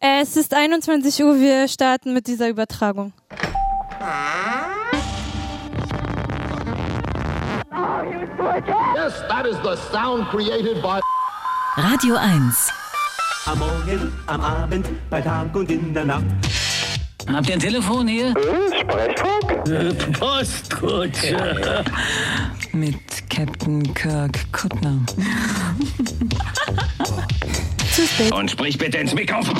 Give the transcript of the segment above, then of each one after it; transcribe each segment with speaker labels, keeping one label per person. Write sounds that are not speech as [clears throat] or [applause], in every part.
Speaker 1: Es ist 21 Uhr, wir starten mit dieser Übertragung.
Speaker 2: Yes, that is the sound created by.
Speaker 3: Radio 1.
Speaker 4: Am Morgen, am Abend, bei Tag und in der Nacht.
Speaker 5: Habt ihr ein Telefon hier?
Speaker 6: Postkutsche.
Speaker 3: Mit Captain Kirk Kuttner.
Speaker 1: Zu spät.
Speaker 5: Und sprich bitte ins Mikrofon.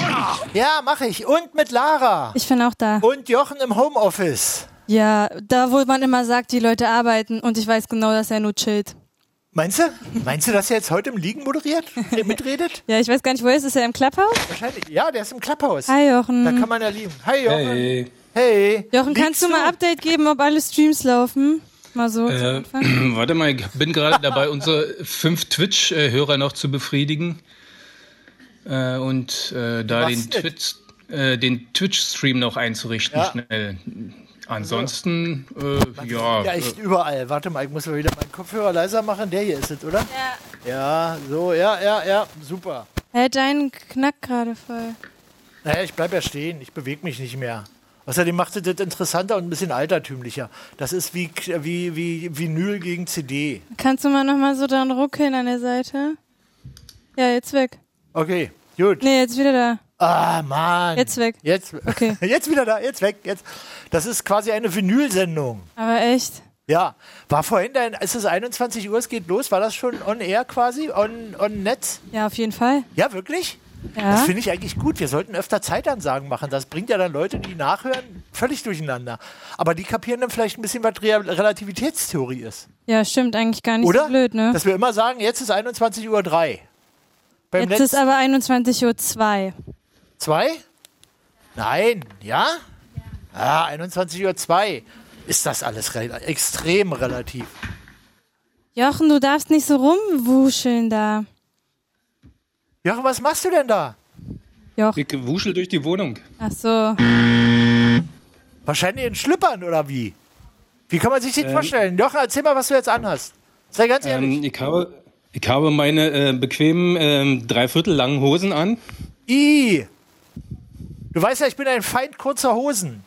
Speaker 7: Ja, mache ich. Und mit Lara.
Speaker 1: Ich bin auch da.
Speaker 7: Und Jochen im Homeoffice.
Speaker 1: Ja, da wo man immer sagt, die Leute arbeiten und ich weiß genau, dass er nur chillt.
Speaker 7: Meinst du? Meinst du, dass er jetzt heute im Liegen moderiert? Äh, [laughs] Mitredet?
Speaker 1: Ja, ich weiß gar nicht, wo er ist. Ist er im Clubhouse?
Speaker 7: Wahrscheinlich. Ja, der ist im Klapphaus.
Speaker 1: Hi
Speaker 7: Da
Speaker 1: Jochen.
Speaker 7: kann man ja lieben. Hi, Jochen.
Speaker 6: Äh,
Speaker 7: Hey. hey.
Speaker 1: Jochen, kannst
Speaker 7: Liegst
Speaker 1: du mal Update geben, ob alle Streams laufen? Mal so. zum
Speaker 6: Äh,
Speaker 1: Anfang.
Speaker 6: [clears throat] warte mal, ich bin gerade dabei, unsere fünf Twitch-Hörer noch zu befriedigen. Äh, und äh, da
Speaker 7: machst
Speaker 6: den,
Speaker 7: du
Speaker 6: Twitch, äh, den Twitch-Stream noch einzurichten, schnell. Ansonsten, äh, ja.
Speaker 7: Ja, echt überall. Warte mal, ich muss mal wieder meinen Kopfhörer leiser machen. Der hier ist es, oder?
Speaker 1: Ja.
Speaker 7: Ja, so, ja, ja, ja. Super.
Speaker 1: Hält deinen Knack gerade voll.
Speaker 7: Naja, ich bleib ja stehen. Ich bewege mich nicht mehr. Außerdem macht es das interessanter und ein bisschen altertümlicher. Das ist wie, wie, wie Vinyl gegen CD.
Speaker 1: Kannst du mal nochmal so dran ruckeln an der Seite? Ja, jetzt weg.
Speaker 7: Okay, gut.
Speaker 1: Nee, jetzt wieder da.
Speaker 7: Ah, Mann.
Speaker 1: Jetzt weg.
Speaker 7: Jetzt,
Speaker 1: Okay.
Speaker 7: [laughs] jetzt wieder da, jetzt weg, jetzt. Das ist quasi eine Vinyl-Sendung.
Speaker 1: Aber echt.
Speaker 7: Ja, war vorhin dein, es ist 21 Uhr, es geht los, war das schon on air quasi, on, on Netz?
Speaker 1: Ja, auf jeden Fall.
Speaker 7: Ja, wirklich? Das
Speaker 1: Ja.
Speaker 7: finde ich eigentlich gut. Wir sollten öfter Zeitansagen machen. Das bringt ja dann Leute, die nachhören, völlig durcheinander. Aber die kapieren dann vielleicht ein bisschen, was Re Relativitätstheorie ist.
Speaker 1: Ja, stimmt eigentlich gar nicht
Speaker 7: Oder?
Speaker 1: so blöd, ne?
Speaker 7: Dass wir immer sagen, jetzt ist 21 Uhr 3. Beim
Speaker 1: Jetzt ist
Speaker 7: letzten
Speaker 1: aber 21.02 Uhr.
Speaker 7: zwei? Nein, ja? Ja, 21 Uhr 2. Ist das alles rel extrem relativ?
Speaker 1: Jochen, du darfst nicht so rumwuscheln da.
Speaker 7: Jochen, was machst du denn da?
Speaker 1: Jochen.
Speaker 6: Ich wuschel durch die Wohnung.
Speaker 1: Ach so.
Speaker 7: Wahrscheinlich in Schlüppern oder wie? Wie kann man sich das vorstellen? Jochen, erzähl mal, was du jetzt anhast. Sei ganz ehrlich.
Speaker 6: Ähm, ich, habe, ich habe meine äh, bequemen ähm, dreiviertel langen Hosen an.
Speaker 7: I. Du weißt ja, ich bin ein Feind kurzer Hosen.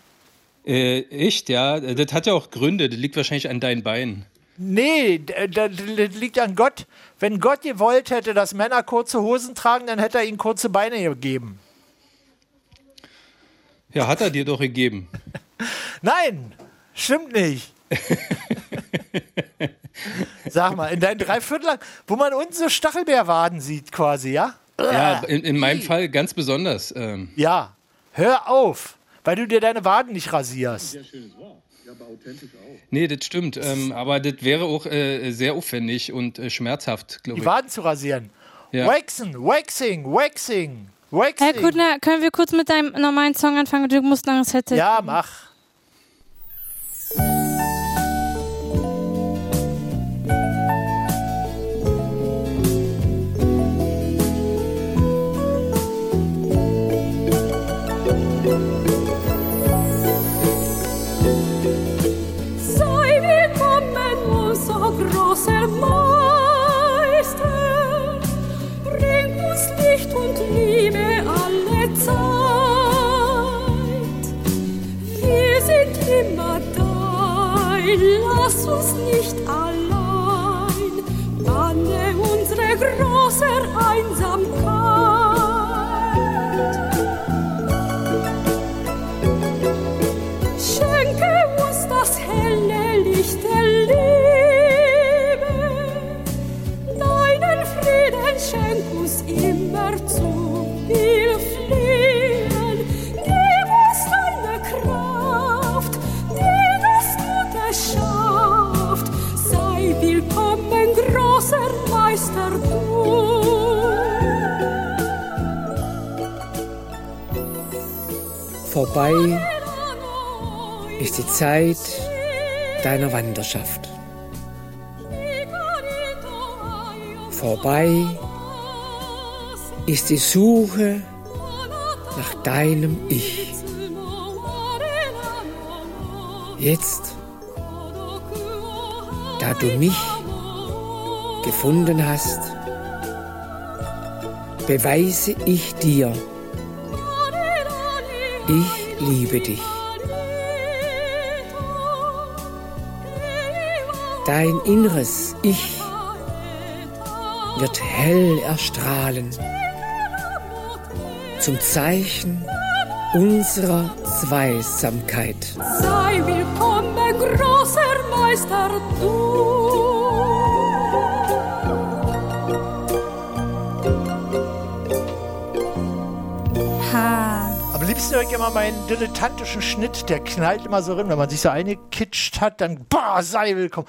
Speaker 6: Äh, echt, ja. Das hat ja auch Gründe. Das liegt wahrscheinlich an deinen Beinen.
Speaker 7: Nee, d- d- d- das liegt an Gott. Wenn Gott gewollt hätte, dass Männer kurze Hosen tragen, dann hätte er ihnen kurze Beine gegeben.
Speaker 6: Ja, hat er dir doch gegeben.
Speaker 7: Nein, stimmt nicht. Sag mal, in deinen Dreiviertel, wo man unten so Stachelbeerwaden sieht quasi, ja?
Speaker 6: Ja, in, in meinem Fall ganz besonders. Ähm,
Speaker 7: Ja, hör auf, weil du dir deine Waden nicht rasierst.
Speaker 6: nee, das stimmt. Ähm, aber das wäre auch äh, sehr aufwendig und äh, schmerzhaft,
Speaker 7: die
Speaker 6: glaube ich.
Speaker 7: Waden zu rasieren.
Speaker 6: Ja.
Speaker 7: Waxen, waxing, waxing, waxing.
Speaker 1: Herr Kutner, können wir kurz mit deinem normalen Song anfangen? Du musst noch das Headset.
Speaker 7: ja, mach.
Speaker 8: Sei willkommen, unser großer Meister. Bring uns Licht und Liebe alle Zeit. Wir sind immer da, lass uns nicht allein. Banne unsere große Einsamkeit. Schenke uns das helle Licht der Liebe. Deinen Frieden schenk uns immer zu. Wir fliehen, gib uns deine Kraft, die das Gute schafft. Sei willkommen, großer Meister, du.
Speaker 9: Vorbei ist die Zeit deiner Wanderschaft. Vorbei ist die Suche nach deinem Ich. Jetzt, da du mich gefunden hast, beweise ich dir, Ich liebe dich. Dein inneres Ich wird hell erstrahlen zum Zeichen unserer Zweisamkeit.
Speaker 8: Sei willkommen, großer Meister, du.
Speaker 1: Ha.
Speaker 7: Am liebsten höre ich immer meinen dilettantischen Schnitt, der knallt immer so rein. Wenn man sich so eingekitscht hat, dann bah, sei willkommen.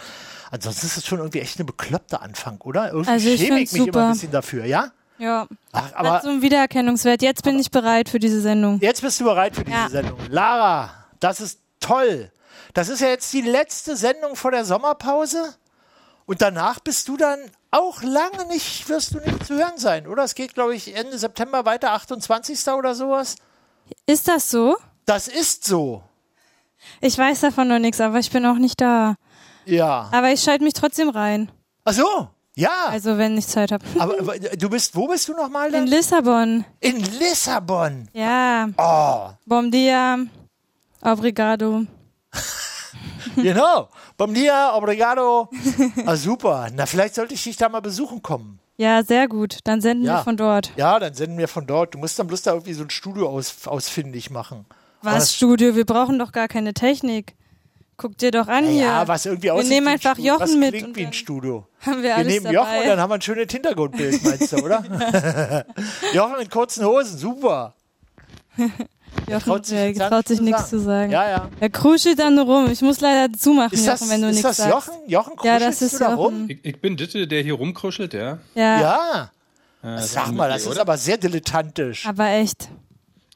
Speaker 7: Ansonsten ist es schon irgendwie echt ein bekloppter Anfang, oder? Irgendwie
Speaker 1: Also ich
Speaker 7: schäme ich
Speaker 1: find's
Speaker 7: mich immer
Speaker 1: super.
Speaker 7: ein bisschen dafür, ja?
Speaker 1: Ja.
Speaker 7: Ach,
Speaker 1: Hat
Speaker 7: aber
Speaker 1: so einen Wiedererkennungswert. Jetzt bin ich bereit für diese Sendung.
Speaker 7: jetzt bist du bereit für diese
Speaker 1: Ja.
Speaker 7: Sendung. Lara, das ist toll. Das ist ja jetzt die letzte Sendung vor der Sommerpause. Und danach bist du dann auch lange nicht, wirst du nicht zu hören sein, oder? Es geht, glaube ich, Ende September weiter, 28. oder sowas.
Speaker 1: Ist das so?
Speaker 7: Das ist so.
Speaker 1: Ich weiß davon noch nichts, aber ich bin auch nicht da.
Speaker 7: Ja.
Speaker 1: Aber ich schalte mich trotzdem rein.
Speaker 7: Ach so. Ja.
Speaker 1: Also wenn ich Zeit habe.
Speaker 7: Aber, aber äh, du bist, wo bist du nochmal?
Speaker 1: In
Speaker 7: In,
Speaker 1: Lissabon.
Speaker 7: in Lissabon.
Speaker 1: Ja.
Speaker 7: Oh,
Speaker 1: Bom dia. Obrigado.
Speaker 7: genau. Bom dia, obrigado.
Speaker 1: [laughs]
Speaker 7: Ah, super. Na, vielleicht sollte ich dich da mal besuchen kommen.
Speaker 1: Ja, sehr gut. Dann senden
Speaker 7: Ja.
Speaker 1: wir von dort.
Speaker 7: Ja, dann senden wir von dort. Du musst dann bloß da irgendwie so ein Studio aus, ausfindig machen.
Speaker 1: Was, Studio? Wir brauchen doch gar keine Technik. Guck dir doch an hier.
Speaker 7: Ja, was irgendwie
Speaker 1: Wir
Speaker 7: aussieht.
Speaker 1: nehmen
Speaker 7: wie ein
Speaker 1: einfach
Speaker 7: Studio.
Speaker 1: Jochen
Speaker 7: was
Speaker 1: mit
Speaker 7: Klingt
Speaker 1: und
Speaker 7: wie ein
Speaker 1: dann
Speaker 7: Studio.
Speaker 1: haben wir
Speaker 7: Wir
Speaker 1: alles
Speaker 7: nehmen
Speaker 1: dabei.
Speaker 7: Jochen und dann haben wir ein schönes Hintergrundbild, meinst du, oder?
Speaker 1: [laughs]
Speaker 7: Jochen in kurzen Hosen, super.
Speaker 1: Jochen
Speaker 7: traut sich
Speaker 1: der
Speaker 7: jetzt
Speaker 1: traut
Speaker 7: nicht
Speaker 1: sich
Speaker 7: zu
Speaker 1: nichts
Speaker 7: sagen.
Speaker 1: zu sagen.
Speaker 7: Ja, ja.
Speaker 1: Er kruschelt dann nur rum. Ich muss leider zumachen,
Speaker 7: Ist das,
Speaker 1: Jochen, wenn du
Speaker 7: ist
Speaker 1: nichts
Speaker 7: das
Speaker 1: sagst.
Speaker 7: Jochen? Jochen,
Speaker 1: Ja,
Speaker 7: kuschelst
Speaker 1: das
Speaker 7: du
Speaker 1: ist
Speaker 7: da
Speaker 1: Jochen.
Speaker 7: rum?
Speaker 6: Ich, ich bin Ditte, der hier rumkruschelt, ja. Äh,
Speaker 1: Ja,
Speaker 7: Ja.
Speaker 6: das
Speaker 7: Sag
Speaker 6: ist
Speaker 7: mal,
Speaker 6: mit
Speaker 7: das
Speaker 6: dir,
Speaker 7: ist
Speaker 6: oder?
Speaker 7: aber sehr dilettantisch.
Speaker 1: aber echt.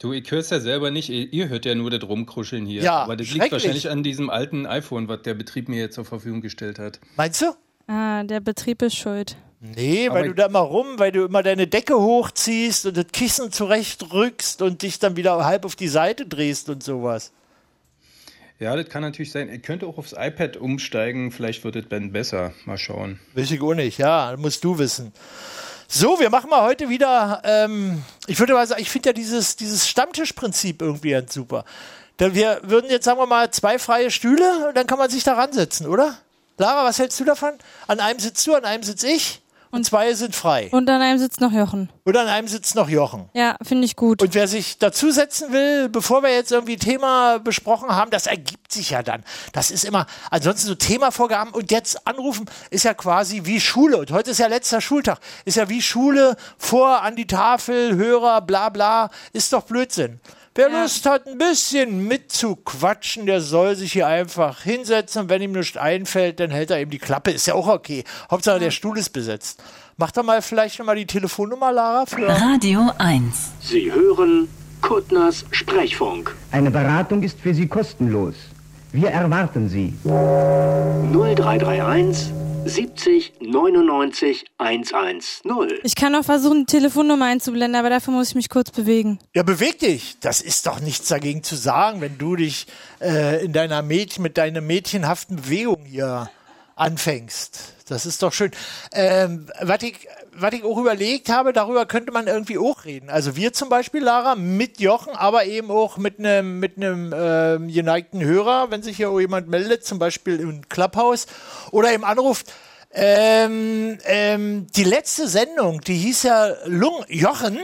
Speaker 6: Du, ich hör's ja selber nicht. Ihr, ihr hört ja nur das Rumkruscheln hier.
Speaker 7: Ja,
Speaker 6: aber das
Speaker 7: schrecklich.
Speaker 6: liegt wahrscheinlich an diesem alten iPhone, was der Betrieb mir jetzt zur Verfügung gestellt hat.
Speaker 7: Meinst du?
Speaker 1: Ah, der Betrieb ist schuld.
Speaker 7: Nee,
Speaker 6: Aber
Speaker 7: weil du
Speaker 6: ich-
Speaker 7: da immer rum, weil du immer deine Decke hochziehst und das Kissen zurechtrückst und dich dann wieder halb auf die Seite drehst und sowas.
Speaker 6: Ja, das kann natürlich sein. Ihr könnt auch aufs iPad umsteigen. Vielleicht wird es dann besser. Mal schauen.
Speaker 7: Weiß ich auch nicht, ja, musst du wissen. So, wir machen mal heute wieder, ähm, ich würde mal sagen, ich finde ja dieses, dieses Stammtischprinzip irgendwie ganz super. Denn wir würden jetzt, sagen wir mal, zwei freie Stühle und dann kann man sich da ransetzen, oder? Lara, was hältst du davon? An einem sitzt du, an einem sitz ich und zwei sind frei.
Speaker 1: Und an einem sitzt noch Jochen.
Speaker 7: Und an einem sitzt noch Jochen.
Speaker 1: Ja, finde ich gut.
Speaker 7: Und wer sich dazusetzen will, bevor wir jetzt irgendwie Thema besprochen haben, das ergibt sich ja dann. Das ist immer, ansonsten so Themavorgaben und jetzt anrufen ist ja quasi wie Schule. Und heute ist ja letzter Schultag. Ist ja wie Schule vor an die Tafel, Hörer, bla bla. Ist doch Blödsinn. Wer Lust hat, ein bisschen mitzuquatschen, der soll sich hier einfach hinsetzen. Und wenn ihm nichts einfällt, dann hält er eben die Klappe. Ist ja auch okay. Hauptsache, der Stuhl ist besetzt. Mach doch mal vielleicht nochmal die Telefonnummer, Lara, für
Speaker 3: Radio 1.
Speaker 10: Sie hören Kuttners Sprechfunk.
Speaker 11: Eine Beratung ist für Sie kostenlos. Wir erwarten Sie.
Speaker 10: 0331 70 99 110.
Speaker 1: Ich kann auch versuchen, die Telefonnummer einzublenden, aber dafür muss ich mich kurz bewegen. [laughs]
Speaker 7: Ja, beweg dich. Das ist doch nichts dagegen zu sagen, wenn du dich äh, in deiner Mädchen, mit deiner mädchenhaften Bewegung hier anfängst. Das ist doch schön. Ähm, was ich, was ich auch überlegt habe, darüber könnte man irgendwie auch reden. Also wir zum Beispiel, Lara, mit Jochen, aber eben auch mit einem mit einem ähm, geneigten Hörer, wenn sich hier auch jemand meldet, zum Beispiel im Clubhouse oder eben anruft. Ähm, ähm, die letzte Sendung, die hieß ja Lung Jochen.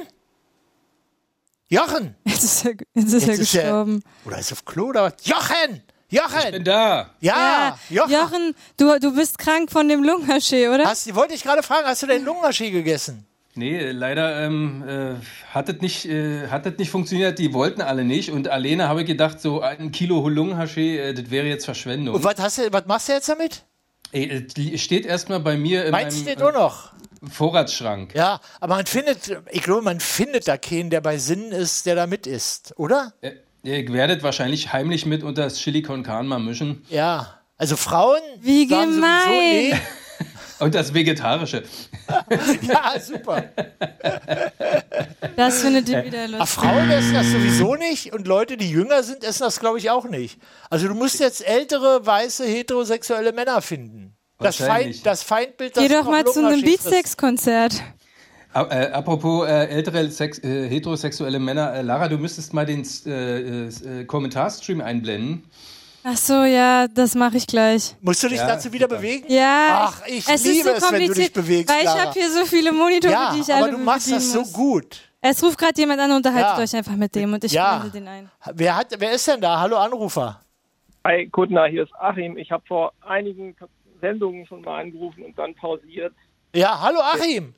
Speaker 7: Jochen!
Speaker 1: Jetzt ist er, jetzt ist er
Speaker 7: Jetzt ist er-
Speaker 1: gestorben.
Speaker 7: Oder ist er auf Klo oder was? Jochen!
Speaker 6: Ich bin
Speaker 7: Jochen!
Speaker 6: da.
Speaker 7: Ja, Ah, Jochen!
Speaker 1: Jochen, du, du bist krank von dem Lungenhaschee, oder?
Speaker 7: Hast, wollte ich gerade fragen, hast du den Lungenhaschee gegessen?
Speaker 6: Nee, leider ähm, äh, hat es nicht, äh, hat das nicht funktioniert. Die wollten alle nicht. Und alleine habe ich gedacht, so ein Kilo Hulunghaschee, äh, das wäre jetzt Verschwendung.
Speaker 7: Und was, hast du, was machst du jetzt damit?
Speaker 6: Ey, äh, die steht erstmal bei mir in
Speaker 7: Meins steht
Speaker 6: meinem
Speaker 7: auch noch.
Speaker 6: äh, Vorratsschrank.
Speaker 7: Ja, aber man findet, ich glaube, man findet da keinen, der bei Sinnen ist, der da mit ist, oder?
Speaker 6: Äh, Ich werde es wahrscheinlich heimlich mit unter das Chili con Carne mal mischen.
Speaker 7: Ja. Also Frauen
Speaker 1: Wie
Speaker 7: sagen
Speaker 1: gemein.
Speaker 6: Und das Vegetarische.
Speaker 7: sowieso, nee. [laughs] Ja, super.
Speaker 1: Das findet ihr wieder
Speaker 7: Äh, Ach,
Speaker 1: lustig.
Speaker 7: Frauen essen das sowieso nicht und Leute, die jünger sind, essen das, glaube ich, auch nicht. Also du musst jetzt ältere, weiße, heterosexuelle Männer finden. Das,
Speaker 6: Wahrscheinlich.
Speaker 7: Feind, das Feindbild, das
Speaker 1: Geh
Speaker 7: du
Speaker 1: doch
Speaker 7: noch
Speaker 1: mal zu einem
Speaker 7: Lungenhaschee frisst.
Speaker 1: Beatsex-Konzert.
Speaker 6: Ap- äh, apropos äh, ältere Sex, äh, heterosexuelle Männer, äh, Lara, du müsstest mal den äh, äh, Kommentarstream einblenden.
Speaker 1: Ach so, ja, das mache ich gleich.
Speaker 7: Musst du dich dazu wieder bewegen?
Speaker 1: Ja.
Speaker 7: Ach, ich
Speaker 1: es
Speaker 7: liebe
Speaker 1: ist so
Speaker 7: es, wenn du
Speaker 1: kompliziert,
Speaker 7: dich bewegst.
Speaker 1: Weil ich
Speaker 7: Lara.
Speaker 1: habe hier so viele Monitore,
Speaker 7: ja,
Speaker 1: die ich
Speaker 7: aber
Speaker 1: alle
Speaker 7: du machst das
Speaker 1: bedienen
Speaker 7: so
Speaker 1: muss.
Speaker 7: gut.
Speaker 1: Es ruft gerade jemand an, unterhaltet
Speaker 7: Ja.
Speaker 1: euch einfach mit dem und ich
Speaker 7: Ja.
Speaker 1: blende den ein.
Speaker 7: Wer, hat, wer ist denn da? Hallo Anrufer.
Speaker 12: Hi, Kutna, hier ist Achim. Ich habe vor einigen Sendungen schon mal angerufen und dann pausiert.
Speaker 7: Ja, hallo Achim.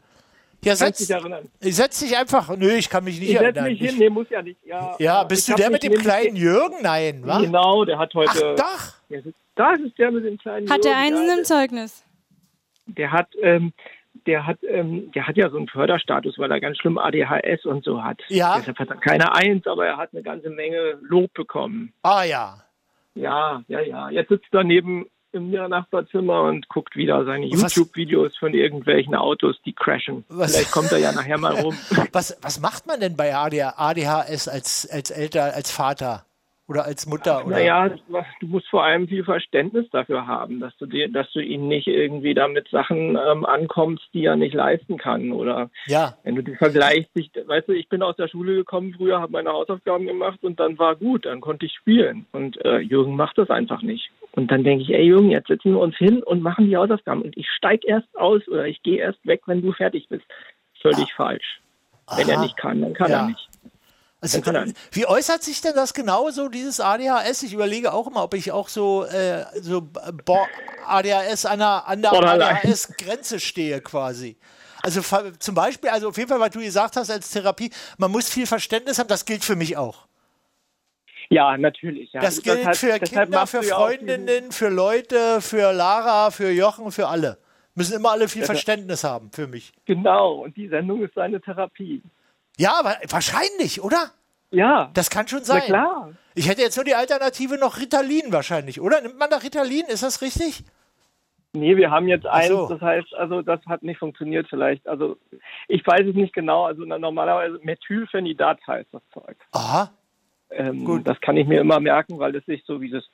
Speaker 7: Ja,
Speaker 12: Kannst
Speaker 7: setz,
Speaker 12: dich erinnern.
Speaker 7: setz dich einfach. Nö, ich kann mich nicht
Speaker 12: Ich setze
Speaker 7: erinnern.
Speaker 12: mich hin,
Speaker 7: Ich-
Speaker 12: nee, muss ja nicht. Ja,
Speaker 7: ja, bist
Speaker 12: Ich
Speaker 7: du
Speaker 12: hab
Speaker 7: der
Speaker 12: mich
Speaker 7: mit dem
Speaker 12: nämlich-
Speaker 7: kleinen Jürgen? Nein, wa?
Speaker 12: Genau, der hat heute.
Speaker 7: Ach,
Speaker 12: Der sitzt- Das ist der mit dem kleinen
Speaker 1: Hat der
Speaker 12: Jürgen,
Speaker 1: einen
Speaker 12: ja,
Speaker 1: im Zeugnis?
Speaker 12: Der hat, ähm, der hat, ähm, der hat ja so einen Förderstatus, weil er ganz schlimm ADHS und so hat.
Speaker 7: Ja.
Speaker 12: Deshalb hat er keine Eins, aber er hat eine ganze Menge Lob bekommen.
Speaker 7: Ah ja.
Speaker 12: Ja, ja, ja. Jetzt sitzt er neben im Nachbarzimmer und guckt wieder seine
Speaker 7: Und was-
Speaker 12: YouTube-Videos von irgendwelchen Autos, die crashen.
Speaker 7: Was-
Speaker 12: Vielleicht kommt er ja nachher mal
Speaker 7: [laughs]
Speaker 12: rum.
Speaker 7: Was, was macht man denn bei AD ADHS als, als Eltern, als Vater oder als Mutter? Oder?
Speaker 12: Naja, du musst vor allem viel Verständnis dafür haben, dass du dir, dass du ihn nicht irgendwie damit Sachen ähm, ankommst, die er nicht leisten kann. Oder
Speaker 7: Ja.
Speaker 12: wenn du die vergleichst, ich, weißt du, ich bin aus der Schule gekommen, früher habe meine Hausaufgaben gemacht und dann war gut, dann konnte ich spielen. Und äh, Jürgen macht das einfach nicht. Und dann denke ich, ey Jürgen, jetzt setzen wir uns hin und machen die Hausaufgaben. Und ich steig erst aus oder ich gehe erst weg, wenn du fertig bist. Völlig falsch. Wenn er
Speaker 7: Ah. Aha.
Speaker 12: nicht kann, dann kann
Speaker 7: Ja.
Speaker 12: er nicht.
Speaker 7: Also,
Speaker 12: Dann kann er nicht.
Speaker 7: wie äußert sich denn das genau so, dieses ADHS? Ich überlege auch immer, ob ich auch so, äh, so bo ADHS an der, an der
Speaker 12: Borderline.
Speaker 7: ADHS-Grenze stehe quasi. Also fa- zum Beispiel, also auf jeden Fall, was du gesagt hast als Therapie, man muss viel Verständnis haben, das gilt für mich auch.
Speaker 12: Ja, natürlich. Ja.
Speaker 7: das gilt
Speaker 12: hat-
Speaker 7: für
Speaker 12: deshalb
Speaker 7: Kinder,
Speaker 12: machst
Speaker 7: für
Speaker 12: du ja auch diesen-
Speaker 7: Freundinnen, für Leute, für Lara, für Jochen, für alle. Müssen immer alle viel
Speaker 12: Das-
Speaker 7: Verständnis haben für mich.
Speaker 12: Genau, und die Sendung ist seine Therapie.
Speaker 7: Ja, aber wahrscheinlich, oder?
Speaker 12: Ja.
Speaker 7: Das kann schon sein.
Speaker 12: Na klar.
Speaker 7: Ich hätte jetzt nur die Alternative noch Ritalin wahrscheinlich, oder? Nimmt man da Ritalin? Ist das richtig?
Speaker 12: Nee, wir haben jetzt eins,
Speaker 7: so.
Speaker 12: das heißt, also das hat nicht funktioniert vielleicht. Also ich weiß es nicht genau, also na, normalerweise Methylphenidat heißt das Zeug.
Speaker 7: Aha.
Speaker 12: Ähm, Gut. Das kann ich mir immer merken, weil das sich so wie das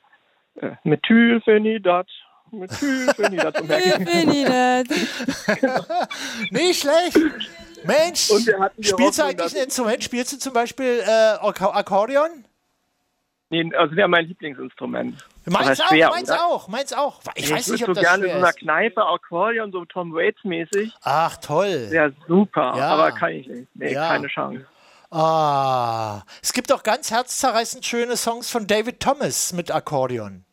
Speaker 12: äh, Methylphenidat, Methylphenidat so
Speaker 7: [laughs]
Speaker 12: merken.
Speaker 7: Nicht schlecht. Mensch,
Speaker 12: Und wir hatten die
Speaker 7: spielst du
Speaker 12: Hoffnung,
Speaker 7: eigentlich
Speaker 12: dass-
Speaker 7: ein Instrument? Spielst du zum Beispiel äh, Akko- Akkordeon?
Speaker 12: Nee, also wäre mein Lieblingsinstrument. Aber
Speaker 7: Meins auch,
Speaker 12: schwer,
Speaker 7: meins
Speaker 12: oder?
Speaker 7: auch, meins auch. Ich
Speaker 12: Ich,
Speaker 7: weiß
Speaker 12: würde
Speaker 7: nicht,
Speaker 12: so
Speaker 7: ob das
Speaker 12: gerne in so einer
Speaker 7: schwer ist.
Speaker 12: Kneipe Akkordeon, so Tom Waits mäßig.
Speaker 7: Ach, toll.
Speaker 12: Wäre super,
Speaker 7: Ja.
Speaker 12: aber kann ich nicht. Nee,
Speaker 7: Ja.
Speaker 12: keine Chance.
Speaker 7: Ah, es gibt auch ganz herzzerreißend schöne Songs von David Thomas mit Akkordeon.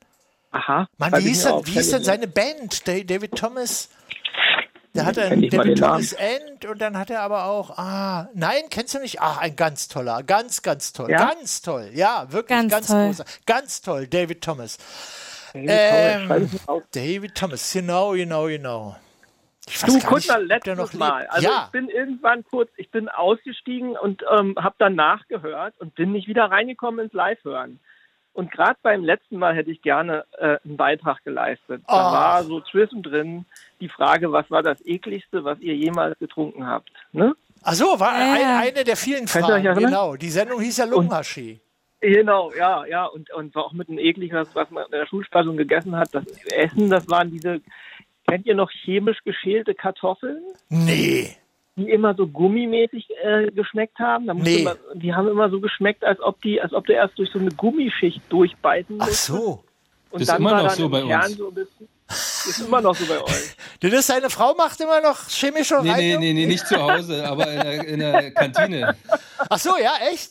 Speaker 12: Aha.
Speaker 7: Mann,
Speaker 12: Schreib
Speaker 7: wie
Speaker 12: ich
Speaker 7: hieß,
Speaker 12: mir
Speaker 7: denn,
Speaker 12: auf,
Speaker 7: wie
Speaker 12: kenn
Speaker 7: hieß
Speaker 12: ich
Speaker 7: denn
Speaker 12: nicht.
Speaker 7: seine Band? Da- David Thomas. Der hat
Speaker 12: kenn
Speaker 7: einen
Speaker 12: ich mal
Speaker 7: David
Speaker 12: den Namen.
Speaker 7: Thomas End und dann hat er aber auch. Ah, nein, kennst du nicht? Ach, ein ganz toller, ganz, ganz toll.
Speaker 12: Ja?
Speaker 7: Ganz toll, ja, wirklich
Speaker 1: Ganz
Speaker 7: ganz, ganz
Speaker 1: toll.
Speaker 7: großer. Ganz toll, David Thomas.
Speaker 12: David Thomas, schreib ich
Speaker 7: Ähm, David Thomas, genau, genau, genau. Ich weiß
Speaker 12: Du,
Speaker 7: gar nicht,
Speaker 12: Kuttner,
Speaker 7: ob der
Speaker 12: letztes
Speaker 7: noch
Speaker 12: Mal.
Speaker 7: lebt.
Speaker 12: Also
Speaker 7: ja.
Speaker 12: ich bin irgendwann kurz, ich bin ausgestiegen und ähm, habe dann nachgehört und bin nicht wieder reingekommen ins Live-Hören. Und gerade beim letzten Mal hätte ich gerne äh, einen Beitrag geleistet. Da
Speaker 7: Ah.
Speaker 12: war so zwischendrin die Frage, was war das ekligste, was ihr jemals getrunken habt? Ne?
Speaker 7: Ach so, war
Speaker 1: Ja, ja.
Speaker 7: ein, eine der vielen
Speaker 12: Könnt ihr euch
Speaker 7: Fragen,
Speaker 12: erinnern?
Speaker 7: genau. Die Sendung hieß ja Lungenmaschee.
Speaker 12: Genau, ja, ja. Und, und war auch mit einem ekligen, was- was man in der Schulspeisung gegessen hat. Das Essen, das waren diese, kennt ihr noch chemisch geschälte Kartoffeln?
Speaker 7: Nee.
Speaker 12: die immer so gummimäßig äh, geschmeckt haben. Da musste
Speaker 7: Nee.
Speaker 12: man, die haben immer so geschmeckt, als ob die, als ob du erst durch so eine Gummischicht durchbeißen
Speaker 7: Ach
Speaker 12: musst.
Speaker 7: so.
Speaker 12: Und
Speaker 6: Ist immer
Speaker 12: war
Speaker 6: noch
Speaker 12: dann
Speaker 6: so
Speaker 12: im
Speaker 6: bei uns.
Speaker 12: Kern So ein bisschen, ist immer noch so bei euch.
Speaker 7: Das ist, seine Frau macht immer noch chemische
Speaker 6: Nee, nee,
Speaker 7: Reinigung?
Speaker 6: nee, nee, nicht zu Hause, aber in der, in der Kantine.
Speaker 7: Ach so, ja, echt?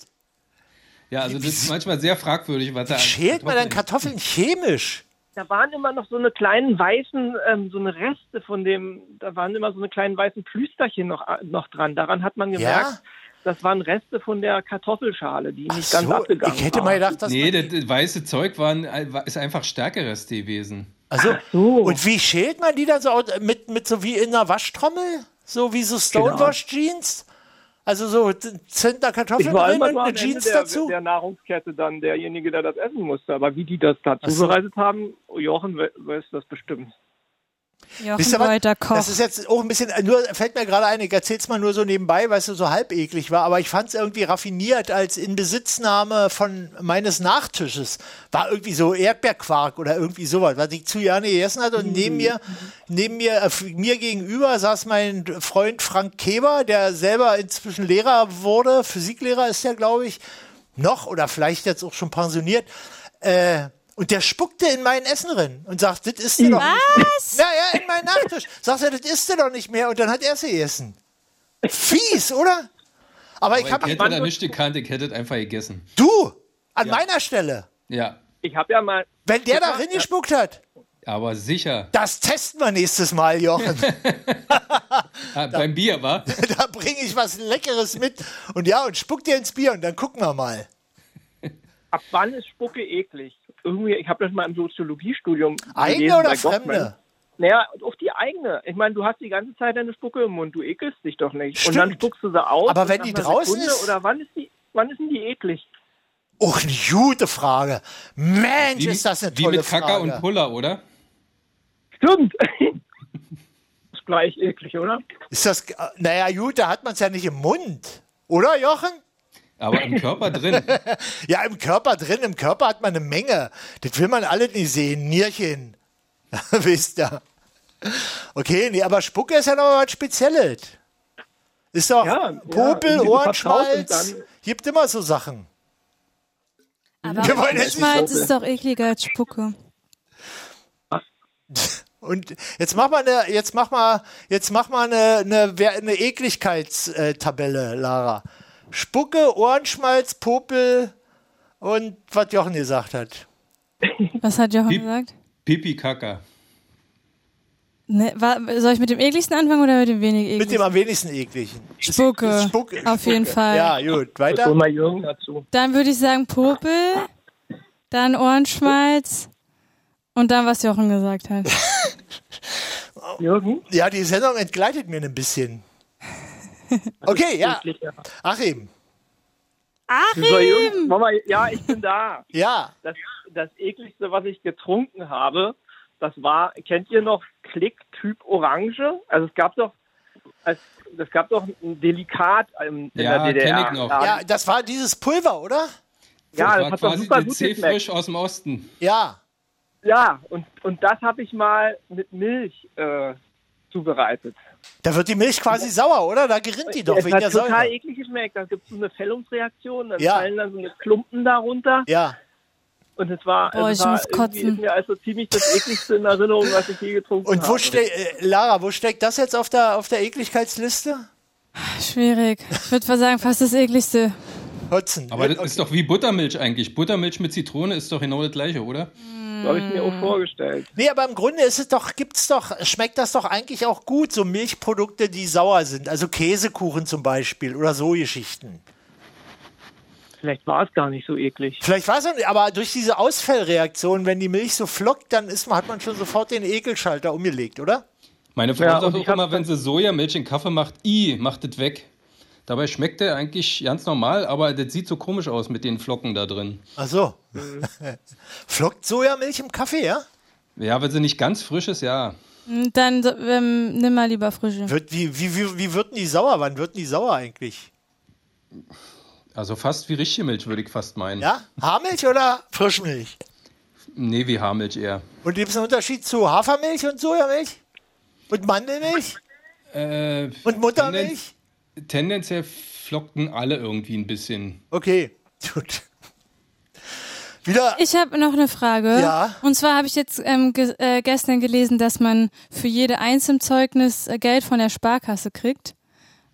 Speaker 6: Ja, also das ist manchmal sehr fragwürdig, was da. an
Speaker 7: Äh, Schält man dann
Speaker 6: Kartoffeln-
Speaker 7: Kartoffeln chemisch?
Speaker 12: Da waren immer noch so eine kleinen weißen, ähm, so eine Reste von dem, da waren immer so eine kleinen weißen Plüsterchen noch, äh, noch dran. Daran hat man gemerkt,
Speaker 7: Ja?
Speaker 12: das waren Reste von der Kartoffelschale, die
Speaker 7: Ach
Speaker 12: nicht ganz
Speaker 7: so,
Speaker 12: abgegangen
Speaker 7: ich hätte
Speaker 12: war.
Speaker 7: mal gedacht, dass
Speaker 6: Nee,
Speaker 7: man-
Speaker 6: das, das weiße Zeug waren, äh, ist einfach stärkeres gewesen.
Speaker 7: also,
Speaker 12: so.
Speaker 7: Und wie schält man die dann so aus? mit, mit so wie in einer Waschtrommel? So wie so
Speaker 12: Genau.
Speaker 7: Stonewash-Jeans? Also so Zentner
Speaker 12: Ich
Speaker 7: Kartoffeln
Speaker 12: war
Speaker 7: drin
Speaker 12: immer
Speaker 7: und
Speaker 12: nur
Speaker 7: eine
Speaker 12: am Ende
Speaker 7: Jeans
Speaker 12: der,
Speaker 7: dazu?
Speaker 12: der Nahrungskette dann derjenige, der das essen musste. Aber wie die das da
Speaker 7: so.
Speaker 12: zubereitet haben, Jochen we- weiß das bestimmt.
Speaker 1: Jochen
Speaker 7: Wisst ihr was?
Speaker 1: Reuter Koch.
Speaker 7: Das ist jetzt auch ein bisschen, nur, fällt mir gerade ein, ich erzähl's mal nur so nebenbei, weil es so halb eklig war, aber ich fand's irgendwie raffiniert als Inbesitznahme von meines Nachtisches. War irgendwie so Erdbeerquark oder irgendwie sowas, was ich zu gerne gegessen hatte. Und neben mir, neben mir, äh, mir gegenüber saß mein Freund Frank Keber, der selber inzwischen Lehrer wurde, Physiklehrer ist er, glaube ich, noch oder vielleicht jetzt auch schon pensioniert. Äh, und der spuckte in mein Essen rein und sagt, das ist dir doch nicht
Speaker 1: Was?
Speaker 7: mehr. Ja, ja, in meinen Nachtisch. Sagt er, das ist dir doch nicht mehr. Und dann hat er es gegessen. Fies, oder? Aber ich
Speaker 6: Aber ich hätte da
Speaker 7: habe...
Speaker 6: nicht gekannt, ich hätte es einfach gegessen.
Speaker 7: Du, an meiner Stelle.
Speaker 6: Ja,
Speaker 12: Ich habe ja mal.
Speaker 7: Wenn der da reingespuckt hat,
Speaker 6: aber sicher.
Speaker 7: das testen wir nächstes Mal,
Speaker 6: [laughs]
Speaker 7: Jochen.
Speaker 6: Ah, beim Bier, wa?
Speaker 7: da bringe ich was Leckeres mit. Und ja, und spuck dir ins Bier und dann gucken wir mal.
Speaker 12: Ab wann ist Spucke eklig? Irgendwie, ich habe das mal im Soziologiestudium.
Speaker 7: Eigene
Speaker 12: gelesen
Speaker 7: oder
Speaker 12: bei Goffman.
Speaker 7: fremde?
Speaker 12: Naja, auf die eigene. Ich meine, du hast die ganze Zeit deine Spucke im Mund, du ekelst dich doch nicht. Und dann
Speaker 7: Stimmt.
Speaker 12: spuckst du sie aus.
Speaker 7: Aber
Speaker 12: und
Speaker 7: wenn
Speaker 12: nach
Speaker 7: die
Speaker 12: einer
Speaker 7: draußen
Speaker 12: Sekunde
Speaker 7: ist-
Speaker 12: Oder wann ist die, wann ist denn die eklig?
Speaker 7: Och, eine gute Frage. Mensch,
Speaker 6: Wie,
Speaker 7: ist das eine
Speaker 6: wie
Speaker 7: tolle
Speaker 6: mit Kacker
Speaker 7: Frage.
Speaker 6: und Puller, oder?
Speaker 7: [laughs]
Speaker 12: Stimmt. ist gleich eklig, oder?
Speaker 7: Ist das, äh, naja, gut, da hat man es ja nicht im Mund. Oder, Jochen?
Speaker 6: Aber im
Speaker 7: [laughs]
Speaker 6: Körper drin.
Speaker 7: Ja, im Körper drin, im Körper hat man eine Menge. Das will man alles nicht sehen. Nierchen. [laughs] Wisst ihr. Okay, nee, aber Spucke ist ja noch was Spezielles. Ist doch
Speaker 12: Ja,
Speaker 7: Popel,
Speaker 12: ja, irgendwie vertraut
Speaker 7: Ohrenschmalz.
Speaker 12: und dann-
Speaker 7: Gibt immer so Sachen.
Speaker 1: Aber
Speaker 7: Wir wollen jetzt nicht
Speaker 1: Schmalz
Speaker 7: so-
Speaker 1: Ah, ist doch ekliger als Spucke.
Speaker 7: Und jetzt mach mal eine, jetzt mach mal, jetzt mach mal eine, eine, Wer- eine Ekligkeitstabelle, Lara. Spucke, Ohrenschmalz, Popel und was Jochen gesagt hat.
Speaker 1: Was hat Jochen
Speaker 6: Piep.
Speaker 1: gesagt?
Speaker 6: Pipi Kacker.
Speaker 1: Ne, wa, soll ich mit dem ekligsten anfangen oder mit dem wenig
Speaker 7: Mit dem
Speaker 1: ekligsten?
Speaker 7: am wenigsten ekligen.
Speaker 1: Spucke.
Speaker 7: Spucke.
Speaker 1: Auf jeden Fall.
Speaker 7: Ja, gut.
Speaker 12: Jetzt hol
Speaker 7: Weiter.
Speaker 12: mal Jürgen dazu.
Speaker 1: Dann würde ich sagen Popel, dann Ohrenschmalz und dann, was Jochen gesagt hat.
Speaker 7: Oh.
Speaker 12: Jürgen?
Speaker 7: Ja, die Sendung entgleitet mir ein bisschen. Okay, ja.
Speaker 12: Eklig, ja.
Speaker 7: Achim.
Speaker 12: So, Jürgen, mach mal, ja, ich bin da.
Speaker 7: Ja.
Speaker 12: das, das ekligste, was ich getrunken habe, das war, kennt ihr noch Klick Typ Orange? Also es gab doch, es, es gab doch ein Delikat ähm, in, in
Speaker 6: Ja,
Speaker 12: der DDR.
Speaker 6: kenn ich noch.
Speaker 12: Ja,
Speaker 7: Ja, das war dieses Pulver, oder?
Speaker 12: ja, das
Speaker 6: war
Speaker 12: hat doch
Speaker 6: quasi
Speaker 12: super
Speaker 6: die
Speaker 12: gut
Speaker 6: C-Frisch
Speaker 12: geschmeckt.
Speaker 6: aus dem Osten.
Speaker 7: Ja.
Speaker 12: Ja, und, und das habe ich mal mit Milch äh, zubereitet.
Speaker 7: Da wird die Milch quasi sauer, oder? Da gerinnt die doch
Speaker 12: es
Speaker 7: wegen
Speaker 12: hat
Speaker 7: der
Speaker 12: total
Speaker 7: Säure.
Speaker 12: eklig geschmeckt. Da gibt es so eine Fällungsreaktion, dann
Speaker 7: Ja.
Speaker 12: fallen dann so eine Klumpen darunter.
Speaker 7: Ja.
Speaker 12: Und es war,
Speaker 1: Boah,
Speaker 12: es
Speaker 1: ich
Speaker 12: war
Speaker 1: muss
Speaker 12: irgendwie
Speaker 1: kotzen.
Speaker 12: ist mir also ziemlich das ekligste in Erinnerung, was ich je getrunken
Speaker 7: Und
Speaker 12: habe.
Speaker 7: wo ste äh, Lara, wo steckt das jetzt auf der, auf der Ekligkeitsliste?
Speaker 1: Schwierig. Ich würde mal sagen, fast das ekligste.
Speaker 7: Hotzen.
Speaker 6: Aber das ist doch wie Buttermilch eigentlich. Buttermilch mit Zitrone ist doch genau das gleiche, oder?
Speaker 12: So habe ich mir
Speaker 1: Mm.
Speaker 12: auch vorgestellt.
Speaker 7: Nee, aber im Grunde ist es doch, gibt's doch, schmeckt das doch eigentlich auch gut, so Milchprodukte, die sauer sind. Also Käsekuchen zum Beispiel oder so Geschichten.
Speaker 12: Vielleicht war es gar nicht so eklig.
Speaker 7: Vielleicht war es auch nicht, aber durch diese Ausfallreaktion, wenn die Milch so flockt, dann ist man, hat man schon sofort den Ekelschalter umgelegt, oder?
Speaker 6: Meine Frau
Speaker 12: Ja, und
Speaker 6: sagt
Speaker 12: ich
Speaker 6: auch
Speaker 12: hab-
Speaker 6: immer, wenn sie Sojamilch in Kaffee macht, i, macht das weg. Dabei schmeckt der eigentlich ganz normal, aber das sieht so komisch aus mit den Flocken da drin.
Speaker 7: Ach so. Äh. [laughs] Flockt Sojamilch im Kaffee, ja?
Speaker 6: Ja, wenn sie nicht ganz frisch ist, ja.
Speaker 1: Und Hm, Dann so- ähm, nimm mal lieber frische.
Speaker 7: Wird, wie, wie, wie, wie wird denn die sauer? Wann wird denn die sauer eigentlich?
Speaker 6: Also fast wie richtige Milch, würde ich fast meinen.
Speaker 7: Ja? Haarmilch oder Frischmilch?
Speaker 6: Nee, wie Haarmilch eher.
Speaker 7: Und gibt es einen Unterschied zu Hafermilch und Sojamilch? Und Mandelmilch?
Speaker 6: Äh,
Speaker 7: Und Muttermilch?
Speaker 6: tendenziell flockten alle irgendwie ein bisschen.
Speaker 7: Okay, gut. Wieder.
Speaker 1: Ich habe noch eine Frage.
Speaker 7: Ja.
Speaker 1: Und zwar habe ich jetzt ähm, ge äh, gestern gelesen, dass man für jede Eins im Zeugnis äh, Geld von der Sparkasse kriegt.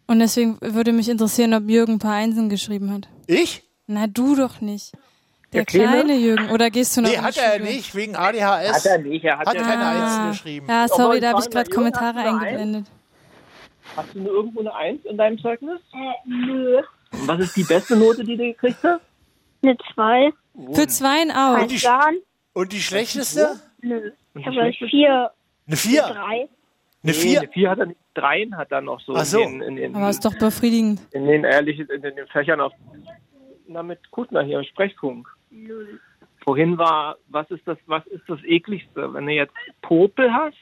Speaker 1: Und deswegen würde mich interessieren, ob Jürgen ein paar Einsen geschrieben hat.
Speaker 7: Ich?
Speaker 1: Na, du doch nicht. Der,
Speaker 12: Der Kleine?
Speaker 1: kleine Jürgen. Oder gehst du noch
Speaker 7: Nee,
Speaker 1: in die
Speaker 7: hat er
Speaker 1: Schule?
Speaker 7: nicht, wegen ADHS.
Speaker 12: Hat er nicht, er hat,
Speaker 7: Hat
Speaker 12: ja,
Speaker 7: keine
Speaker 1: Ah.
Speaker 7: Einsen geschrieben.
Speaker 1: Ja,
Speaker 12: Obwohl,
Speaker 1: sorry, da habe
Speaker 12: ich
Speaker 1: ich gerade
Speaker 12: meine, Jürgen
Speaker 1: Kommentare
Speaker 12: hat eine Eins.
Speaker 1: eingeblendet.
Speaker 12: Hast du nur irgendwo eine Eins in deinem Zeugnis? Äh, nö. Und was ist die beste Note, die du gekriegt hast?
Speaker 13: Eine 2.
Speaker 1: Für zwei ein Auge.
Speaker 7: die,
Speaker 13: Plan?
Speaker 7: und die schlechteste?
Speaker 13: Nö. Ich
Speaker 12: die
Speaker 13: habe 4.
Speaker 7: Eine 4.
Speaker 13: 3.
Speaker 7: Eine
Speaker 12: Nee,
Speaker 7: 4.
Speaker 12: eine Vier hat er nicht. Dreien hat er noch so,
Speaker 7: Ach so.
Speaker 12: in, den, in,
Speaker 1: Aber
Speaker 12: den,
Speaker 1: ist doch befriedigend.
Speaker 12: in den ehrlichen, in den Fächern auf. Na, mit Kutner hier im Sprechfunk. Vorhin war, was ist das, was ist das ekligste? Wenn du jetzt Popel hast,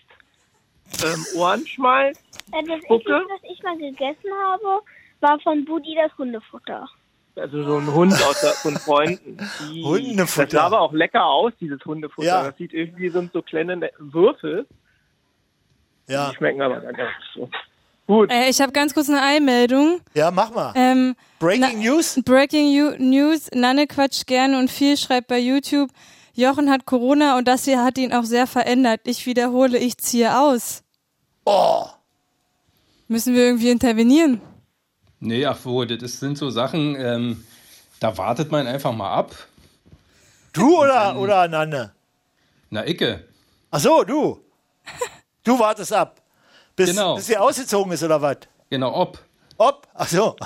Speaker 12: ähm, Ohrenschmalz.
Speaker 13: Äh, Das
Speaker 12: Spucke?
Speaker 13: Ekligste, was ich mal gegessen habe, war von Budi das Hundefutter.
Speaker 12: Also so ein Hund aus der, von Freunden. Die,
Speaker 7: Hundefutter.
Speaker 12: Das sah aber auch lecker aus, dieses Hundefutter.
Speaker 7: Ja.
Speaker 12: Das sieht irgendwie sind so kleine ne- Würfel.
Speaker 7: Ja.
Speaker 12: Die schmecken aber dann gar nicht so. Gut.
Speaker 1: Äh, ich habe ganz kurz eine Eilmeldung.
Speaker 7: Ja, mach mal.
Speaker 1: Ähm,
Speaker 7: Breaking News?
Speaker 1: Breaking U News. Nanne quatscht gerne und viel schreibt bei YouTube. Jochen hat Corona und das hier hat ihn auch sehr verändert. Ich wiederhole, ich ziehe aus.
Speaker 7: Oh.
Speaker 1: Müssen wir irgendwie intervenieren?
Speaker 6: Nee, ach wo, das ist- sind so Sachen, ähm, da wartet man einfach mal ab.
Speaker 7: Du [laughs] oder, oder Nanne?
Speaker 6: Na, Icke.
Speaker 7: Ach so, du. Du wartest ab. Bis,
Speaker 6: Genau.
Speaker 7: bis sie ausgezogen ist oder was?
Speaker 6: Genau, ob.
Speaker 7: Ob? Ach so.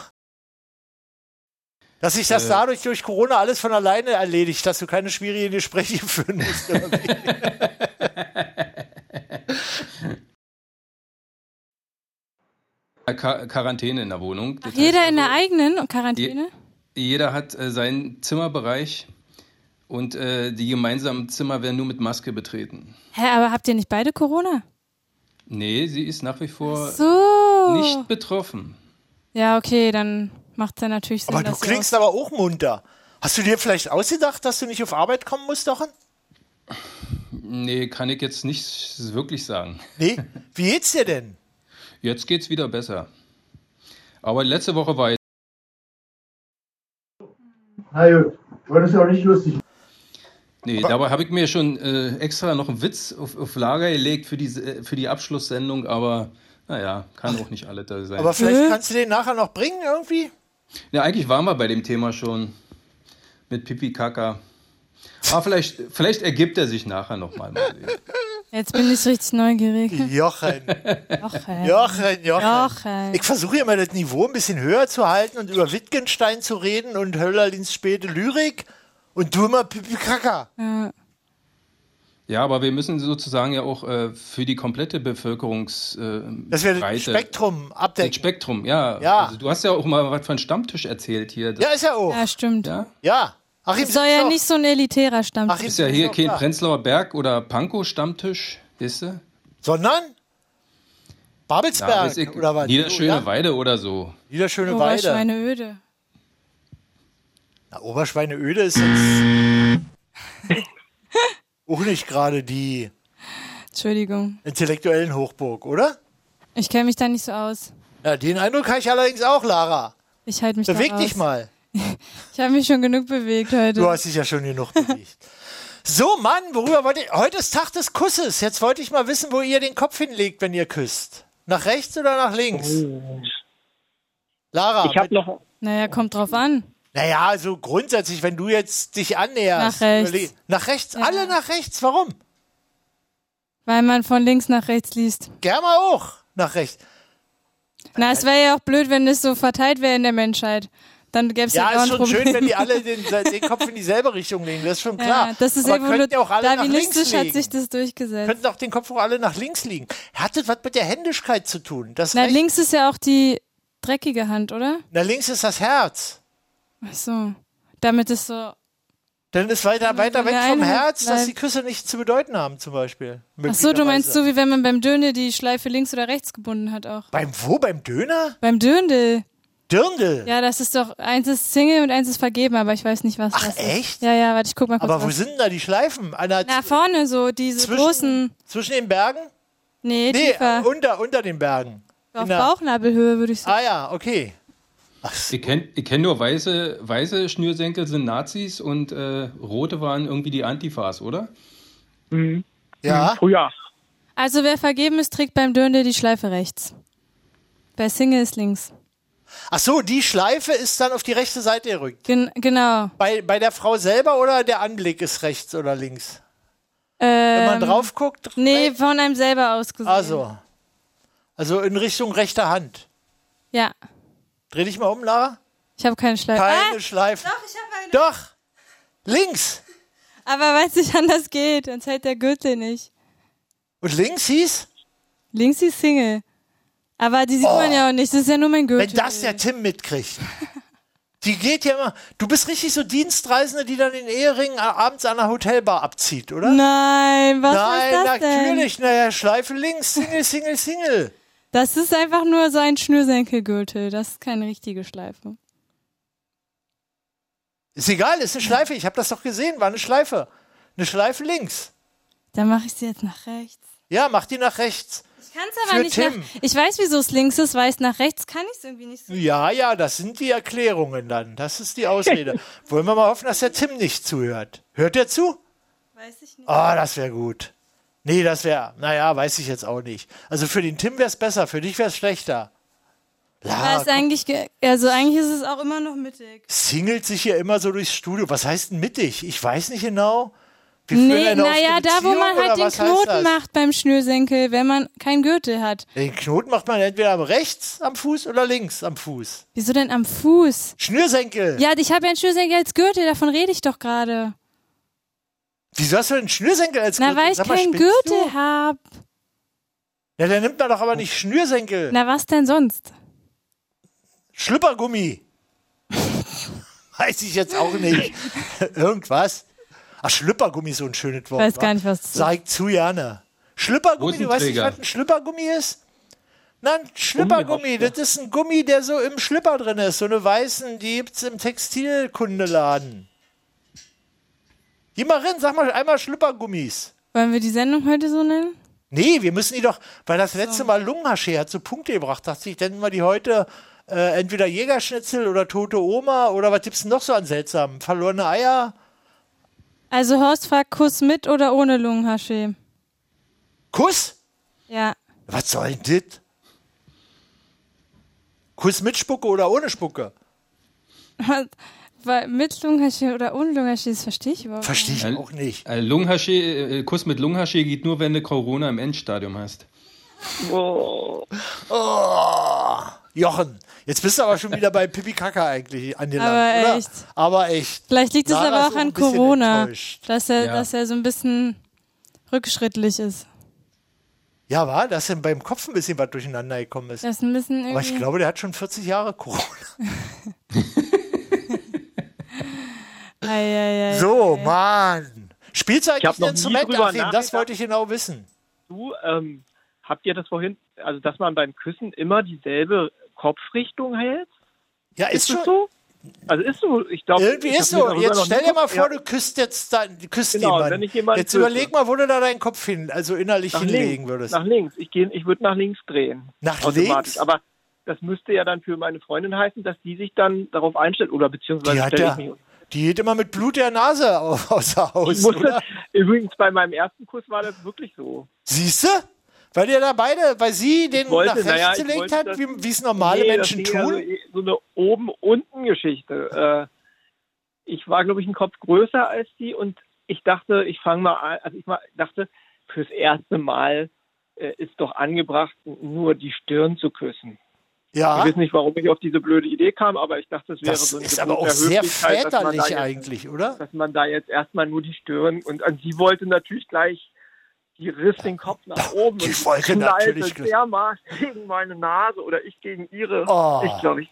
Speaker 7: Dass sich das
Speaker 6: Äh.
Speaker 7: dadurch durch Corona alles von alleine erledigt, dass du keine schwierigen Gespräche [laughs] führen musst. oder
Speaker 6: [laughs]
Speaker 7: wie?
Speaker 6: Äh, Ka Quarantäne in der Wohnung. Das
Speaker 1: Jeder in der
Speaker 7: also,
Speaker 1: eigenen Quarantäne?
Speaker 6: Jeder hat äh, seinen Zimmerbereich und äh, die gemeinsamen Zimmer werden nur mit Maske betreten.
Speaker 1: Hä, aber habt ihr nicht beide Corona?
Speaker 6: Nee, sie ist nach wie vor
Speaker 1: So.
Speaker 6: nicht betroffen.
Speaker 1: Ja, okay, dann macht ja natürlich Sinn.
Speaker 7: aber du
Speaker 6: Genau.
Speaker 1: dass ihr
Speaker 7: klingst aber auch munter. Hast du dir vielleicht ausgedacht, dass du nicht auf Arbeit kommen musst, Dochen?
Speaker 6: Nee, kann ich jetzt nicht wirklich sagen.
Speaker 7: Nee, wie geht's dir denn?
Speaker 6: Jetzt geht's wieder besser. Aber letzte Woche war jetzt.
Speaker 11: Na gut, das ist ja auch nicht lustig.
Speaker 6: Nee, dabei habe ich mir schon äh, extra noch einen Witz auf, auf Lager gelegt für die, für die Abschlusssendung, aber naja, kann auch nicht alle da sein.
Speaker 7: Aber vielleicht kannst du den nachher noch bringen irgendwie?
Speaker 6: Ja, eigentlich waren wir bei dem Thema schon mit Pipi Kaka. Aber vielleicht, vielleicht ergibt er sich nachher nochmal.
Speaker 1: auch- Jetzt bin ich richtig neugierig.
Speaker 7: [laughs] Jochen.
Speaker 1: Jochen.
Speaker 7: Jochen, Jochen.
Speaker 1: Jochen.
Speaker 7: Ich versuche immer das Niveau ein bisschen höher zu halten und über Wittgenstein zu reden und Hölderlins späte Lyrik und du immer Pipi Kaka.
Speaker 1: Ja.
Speaker 6: Ja, aber wir müssen sozusagen ja auch äh, für die komplette Bevölkerungs. Äh,
Speaker 7: Dass wir
Speaker 6: Breite-
Speaker 7: das Spektrum
Speaker 6: Das
Speaker 7: abdecken.
Speaker 6: Spektrum, ja.
Speaker 7: Ja.
Speaker 6: Also, du hast ja auch mal was von Stammtisch erzählt hier. Das
Speaker 7: Ja, ist ja auch.
Speaker 1: Ja, stimmt.
Speaker 6: Ja?
Speaker 7: Ja. Achim
Speaker 1: Es soll ja nicht so ein elitärer Stammtisch
Speaker 6: ist ja hier kein Prenzlauer Berg oder Pankow-Stammtisch, weißt du?
Speaker 7: Sondern
Speaker 6: Ja,
Speaker 7: Babelsberg
Speaker 6: weiß ich,
Speaker 7: oder was?
Speaker 6: Niederschöne Weide oder so.
Speaker 7: Niederschöne
Speaker 1: Wobei
Speaker 7: Weide.
Speaker 1: Schweineöde.
Speaker 7: Na, Oberschweineöde ist jetzt
Speaker 1: [laughs]
Speaker 7: auch nicht gerade die
Speaker 1: Entschuldigung.
Speaker 7: intellektuellen Hochburg, oder?
Speaker 1: Ich kenne mich da nicht so aus.
Speaker 7: Ja, den Eindruck habe ich allerdings auch, Lara.
Speaker 1: Ich halte mich da
Speaker 7: Beweg
Speaker 1: raus.
Speaker 7: dich mal.
Speaker 1: Ich habe mich schon genug bewegt heute.
Speaker 7: Du hast dich ja
Speaker 1: [laughs]
Speaker 7: schon genug bewegt. So, Mann, worüber wollte ich. Heute ist Tag des Kusses. Jetzt wollte ich mal wissen, wo ihr den Kopf hinlegt, wenn ihr küsst. Nach rechts oder nach links? Lara.
Speaker 12: Ich habe noch.
Speaker 1: naja, kommt drauf an.
Speaker 7: Naja, also grundsätzlich, wenn du jetzt dich annäherst.
Speaker 1: Nach rechts.
Speaker 7: überleg- Nach rechts, alle nach rechts. Warum?
Speaker 1: Weil man von links nach rechts liest.
Speaker 7: Germa auch nach rechts.
Speaker 1: Na, es wäre ja auch blöd, wenn es so verteilt wäre in der Menschheit. Dann gäbe es ja,
Speaker 7: Ja,
Speaker 1: auch
Speaker 7: ist
Speaker 1: ein
Speaker 7: schon
Speaker 1: Problem.
Speaker 7: schön, wenn
Speaker 1: [laughs]
Speaker 7: die alle den, den Kopf in dieselbe Richtung legen. Das ist schon klar.
Speaker 1: Ja, das ist
Speaker 7: Aber könnten ja auch
Speaker 1: evolu-
Speaker 7: alle nach links
Speaker 1: darwinistisch
Speaker 7: liegen.
Speaker 1: hat sich das durchgesetzt.
Speaker 7: könnten auch den Kopf auch alle nach links liegen. Hat das was mit der Händigkeit zu tun? Das
Speaker 1: Na,
Speaker 7: Recht-
Speaker 1: links ist ja auch die dreckige Hand, oder?
Speaker 7: Na, links ist das Herz.
Speaker 1: Ach so. Damit es so.
Speaker 7: Dann ist weiter, weiter
Speaker 1: wenn
Speaker 7: weg
Speaker 1: der
Speaker 7: vom
Speaker 1: eine
Speaker 7: Herz, dass
Speaker 1: bleibt.
Speaker 7: die Küsse nichts zu bedeuten haben, zum Beispiel.
Speaker 1: Ach so, du meinst
Speaker 7: Möglicherweise.
Speaker 1: so, wie wenn man beim Döndel die Schleife links oder rechts gebunden hat auch.
Speaker 7: Beim wo? Beim Döner?
Speaker 1: Beim Döndel.
Speaker 7: Dirndl?
Speaker 1: Ja, das ist doch. Eins ist Single und eins ist vergeben, aber ich weiß nicht, was
Speaker 7: Ach,
Speaker 1: das ist.
Speaker 7: echt?
Speaker 1: Ja, ja, warte, ich guck mal kurz.
Speaker 7: Aber wo
Speaker 1: was.
Speaker 7: sind denn da die Schleifen? An der-
Speaker 1: Na, vorne so, diese
Speaker 7: Zwischen-
Speaker 1: großen.
Speaker 7: zwischen den Bergen?
Speaker 1: Nee,
Speaker 7: Nee, äh,
Speaker 1: tiefer.
Speaker 7: unter, unter den Bergen.
Speaker 1: auf
Speaker 7: in der-
Speaker 1: Bauchnabelhöhe würde ich sagen.
Speaker 7: Ah ja, okay.
Speaker 6: Ich kenne ich kenn nur weiße, weiße Schnürsenkel sind Nazis und äh, rote waren irgendwie die Antifas, oder?
Speaker 12: Mhm.
Speaker 7: Ja.
Speaker 12: Früher.
Speaker 7: Ah.
Speaker 1: Also wer vergeben ist, trägt beim Döndel die Schleife rechts. Wer Single ist links.
Speaker 7: Ach so, die Schleife ist dann auf die rechte Seite gerückt.
Speaker 1: Gen genau.
Speaker 7: Bei, bei der Frau selber oder der Anblick ist rechts oder links? Wenn
Speaker 1: Ähm,
Speaker 7: man drauf guckt,
Speaker 1: Nee, von einem selber aus gesehen.
Speaker 7: also. Also in Richtung rechter Hand.
Speaker 1: Ja,
Speaker 7: Dreh dich mal um, Lara.
Speaker 1: ich habe keine Schleife.
Speaker 7: Keine
Speaker 1: ah,
Speaker 7: Schleifen.
Speaker 1: doch, ich habe eine.
Speaker 7: Doch. Links.
Speaker 1: Ah, Aber weil es nicht anders geht, sonst hält der Gürtel nicht.
Speaker 7: Und links hieß,
Speaker 1: Links ist
Speaker 7: Oh.
Speaker 1: Single. Aber die sieht man ja auch nicht, das ist ja nur mein Gürtel.
Speaker 7: wenn das der Tim mitkriegt. Die geht ja immer. Du bist richtig so Dienstreisende, die dann den Ehering abends an der Hotelbar abzieht, oder?
Speaker 1: Nein, Hm, was ist
Speaker 7: Nein,
Speaker 1: das denn?
Speaker 7: natürlich. Naja, Schleife links, Single, Single, Single.
Speaker 1: Das ist einfach nur so ein Schnürsenkelgürtel. Das ist keine richtige Schleife.
Speaker 7: Ist egal, ist eine Schleife. Ich habe das doch gesehen, war eine Schleife. Eine Schleife links.
Speaker 1: Dann mache ich sie jetzt nach rechts.
Speaker 7: Ja, mach die nach rechts.
Speaker 1: Ich kann es aber
Speaker 7: Für
Speaker 1: nicht
Speaker 7: Tim.
Speaker 1: nach. Ich weiß, wieso es links ist, weil es nach rechts kann ich es irgendwie nicht.
Speaker 7: Ja, ja, das sind die Erklärungen dann. Das ist die Ausrede. Wollen wir mal hoffen, dass der Tim nicht zuhört. Hört er zu?
Speaker 1: Weiß ich nicht.
Speaker 7: Ah, das wäre gut. Nee, das wäre, naja, weiß ich jetzt auch nicht. Also für den Tim wäre es besser, für dich wäre es schlechter.
Speaker 1: Weil
Speaker 7: La,
Speaker 1: es eigentlich, ge- also eigentlich ist es auch immer noch mittig.
Speaker 7: singelt sich hier immer so durchs Studio. Was heißt denn mittig? Ich weiß nicht genau. Wir führen
Speaker 1: nee,
Speaker 7: eine offene
Speaker 1: naja, da wo
Speaker 7: Beziehung,
Speaker 1: man
Speaker 7: oder
Speaker 1: halt den
Speaker 7: was heißt
Speaker 1: Knoten
Speaker 7: das?
Speaker 1: macht beim Schnürsenkel, wenn man keinen Gürtel hat.
Speaker 7: Den Knoten macht man entweder am rechts am Fuß oder links am Fuß.
Speaker 1: Wieso denn am Fuß?
Speaker 7: Schnürsenkel.
Speaker 1: Ja, ich habe ja einen Schnürsenkel als Gürtel, davon rede ich doch gerade.
Speaker 7: Wieso hast du denn Schnürsenkel als
Speaker 1: Na,
Speaker 7: Gürtel?
Speaker 1: weil ich
Speaker 7: Sag mal,
Speaker 1: keinen
Speaker 7: spinnst du?
Speaker 1: Gürtel habe.
Speaker 7: Ja, dann nimmt man doch aber nicht Schnürsenkel.
Speaker 1: Na, was denn sonst? [laughs]
Speaker 7: Schlüppergummi. Weiß ich jetzt
Speaker 1: [laughs]
Speaker 7: auch nicht. Irgendwas. Ach, Schlüppergummi ist so ein schönes Wort.
Speaker 1: Weiß gar
Speaker 7: wa?
Speaker 1: nicht, was das ist.
Speaker 7: Sag ich zu gerne. Schlüppergummi, du weißt nicht,
Speaker 6: Hosenträger.
Speaker 7: was ein Schlüppergummi ist? Nein, Schlüppergummi, das ist ein Gummi, der so im Schlüpper drin ist. So eine weißen, die gibt's im Textilkundeladen. Geh mal rein, sag mal einmal Schlüppergummis.
Speaker 1: Wollen wir die Sendung heute so nennen?
Speaker 7: Nee, wir müssen die doch, weil das letzte Mal Lungenhasche hat so Punkte gebracht, dachte ich, dann mal die heute äh, entweder Jägerschnitzel oder tote Oma oder was gibt's denn noch so an seltsamen? Verlorene Eier?
Speaker 1: Also Horst fragt Kuss mit oder ohne Lungenhaschee.
Speaker 7: Kuss?
Speaker 1: Ja. [laughs]
Speaker 7: Was soll denn das? Kuss mit Spucke oder ohne Spucke?
Speaker 1: Weil mit Lungenhaschee oder ohne Lungenhaschee, das verstehe ich überhaupt
Speaker 7: Verstehe ich auch nicht.
Speaker 6: Äh, Lungenhaschee, äh, Kuss mit Lungenhaschee geht nur, wenn du Corona im Endstadium hast.
Speaker 7: Oh. Jochen, jetzt bist du aber schon wieder bei Pipi Kaka eigentlich angelangt,
Speaker 1: Aber
Speaker 7: oder?
Speaker 1: echt.
Speaker 7: Aber echt.
Speaker 1: Vielleicht liegt es
Speaker 7: Lara
Speaker 1: aber
Speaker 7: ist
Speaker 1: auch an
Speaker 7: ein bisschen
Speaker 1: Corona,
Speaker 7: enttäuscht.
Speaker 1: dass er,
Speaker 7: Ja.
Speaker 1: dass er so ein bisschen rückschrittlich ist.
Speaker 7: Ja, war, da ist denn beim Kopf ein bisschen was durcheinander gekommen ist.
Speaker 1: Das ist ein bisschen
Speaker 7: Aber ich
Speaker 1: irgendwie-
Speaker 7: glaube, der hat schon 40 Jahre Corona.
Speaker 1: Eieiei.
Speaker 7: So, Mann. Spielst du
Speaker 12: Ich
Speaker 7: eigentlich
Speaker 12: hab
Speaker 7: ein
Speaker 12: noch nie
Speaker 7: Instrument,
Speaker 12: drüber
Speaker 7: Achim? Das
Speaker 12: nachgedacht.
Speaker 7: wollte ich genau wissen.
Speaker 12: Du, ähm, habt ihr das vorhin, also dass man beim Küssen immer dieselbe Kopfrichtung hält?
Speaker 7: Ja, ist
Speaker 12: das
Speaker 7: schon-
Speaker 12: so? Also ist so, ich glaube.
Speaker 7: Irgendwie ist so. Jetzt stell dir mal vor, du küsst jetzt dein, du küsst
Speaker 12: Genau,
Speaker 7: jemanden.
Speaker 12: wenn ich jemanden
Speaker 7: jetzt
Speaker 12: küsse.
Speaker 7: überleg mal, wo du da deinen Kopf hin, also innerlich
Speaker 12: nach
Speaker 7: hinlegen
Speaker 12: links,
Speaker 7: würdest.
Speaker 12: Nach links. Ich, geh- ich würde nach links drehen.
Speaker 7: Nach
Speaker 12: Automatisch.
Speaker 7: links?
Speaker 12: Aber das müsste ja dann für meine Freundin heißen, dass die sich dann darauf einstellt oder beziehungsweise
Speaker 7: Die hat
Speaker 12: stelle
Speaker 7: ja,
Speaker 12: ich mich.
Speaker 7: die geht immer mit Blut der Nase au- [laughs] außer
Speaker 12: Ich
Speaker 7: Haus,
Speaker 12: musste-
Speaker 7: oder?
Speaker 12: [laughs] übrigens bei meinem ersten Kuss war das wirklich so.
Speaker 7: Siehst du? Weil ihr da beide, weil sie den
Speaker 12: wollte-
Speaker 7: nach rechts
Speaker 12: naja, ich
Speaker 7: gelegt
Speaker 12: wollte
Speaker 7: hat,
Speaker 12: das-
Speaker 7: wie wie es normale
Speaker 12: Nee, das
Speaker 7: Menschen
Speaker 12: ging ja
Speaker 7: tun.
Speaker 12: So, so eine Oben-Unten-Geschichte. Äh, ich war, glaube ich, einen Kopf größer als die und ich dachte, ich fange mal an, also ich mal, dachte, fürs erste Mal äh, ist doch angebracht, nur die Stirn zu küssen.
Speaker 7: ja,
Speaker 12: Ich weiß nicht, warum ich auf diese blöde Idee kam, aber ich dachte, es wäre
Speaker 7: Ah. das
Speaker 12: so ein
Speaker 7: ist
Speaker 12: Gebot
Speaker 7: aber auch
Speaker 12: der
Speaker 7: sehr
Speaker 12: Höflichkeit, dass man da
Speaker 7: väterlich
Speaker 12: jetzt-
Speaker 7: eigentlich, oder?
Speaker 12: Dass man da jetzt erstmal nur die Stirn und an sie wollte natürlich gleich, die riss den Kopf nach oben
Speaker 7: Die
Speaker 12: und
Speaker 7: wollte
Speaker 12: knallte
Speaker 7: natürlich gleich-
Speaker 12: dermaßen gegen meine Nase oder ich gegen ihre.
Speaker 7: Oh.
Speaker 12: Ich glaube, ich,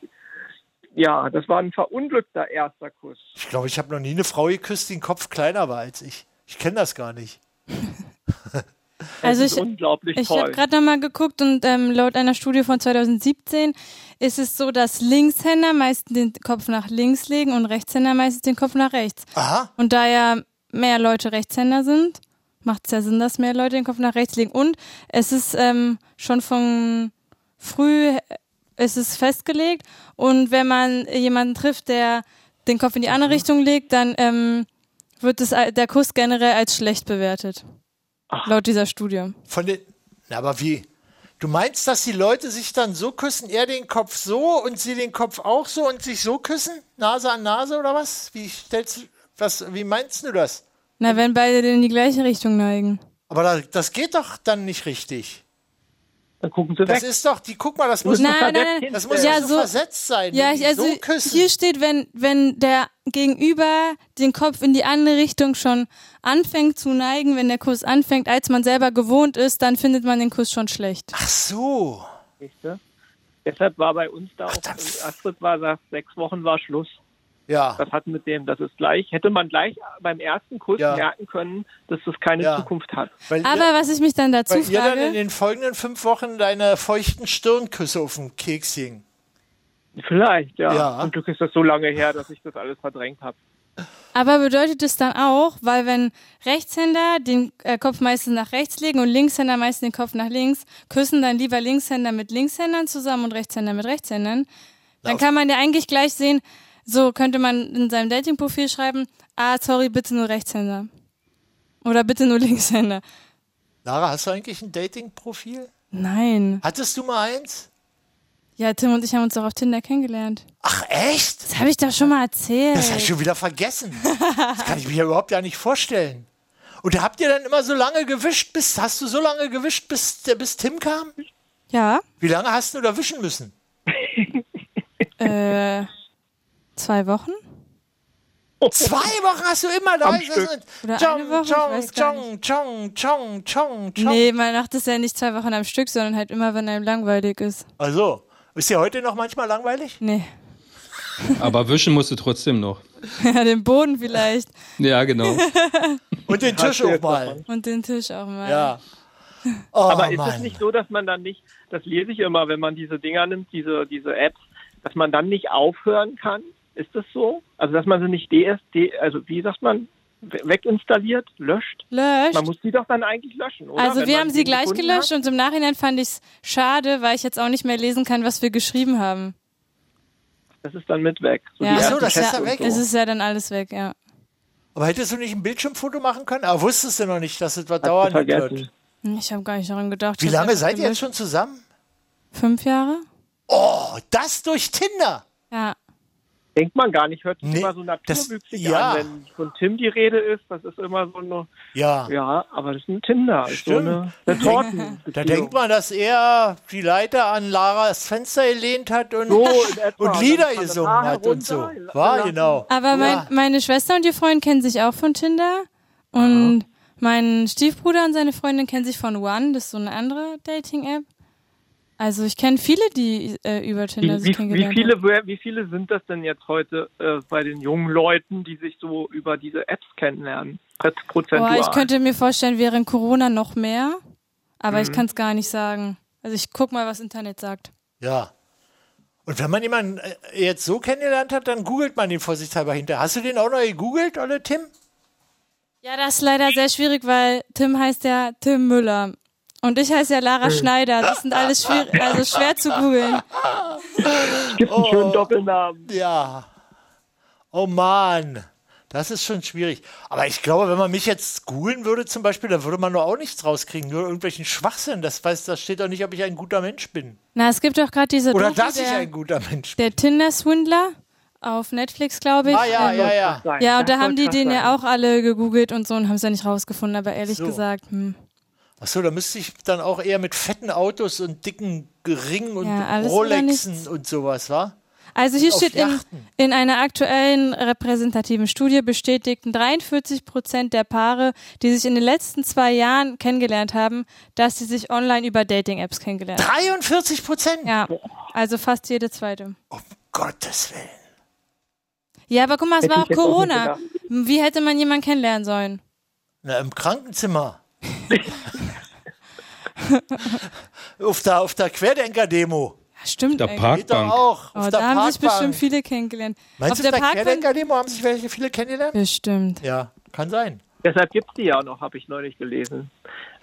Speaker 12: ja, das war ein verunglückter erster Kuss.
Speaker 7: Ich glaube, ich habe noch nie eine Frau geküsst, die ein Kopf kleiner war als ich. Ich kenne das gar nicht.
Speaker 1: Also
Speaker 12: ist
Speaker 1: ich,
Speaker 12: unglaublich
Speaker 1: ich
Speaker 12: toll.
Speaker 1: habe gerade nochmal geguckt und ähm, laut einer Studie von 2017 ist es so, dass Linkshänder meistens den Kopf nach links legen und Rechtshänder meistens den Kopf nach rechts.
Speaker 7: Aha.
Speaker 1: Und da ja mehr Leute Rechtshänder sind, macht es ja Sinn, dass mehr Leute den Kopf nach rechts legen. Und es ist ähm, schon von früh äh, es ist festgelegt. Und wenn man jemanden trifft, der den Kopf in die
Speaker 7: Mhm.
Speaker 1: andere Richtung legt, dann ähm, wird es al- der Kuss generell als schlecht bewertet. Laut dieser Studie.
Speaker 7: Von den. Na, aber wie? Du meinst, dass die Leute sich dann so küssen, er den Kopf so und sie den Kopf auch so und sich so küssen? Nase an Nase oder was? Wie stellst du, was, wie meinst du das?
Speaker 1: Na, wenn beide in die gleiche Richtung neigen.
Speaker 7: Aber da, das geht doch dann nicht richtig.
Speaker 12: Dann gucken sie
Speaker 7: Das
Speaker 1: weg.
Speaker 7: ist doch, die, guck mal, das muss
Speaker 1: nein,
Speaker 7: doch
Speaker 1: nein,
Speaker 7: versetzt-
Speaker 1: nein, nein.
Speaker 7: Das muss doch so versetzt sein.
Speaker 1: Ja,
Speaker 7: wenn
Speaker 1: ich,
Speaker 7: die
Speaker 1: also
Speaker 7: so küssen.
Speaker 1: hier steht, wenn, wenn der Gegenüber den Kopf in die andere Richtung schon anfängt zu neigen, wenn der Kuss anfängt, als man selber gewohnt ist, dann findet man den Kuss schon schlecht.
Speaker 7: Ach so.
Speaker 12: ne? Siehst du? Deshalb war bei uns da auch, äh, Astrid war, sagt, sechs Wochen war Schluss.
Speaker 7: Ja.
Speaker 12: Das hat mit dem, das ist gleich, hätte man gleich beim ersten Kuss
Speaker 7: Ja.
Speaker 12: merken können, dass das keine
Speaker 7: Ja.
Speaker 12: Zukunft hat.
Speaker 1: Aber was ich mich dann dazu
Speaker 7: Weil ihr dann
Speaker 1: frage-
Speaker 7: in den folgenden fünf Wochen deine feuchten Stirnküsse auf den Keks ging.
Speaker 12: Vielleicht, ja.
Speaker 7: Ja.
Speaker 12: Zum Glück ist das so lange her, dass ich das alles verdrängt habe.
Speaker 1: Aber bedeutet es dann auch, weil wenn Rechtshänder den äh, Kopf meistens nach rechts legen und Linkshänder meistens den Kopf nach links, küssen dann lieber Linkshänder mit Linkshändern zusammen und Rechtshänder mit Rechtshändern, dann kann man ja eigentlich gleich sehen, so könnte man in seinem Datingprofil schreiben, ah, sorry, bitte nur Rechtshänder. Oder bitte nur [laughs] Linkshänder.
Speaker 7: Lara, hast du eigentlich ein Dating-Profil?
Speaker 1: Nein.
Speaker 7: Hattest du mal eins?
Speaker 1: Ja, Tim und ich haben uns doch auf Tinder kennengelernt.
Speaker 7: Ach, echt?
Speaker 1: Das habe ich doch schon mal erzählt.
Speaker 7: Das habe ich schon wieder vergessen. Das kann ich mir überhaupt ja nicht vorstellen. Und habt ihr dann immer so lange gewischt, bis hast du so lange gewischt, bis, äh, bis Tim kam?
Speaker 1: Ja.
Speaker 7: Wie lange hast du da wischen müssen?
Speaker 1: Äh, zwei Wochen?
Speaker 7: Zwei Wochen hast du immer da
Speaker 1: Am
Speaker 7: gesessen
Speaker 1: Stück.
Speaker 7: und
Speaker 1: Oder
Speaker 7: Chong,
Speaker 1: eine Woche, ich
Speaker 7: Chong,
Speaker 1: weiß gar
Speaker 7: Chong, Chong, Chong, Chong, Chong.
Speaker 1: Nee, man macht das ja nicht zwei Wochen am Stück, sondern halt immer, wenn einem langweilig ist.
Speaker 7: Also, ist dir heute noch manchmal langweilig?
Speaker 1: Nee. [laughs]
Speaker 6: Aber wischen musst du trotzdem noch.
Speaker 1: Ja, den Boden vielleicht.
Speaker 7: [laughs]
Speaker 6: Ja, genau.
Speaker 7: Und den Tisch auch mal. Oh,
Speaker 1: Und den Tisch auch mal.
Speaker 12: Aber ist es
Speaker 7: Mann.
Speaker 12: nicht so, dass man dann nicht, das lese ich immer, wenn man diese Dinger nimmt, diese, diese Apps, dass man dann nicht aufhören kann? Ist das so? Also, dass man sie nicht DSD, also wie sagt man, we- weginstalliert, löscht?
Speaker 1: Löscht.
Speaker 12: Man muss die doch dann eigentlich löschen, oder?
Speaker 1: also
Speaker 12: Wenn
Speaker 1: wir
Speaker 12: man
Speaker 1: haben sie gleich
Speaker 12: gefunden
Speaker 1: gelöscht
Speaker 12: hat?
Speaker 1: und im Nachhinein fand ich es schade, weil ich jetzt auch nicht mehr lesen kann, was wir geschrieben haben.
Speaker 12: Das ist dann mit weg.
Speaker 1: Ja. Ach
Speaker 12: die
Speaker 1: so,
Speaker 12: ersten
Speaker 7: das ist
Speaker 12: Chats
Speaker 7: ja
Speaker 12: und
Speaker 7: weg.
Speaker 12: so.
Speaker 1: Es ist ja dann alles weg, ja.
Speaker 7: Aber hättest du nicht ein Bildschirmfoto machen können? Aber wusstest du noch nicht, dass es was dauern
Speaker 12: vergessen.
Speaker 7: wird?
Speaker 1: Ich habe gar nicht daran gedacht.
Speaker 7: Wie
Speaker 1: Ich hab
Speaker 7: lange
Speaker 1: einfach
Speaker 7: seid ihr jetzt
Speaker 1: gelöscht.
Speaker 7: schon zusammen?
Speaker 1: Fünf Jahre?
Speaker 7: Oh, das durch Tinder.
Speaker 1: Ja.
Speaker 12: Denkt man gar nicht, hört sich
Speaker 7: Nee,
Speaker 12: immer so naturwüchsig
Speaker 7: das- ja.
Speaker 12: an, wenn von Tim die Rede ist, das ist immer so eine,
Speaker 7: Ja.
Speaker 12: ja, aber das ist ein Tinder, ist so
Speaker 7: Stimmt.
Speaker 12: eine, eine Torten.
Speaker 7: Da denkt man, dass er die Leiter an Laras Fenster gelehnt hat und, [laughs]
Speaker 12: So in etwa.
Speaker 7: und Lieder
Speaker 12: Dann kann das
Speaker 7: gesungen
Speaker 12: Haar
Speaker 7: hat und so.
Speaker 12: herunter,
Speaker 7: War
Speaker 12: lassen.
Speaker 7: genau.
Speaker 1: Aber
Speaker 7: Ja.
Speaker 1: mein, meine Schwester und ihr Freund kennen sich auch von Tinder. Und mein Stiefbruder und seine Freundin kennen sich von One, das ist so eine andere Dating-App. Also ich kenne viele, die äh, über Tinder
Speaker 12: Wie,
Speaker 1: sich
Speaker 12: wie, wie,
Speaker 1: kennengelernt haben.
Speaker 12: viele, wer- wie viele sind das denn jetzt heute äh, bei den jungen Leuten, die sich so über diese Apps kennenlernen? Pro- Prozentual.
Speaker 1: Boah, ich könnte mir vorstellen, während Corona noch mehr, aber ich
Speaker 12: Mhm.
Speaker 1: kann es gar nicht sagen. Also ich guck mal, was Internet sagt.
Speaker 7: Ja. Und wenn man jemanden äh, jetzt so kennengelernt hat, dann googelt man den vorsichtshalber hinter. Hast du den auch noch gegoogelt, oder Tim?
Speaker 1: Ja, das ist leider sehr schwierig, weil Tim heißt ja Tim Müller und ich heiße ja Lara
Speaker 7: Hm.
Speaker 1: Schneider. Das sind alles schwer, also schwer zu googeln.
Speaker 12: es gibt einen
Speaker 7: Oh.
Speaker 12: schönen Doppelnamen.
Speaker 7: Ja. Oh Mann. Das ist schon schwierig. Aber ich glaube, wenn man mich jetzt googeln würde zum Beispiel, dann würde man doch auch nichts rauskriegen. Nur irgendwelchen Schwachsinn. Das, weiß, das steht doch nicht, ob ich ein guter Mensch bin.
Speaker 1: Na, es gibt doch gerade diese
Speaker 7: Oder
Speaker 1: Doku,
Speaker 7: dass ich
Speaker 1: der-
Speaker 7: ein guter Mensch
Speaker 1: Der Tinder-Swindler auf Netflix, glaube ich.
Speaker 7: Ah, ja,
Speaker 1: Ähm,
Speaker 7: ja, ja.
Speaker 12: Sein.
Speaker 1: Ja, und
Speaker 12: Das
Speaker 1: da haben
Speaker 12: soll's
Speaker 1: die
Speaker 12: schon
Speaker 1: den
Speaker 12: sein.
Speaker 1: ja auch alle gegoogelt und so und haben es ja nicht rausgefunden, aber ehrlich
Speaker 7: So.
Speaker 1: gesagt, hm.
Speaker 7: Achso, da müsste ich dann auch eher mit fetten Autos und dicken Ringen und
Speaker 1: Ja, alles oder
Speaker 7: Rolexen
Speaker 1: nichts.
Speaker 7: und sowas, wa?
Speaker 1: Also hier
Speaker 7: Auf
Speaker 1: steht in,
Speaker 7: Yachten.
Speaker 1: in einer aktuellen repräsentativen Studie bestätigten 43 Prozent der Paare, die sich in den letzten zwei Jahren kennengelernt haben, dass sie sich online über Dating-Apps kennengelernt haben.
Speaker 7: 43 Prozent?
Speaker 1: Ja, also fast jede zweite.
Speaker 7: Gottes Willen.
Speaker 1: Ja, aber guck mal, es
Speaker 12: Hätte
Speaker 1: war
Speaker 12: ich
Speaker 1: auch
Speaker 12: jetzt auch nicht
Speaker 1: Corona. Wie hätte man jemanden kennenlernen sollen?
Speaker 7: Na,
Speaker 1: [laughs]
Speaker 7: im Krankenzimmer. auf der, auf der Querdenker-Demo.
Speaker 1: Ja, stimmt
Speaker 6: Der
Speaker 1: eigentlich.
Speaker 7: Geht doch
Speaker 6: Parkbank.
Speaker 7: auch.
Speaker 1: Oh,
Speaker 7: auf der
Speaker 1: da haben sich
Speaker 7: Parkbank.
Speaker 1: bestimmt viele kennengelernt.
Speaker 7: Meinst
Speaker 1: Auf
Speaker 7: du,
Speaker 1: der
Speaker 7: auf der
Speaker 1: Parkbank?
Speaker 7: Querdenker-Demo haben sich welche viele kennengelernt?
Speaker 1: Bestimmt.
Speaker 7: Ja, kann sein.
Speaker 12: Deshalb gibt es die ja noch, habe ich neulich gelesen.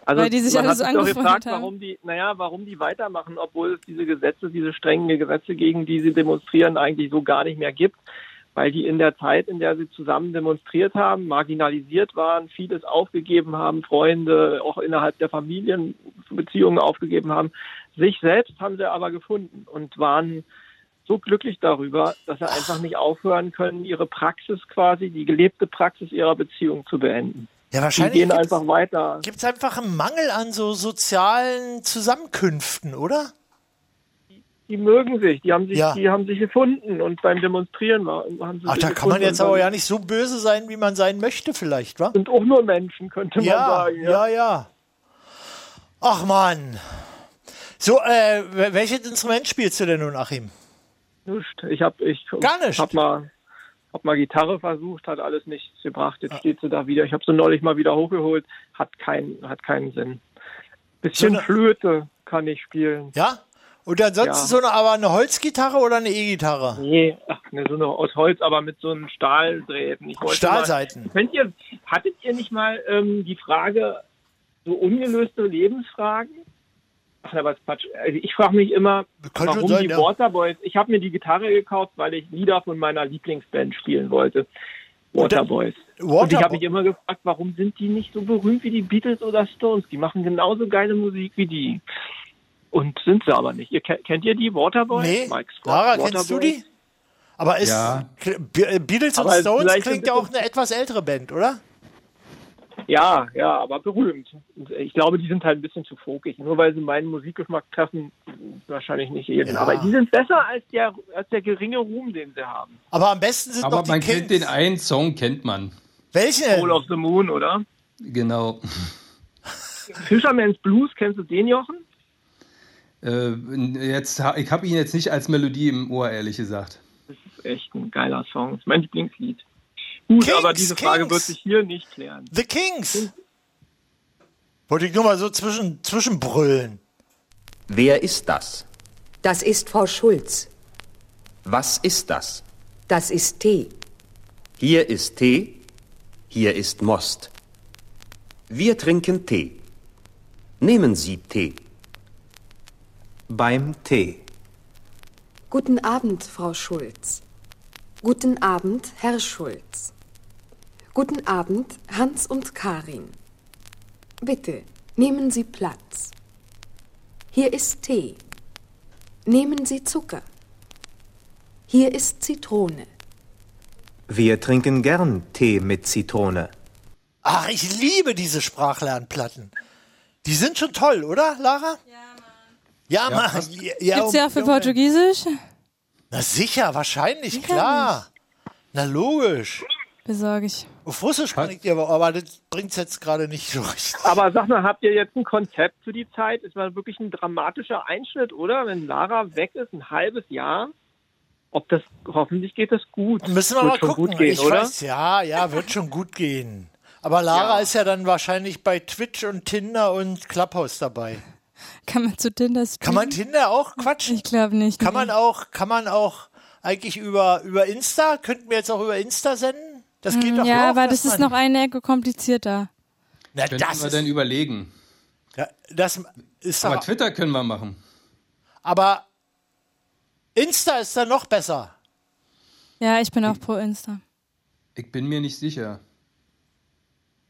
Speaker 12: Also
Speaker 1: Weil die sich
Speaker 12: man
Speaker 1: alle
Speaker 12: hat
Speaker 1: so
Speaker 12: sich doch
Speaker 1: angefreundet
Speaker 12: gefragt,
Speaker 1: haben.
Speaker 12: warum die, naja, warum die weitermachen, obwohl es diese Gesetze, diese strengen Gesetze, gegen die sie demonstrieren, eigentlich so gar nicht mehr gibt, weil die in der Zeit, in der sie zusammen demonstriert haben, marginalisiert waren, vieles aufgegeben haben, Freunde auch innerhalb der Familienbeziehungen aufgegeben haben. Sich selbst haben sie aber gefunden und waren so glücklich darüber, dass sie einfach nicht aufhören können, ihre Praxis quasi, die gelebte Praxis ihrer Beziehung zu beenden.
Speaker 7: Ja,
Speaker 12: Die
Speaker 7: wahrscheinlich
Speaker 12: gehen
Speaker 7: gibt
Speaker 12: einfach weiter.
Speaker 7: es einfach einen Mangel an so sozialen Zusammenkünften, oder?
Speaker 12: Die mögen sich, die haben sich,
Speaker 7: Ja.
Speaker 12: die haben sich gefunden und beim Demonstrieren war- haben sie
Speaker 7: Ach,
Speaker 12: sich
Speaker 7: da kann man
Speaker 12: gefunden
Speaker 7: jetzt
Speaker 12: und
Speaker 7: aber
Speaker 12: dann
Speaker 7: ja nicht so böse sein, wie man sein möchte, vielleicht, wa?
Speaker 12: Sind auch nur Menschen, könnte man
Speaker 7: Ja,
Speaker 12: sagen.
Speaker 7: ja, ja. Ach Mann. So, äh, wel- welches Instrument spielst du denn nun, Achim?
Speaker 12: Nicht. Ich habe ich
Speaker 7: Gar nicht.
Speaker 12: hab mal Hab mal Gitarre versucht, hat alles nichts gebracht.
Speaker 7: Ah.
Speaker 12: Jetzt steht sie da wieder. Ich habe sie neulich mal wieder hochgeholt. Hat keinen, hat keinen Sinn. Bisschen
Speaker 7: So eine-
Speaker 12: Flöte kann ich spielen.
Speaker 7: Ja? Und ansonsten
Speaker 12: Ja.
Speaker 7: so eine, aber eine Holzgitarre oder eine E-Gitarre?
Speaker 12: Nee, ach, ne, so eine aus Holz, aber mit so einem Stahldrähten. Ich wollte
Speaker 7: Stahlseiten.
Speaker 12: Mal, könnt ihr, hattet ihr nicht mal ähm, die Frage, so ungelöste Lebensfragen? Ach, aber ist Quatsch. Also ich frage mich immer,
Speaker 7: Könnte
Speaker 12: warum
Speaker 7: sein,
Speaker 12: die
Speaker 7: ja.
Speaker 12: Waterboys. Ich habe mir die Gitarre gekauft, weil ich Lieder von meiner Lieblingsband spielen wollte. Waterboys. Und ich
Speaker 7: Waterboy-
Speaker 12: habe mich immer gefragt, warum sind die nicht so berühmt wie die Beatles oder Stones? Die machen genauso geile Musik wie die. Und sind sie aber nicht. Ihr, ke- kennt ihr die Waterboys?
Speaker 7: Nee.
Speaker 12: Mike Scott,
Speaker 7: Lara, kennst du
Speaker 12: Waterboys?
Speaker 7: die? Aber ist
Speaker 6: Ja.
Speaker 7: Kl- Be- äh, Beatles und
Speaker 12: Aber
Speaker 7: Stones
Speaker 12: vielleicht
Speaker 7: klingt
Speaker 12: ein
Speaker 7: ja auch eine etwas ältere Band, oder?
Speaker 12: Ja, ja, aber berühmt. Und Ich glaube, die sind halt ein bisschen zu vogig. Nur weil sie meinen Musikgeschmack treffen, wahrscheinlich nicht jeden.
Speaker 6: Ja.
Speaker 12: Aber die sind besser als der, als der geringe Ruhm, den sie haben.
Speaker 7: Aber am besten sind
Speaker 6: Aber
Speaker 7: noch die
Speaker 6: man
Speaker 7: Kings.
Speaker 6: kennt den einen Song, kennt man.
Speaker 7: Welchen?
Speaker 12: Soul of the Moon, oder?
Speaker 6: Genau.
Speaker 12: Fisherman's Blues, kennst du den, Jochen?
Speaker 6: Äh, jetzt, ha- ich habe ihn jetzt nicht als Melodie im Ohr, ehrlich gesagt.
Speaker 12: Das ist echt ein geiler Song. Das ist mein Lieblingslied. Gut,
Speaker 7: Kings,
Speaker 12: aber diese Frage
Speaker 7: Kings.
Speaker 12: wird sich hier nicht klären.
Speaker 7: The Kings. Wollte ich nur mal so zwischen, zwischenbrüllen.
Speaker 14: Wer ist das?
Speaker 15: Das ist Frau Schulz.
Speaker 14: Was ist das?
Speaker 15: Das ist Tee.
Speaker 14: Hier ist Tee, hier ist Most. Wir trinken Tee. Nehmen Sie Tee. Beim Tee.
Speaker 15: Guten Abend, Frau Schulz. Guten Abend, Herr Schulz. Guten Abend, Hans und Karin. Bitte, nehmen Sie Platz. Hier ist Tee. Nehmen Sie Zucker. Hier ist Zitrone.
Speaker 16: Wir trinken gern Tee mit Zitrone.
Speaker 7: Ach, ich liebe diese Sprachlernplatten. Die sind schon toll, oder, Lara? Ja, Mann. Ja, Mann. Ja,
Speaker 1: Gibt's ja auch für Portugiesisch?
Speaker 7: Na sicher, wahrscheinlich, klar. Na logisch.
Speaker 1: Besorge ich.
Speaker 7: Auf Russisch kann ich dir aber, aber das bringt's jetzt gerade nicht so richtig.
Speaker 12: Aber sag mal, habt ihr jetzt ein Konzept für die Zeit? Ist mal wirklich ein dramatischer Einschnitt, oder? Wenn Lara weg ist, ein halbes Jahr, ob das, hoffentlich geht das gut.
Speaker 7: Müssen wir
Speaker 12: Wird
Speaker 7: mal
Speaker 12: schon
Speaker 7: gucken.
Speaker 12: Gut gehen,
Speaker 7: ich
Speaker 12: oder?
Speaker 7: weiß, ja, ja, wird schon gut gehen. Aber Lara ist ja dann wahrscheinlich bei Twitch und Tinder und Clubhouse dabei.
Speaker 1: Kann man zu Tinder streamen?
Speaker 7: Kann man Tinder auch quatschen?
Speaker 1: Mhm. Ich glaube nicht.
Speaker 7: Kann man auch, kann man auch eigentlich über, über Insta? Könnten wir jetzt auch über Insta senden? Das geht doch
Speaker 1: Mhm, Ja,
Speaker 7: auch,
Speaker 1: aber
Speaker 7: dass
Speaker 1: das ist
Speaker 7: man-
Speaker 1: noch eine Ecke komplizierter.
Speaker 7: Na,
Speaker 6: Könnten
Speaker 7: das
Speaker 6: wir
Speaker 7: ist-
Speaker 6: dann überlegen.
Speaker 7: das ist
Speaker 6: aber
Speaker 7: doch-
Speaker 6: Twitter können wir machen.
Speaker 7: Aber Insta ist dann noch besser.
Speaker 1: Ja, ich bin auch pro Insta.
Speaker 6: Ich bin mir nicht sicher.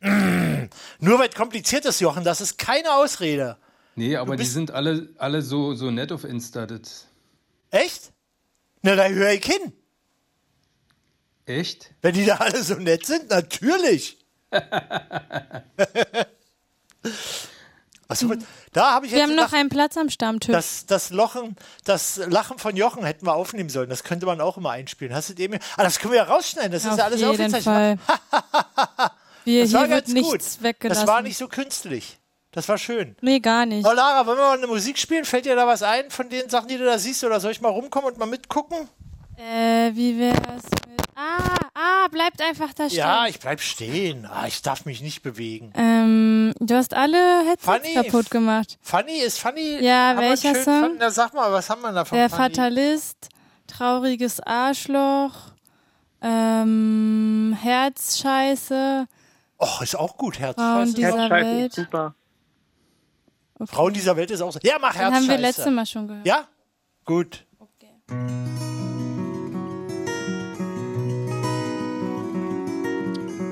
Speaker 7: Nur weil es kompliziert ist, Jochen, das ist keine Ausrede.
Speaker 6: Nee, aber die
Speaker 7: bist-
Speaker 6: sind alle, alle so, so nett auf Insta. Das.
Speaker 7: Echt? Na, da höre ich hin.
Speaker 6: Echt?
Speaker 7: Wenn die da alle so nett sind, natürlich. Was, da habe ich
Speaker 1: Mhm. Wir
Speaker 7: jetzt
Speaker 1: haben
Speaker 7: gedacht,
Speaker 1: noch einen Platz am Stammtisch.
Speaker 7: das, das, Lochen, das Lachen von Jochen hätten wir aufnehmen sollen. Das könnte man auch immer einspielen. Hast du das eben? Ah, das können wir ja rausschneiden. Das ist ja alles
Speaker 1: Auf jeden
Speaker 7: aufgezeichnet.
Speaker 1: Fall.
Speaker 7: [laughs]
Speaker 1: Wir
Speaker 7: das war
Speaker 1: hier wird
Speaker 7: ganz
Speaker 1: nichts
Speaker 7: gut.
Speaker 1: weggelassen.
Speaker 7: Das war nicht so künstlich. Das war schön.
Speaker 1: Nee, gar nicht.
Speaker 7: Oh, Lara, wollen wir mal eine Musik spielen? Fällt dir da was ein von den Sachen, die du da siehst? Oder soll ich mal rumkommen und mal mitgucken?
Speaker 1: Äh, wie wär's mit. Ah, ah, bleibt einfach da stehen.
Speaker 7: Ja, ich bleib stehen. Ah, ich darf mich nicht bewegen.
Speaker 1: Ähm, du hast alle Headsets
Speaker 7: Funny.
Speaker 1: kaputt gemacht.
Speaker 7: Funny ist Funny.
Speaker 1: Ja,
Speaker 7: haben wir einen
Speaker 1: welcher
Speaker 7: schönen
Speaker 1: Song?
Speaker 7: Fun- Na, sag mal, was haben wir da von
Speaker 1: Der
Speaker 7: Funny?
Speaker 1: Fatalist, trauriges Arschloch, ähm, Herzscheiße.
Speaker 7: Och, ist auch gut,
Speaker 1: Frauen
Speaker 7: Herzscheiße.
Speaker 1: dieser Welt.
Speaker 12: Super.
Speaker 7: Frauen dieser Welt ist auch so. Ja, mach
Speaker 1: Den
Speaker 7: Herzscheiße.
Speaker 1: haben wir letzte Mal schon gehört.
Speaker 7: Ja? Gut.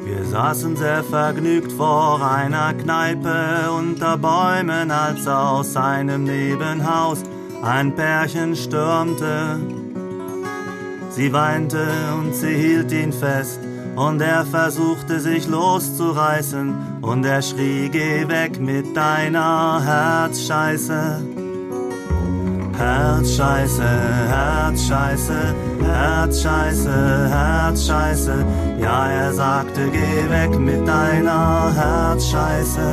Speaker 17: Wir saßen sehr vergnügt vor einer Kneipe unter Bäumen, als aus einem Nebenhaus ein Pärchen stürmte. Sie weinte und sie hielt ihn fest, und er versuchte sich loszureißen, und er schrie, geh weg mit deiner Herzscheiße. Herzscheiße, Herzscheiße, Herzscheiße, Herzscheiße. Ja, er sagte, geh weg mit deiner Herzscheiße.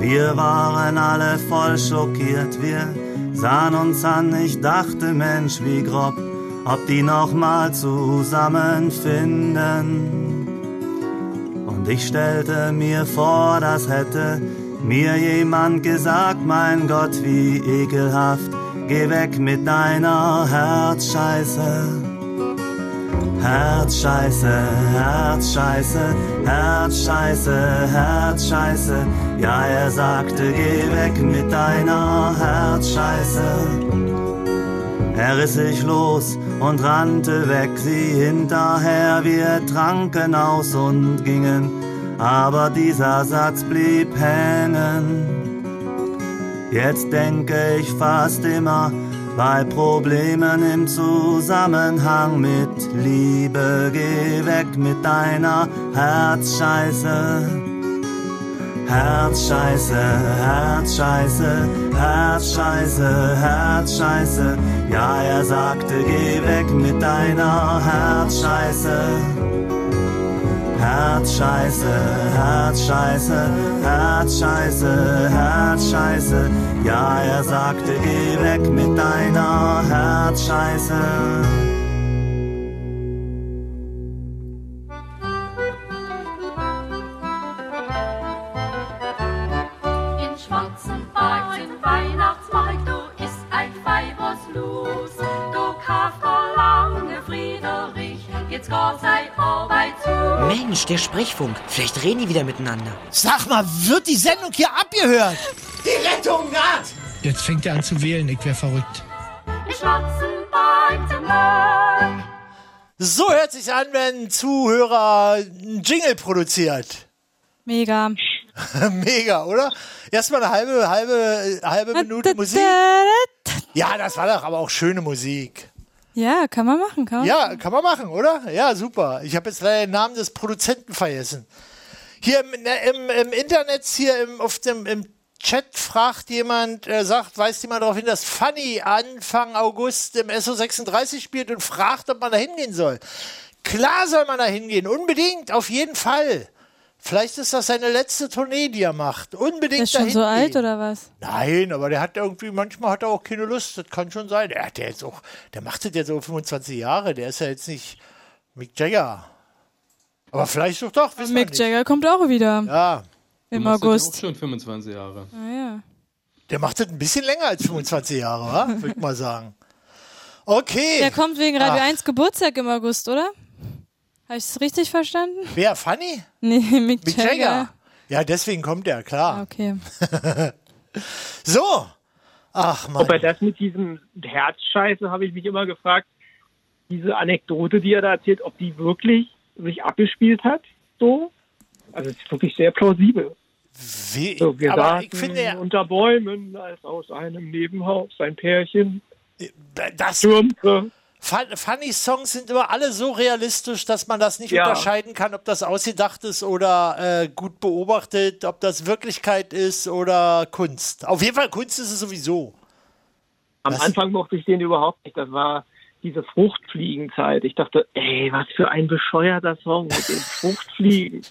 Speaker 17: Wir waren alle voll schockiert, wir sahen uns an. Ich dachte, Mensch, wie grob. ob die nochmal zusammenfinden. Und ich stellte mir vor, das hätte mir jemand gesagt, mein Gott, wie ekelhaft, geh weg mit deiner Herzscheiße. Herzscheiße, Herzscheiße, Herzscheiße, Herzscheiße. Ja, er sagte, geh weg mit deiner Herzscheiße. Er riss sich los und rannte weg, sie hinterher, wir tranken aus und gingen, aber dieser Satz blieb hängen. Jetzt denke ich fast immer bei Problemen im Zusammenhang mit Liebe, geh weg mit deiner Herzscheiße. Herzscheiße, Herzscheiße, Herzscheiße, Herzscheiße. Ja, er sagte, geh weg mit deiner Herzscheiße. Herzscheiße, Herzscheiße, Herzscheiße, Herzscheiße. Ja, er sagte, geh weg mit deiner Herzscheiße.
Speaker 8: In schwarzen Bag zum Weihnachtsmarkt, du isst ein feines Los. Du kaufst vor lange Friederich, jetzt Gott sei Arbeit zu.
Speaker 18: Mensch, der Sprechfunk. Vielleicht reden die wieder miteinander.
Speaker 7: Sag mal, wird die Sendung hier abgehört?
Speaker 18: Die Rettung naht!
Speaker 19: Jetzt fängt er an zu wählen, ich wäre verrückt.
Speaker 8: In schwarzen Bag zum Markt.
Speaker 7: So hört sich's an, wenn ein Zuhörer einen Jingle produziert. [laughs]
Speaker 1: Mega.
Speaker 7: Mega, oder? Erstmal eine halbe, halbe, halbe Minute Musik. Ja, das war doch aber auch schöne Musik.
Speaker 1: Ja, kann man machen, kann man.
Speaker 7: Ja, kann man machen, oder? Ja, super. Ich habe jetzt leider den Namen des Produzenten vergessen. Hier im, ne, im, im Internet, hier im, auf dem, im Chat fragt jemand, äh, sagt, weist jemand darauf hin, dass Funny Anfang August im SO36 spielt und fragt, ob man da hingehen soll. Klar soll man da hingehen, unbedingt, auf jeden Fall. Vielleicht ist das seine letzte Tournee, die er macht. Unbedingt
Speaker 1: Ist schon
Speaker 7: dahin
Speaker 1: so
Speaker 7: gehen.
Speaker 1: alt oder was?
Speaker 7: Nein, aber der hat irgendwie, manchmal hat er auch keine Lust, das kann schon sein. Der hat ja jetzt auch, der macht das jetzt auch 25 Jahre, der ist ja jetzt nicht Mick Jagger. Aber vielleicht doch doch, wissen wir
Speaker 1: Mick
Speaker 7: nicht.
Speaker 1: Jagger kommt auch wieder.
Speaker 7: Ja.
Speaker 1: Im
Speaker 6: machst das
Speaker 1: August.
Speaker 6: Auch schon 25 Jahre.
Speaker 1: Ah, ja.
Speaker 7: Der macht das ein bisschen länger als 25
Speaker 1: [laughs]
Speaker 7: Jahre, wa? würde ich mal sagen. Okay.
Speaker 1: Der kommt wegen Radio
Speaker 7: Ah.
Speaker 1: 1 Geburtstag im August, oder? Habe ich es richtig verstanden? [laughs]
Speaker 7: Wer, Fanny?
Speaker 1: Nee, Mick,
Speaker 7: Mick
Speaker 1: Jagger. Ah,
Speaker 7: Jagger. Ja, deswegen kommt er, klar.
Speaker 1: Okay.
Speaker 7: so. Ach man.
Speaker 12: Aber das mit diesem Herzscheiße habe ich mich immer gefragt, diese Anekdote, die er da erzählt, ob die wirklich sich abgespielt hat, so. Also es ist wirklich sehr plausibel.
Speaker 7: Wie,
Speaker 12: so, wir
Speaker 7: aber
Speaker 12: saßen
Speaker 7: ich finde ja-
Speaker 12: unter Bäumen, als aus einem Nebenhaus ein Pärchen.
Speaker 7: Das
Speaker 12: stürmte.
Speaker 7: Fun- Funny Songs sind immer alle so realistisch, dass man das nicht
Speaker 12: Ja.
Speaker 7: unterscheiden kann, ob das ausgedacht ist oder äh, gut beobachtet, ob das Wirklichkeit ist oder Kunst. Auf jeden Fall Kunst ist es sowieso.
Speaker 12: Am Anfang mochte ich den überhaupt nicht. Das war diese Fruchtfliegenzeit. Ich dachte, ey, was für ein bescheuerter Song
Speaker 7: [laughs]
Speaker 12: mit den Fruchtfliegen.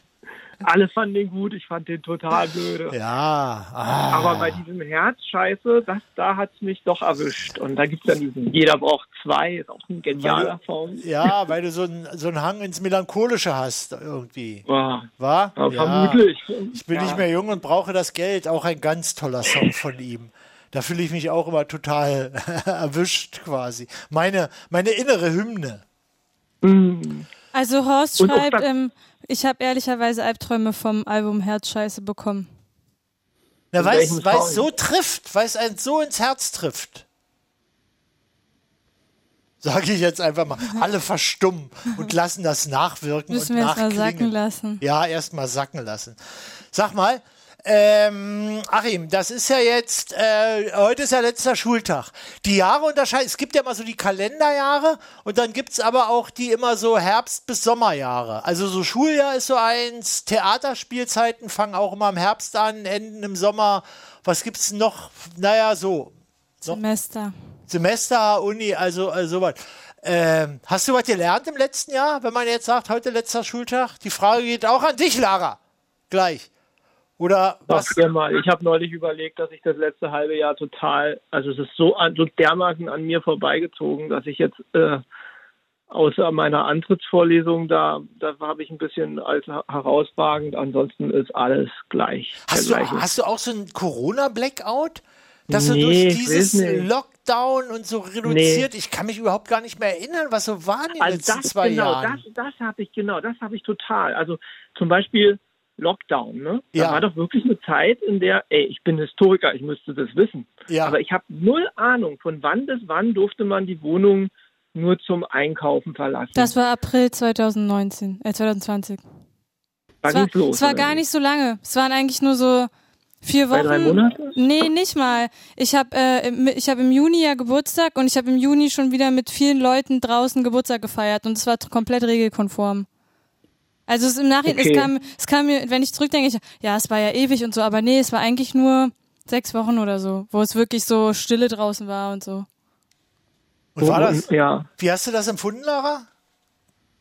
Speaker 12: Alle fanden den gut, ich fand den total blöde.
Speaker 7: Ja. Ah.
Speaker 12: Aber bei diesem Herzscheiße, das da hat's mich doch erwischt. Und da gibt's dann diesen Jeder braucht zwei, ist auch ein genialer Song.
Speaker 7: Ja, weil du so einen so einen Hang ins Melancholische hast irgendwie.
Speaker 12: War?
Speaker 7: War?
Speaker 12: Ja, vermutlich.
Speaker 7: Ich bin
Speaker 12: Ja.
Speaker 7: nicht mehr jung und brauche das Geld. Auch ein ganz toller Song von ihm. Da fühle ich mich auch immer total [laughs] erwischt quasi. Meine, meine innere Hymne.
Speaker 1: Also Horst
Speaker 7: Und auch
Speaker 1: schreibt,
Speaker 7: das-
Speaker 1: ähm, ich habe ehrlicherweise Albträume vom Album Herzscheiße bekommen.
Speaker 7: Na,
Speaker 1: In
Speaker 7: weil
Speaker 1: welchem
Speaker 7: es weil es
Speaker 1: Song?
Speaker 7: so trifft, weil es einen so ins Herz trifft. Sage ich jetzt einfach mal. Alle verstummen und lassen das nachwirken
Speaker 1: Müssen
Speaker 7: und
Speaker 1: wir erst mal
Speaker 7: nachklingen.
Speaker 1: sacken lassen.
Speaker 7: Ja, erst mal sacken lassen. Sag mal, ähm, Achim, das ist ja jetzt, äh, heute ist ja letzter Schultag. Die Jahre unterscheiden, es gibt ja immer so die Kalenderjahre und dann gibt es aber auch die immer so Herbst- bis Sommerjahre. Also so Schuljahr ist so eins, Theaterspielzeiten fangen auch immer im Herbst an, enden im Sommer. Was gibt's denn noch? Naja, so.
Speaker 1: Semester.
Speaker 7: Semester, Uni, also, also sowas. Ähm, hast du was gelernt im letzten Jahr, wenn man jetzt sagt, heute letzter Schultag? Die Frage geht auch an dich, Lara. Gleich. Oder was?
Speaker 12: Sag dir mal, ich habe neulich überlegt, dass ich das letzte halbe Jahr total, also es ist so, an, so dermaßen an mir vorbeigezogen, dass ich jetzt äh, außer meiner Antrittsvorlesung, da, da habe ich ein bisschen als herausragend. Ansonsten ist alles gleich.
Speaker 7: Hast, du,
Speaker 12: Der gleiche.
Speaker 7: hast du auch so einen Corona-Blackout? Dass du
Speaker 12: Nee,
Speaker 7: durch
Speaker 12: ich
Speaker 7: dieses
Speaker 12: weiß nicht.
Speaker 7: Lockdown und so reduziert, ich kann mich überhaupt gar nicht mehr erinnern, was so war in den
Speaker 12: Also
Speaker 7: letzten
Speaker 12: das
Speaker 7: zwei
Speaker 12: genau,
Speaker 7: Jahren.
Speaker 12: das, das habe ich genau, das habe ich total. Also zum Beispiel Lockdown, ne?
Speaker 7: Ja.
Speaker 12: Da war doch wirklich eine Zeit, in der, ey, ich bin Historiker, ich müsste das wissen.
Speaker 7: Ja.
Speaker 12: Aber ich habe null Ahnung, von wann bis wann durfte man die Wohnung nur zum Einkaufen verlassen.
Speaker 1: Das war April 2019, äh 2020.
Speaker 12: Wann
Speaker 1: Es war,
Speaker 12: ging's los,
Speaker 1: es war
Speaker 12: oder
Speaker 1: gar
Speaker 12: wie?
Speaker 1: nicht so lange. Es waren eigentlich nur so vier
Speaker 12: Zwei,
Speaker 1: Wochen.
Speaker 12: drei Monate?
Speaker 1: Nee, nicht mal. Ich habe äh, im- ich hab im Juni ja Geburtstag und ich habe im Juni schon wieder mit vielen Leuten draußen Geburtstag gefeiert und es war t- komplett regelkonform. Also es, im Nachhinein,
Speaker 12: Okay.
Speaker 1: es, kam, es kam mir, wenn ich zurückdenke, ich, ja, es war ja ewig und so, aber nee, es war eigentlich nur sechs Wochen oder so, wo es wirklich so Stille draußen war und so.
Speaker 7: Und war das?
Speaker 12: Ja.
Speaker 7: Wie hast du das empfunden, Lara?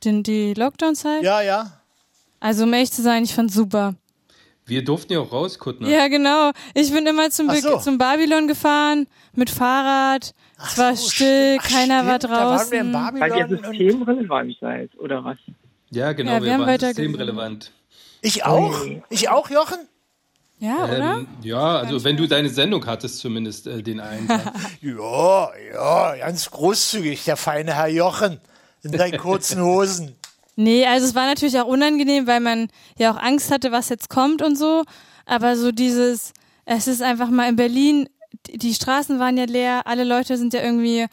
Speaker 1: Den, die Lockdown-Zeit?
Speaker 7: Ja, ja.
Speaker 1: Also, um ehrlich zu sein, ich fand's super.
Speaker 6: Wir durften ja auch raus, Kuttner.
Speaker 1: Ja, genau. Ich bin immer zum,
Speaker 6: Ach
Speaker 1: Be-
Speaker 6: so.
Speaker 1: zum Babylon gefahren mit Fahrrad. es
Speaker 7: Oh,
Speaker 1: war still, keiner war draußen.
Speaker 12: Weil ihr systemrelevant seid, oder was?
Speaker 6: Ja, genau,
Speaker 1: Ja, wir
Speaker 6: wir,
Speaker 1: haben
Speaker 6: waren
Speaker 1: weitergeredet.
Speaker 6: systemrelevant.
Speaker 7: Ich auch? Ich auch, Jochen?
Speaker 1: Ja,
Speaker 6: Ähm, ja, also wenn du deine Sendung hattest, zumindest äh, den einen. Tag.
Speaker 7: Ja, ja, ganz großzügig, der feine Herr Jochen.
Speaker 1: [laughs]
Speaker 7: In seinen kurzen Hosen.
Speaker 1: Nee, also es war natürlich auch unangenehm, weil man ja auch Angst hatte, was jetzt kommt und so. Aber so dieses, es ist einfach mal in Berlin, die- die Straßen waren ja leer, alle Leute sind ja irgendwie,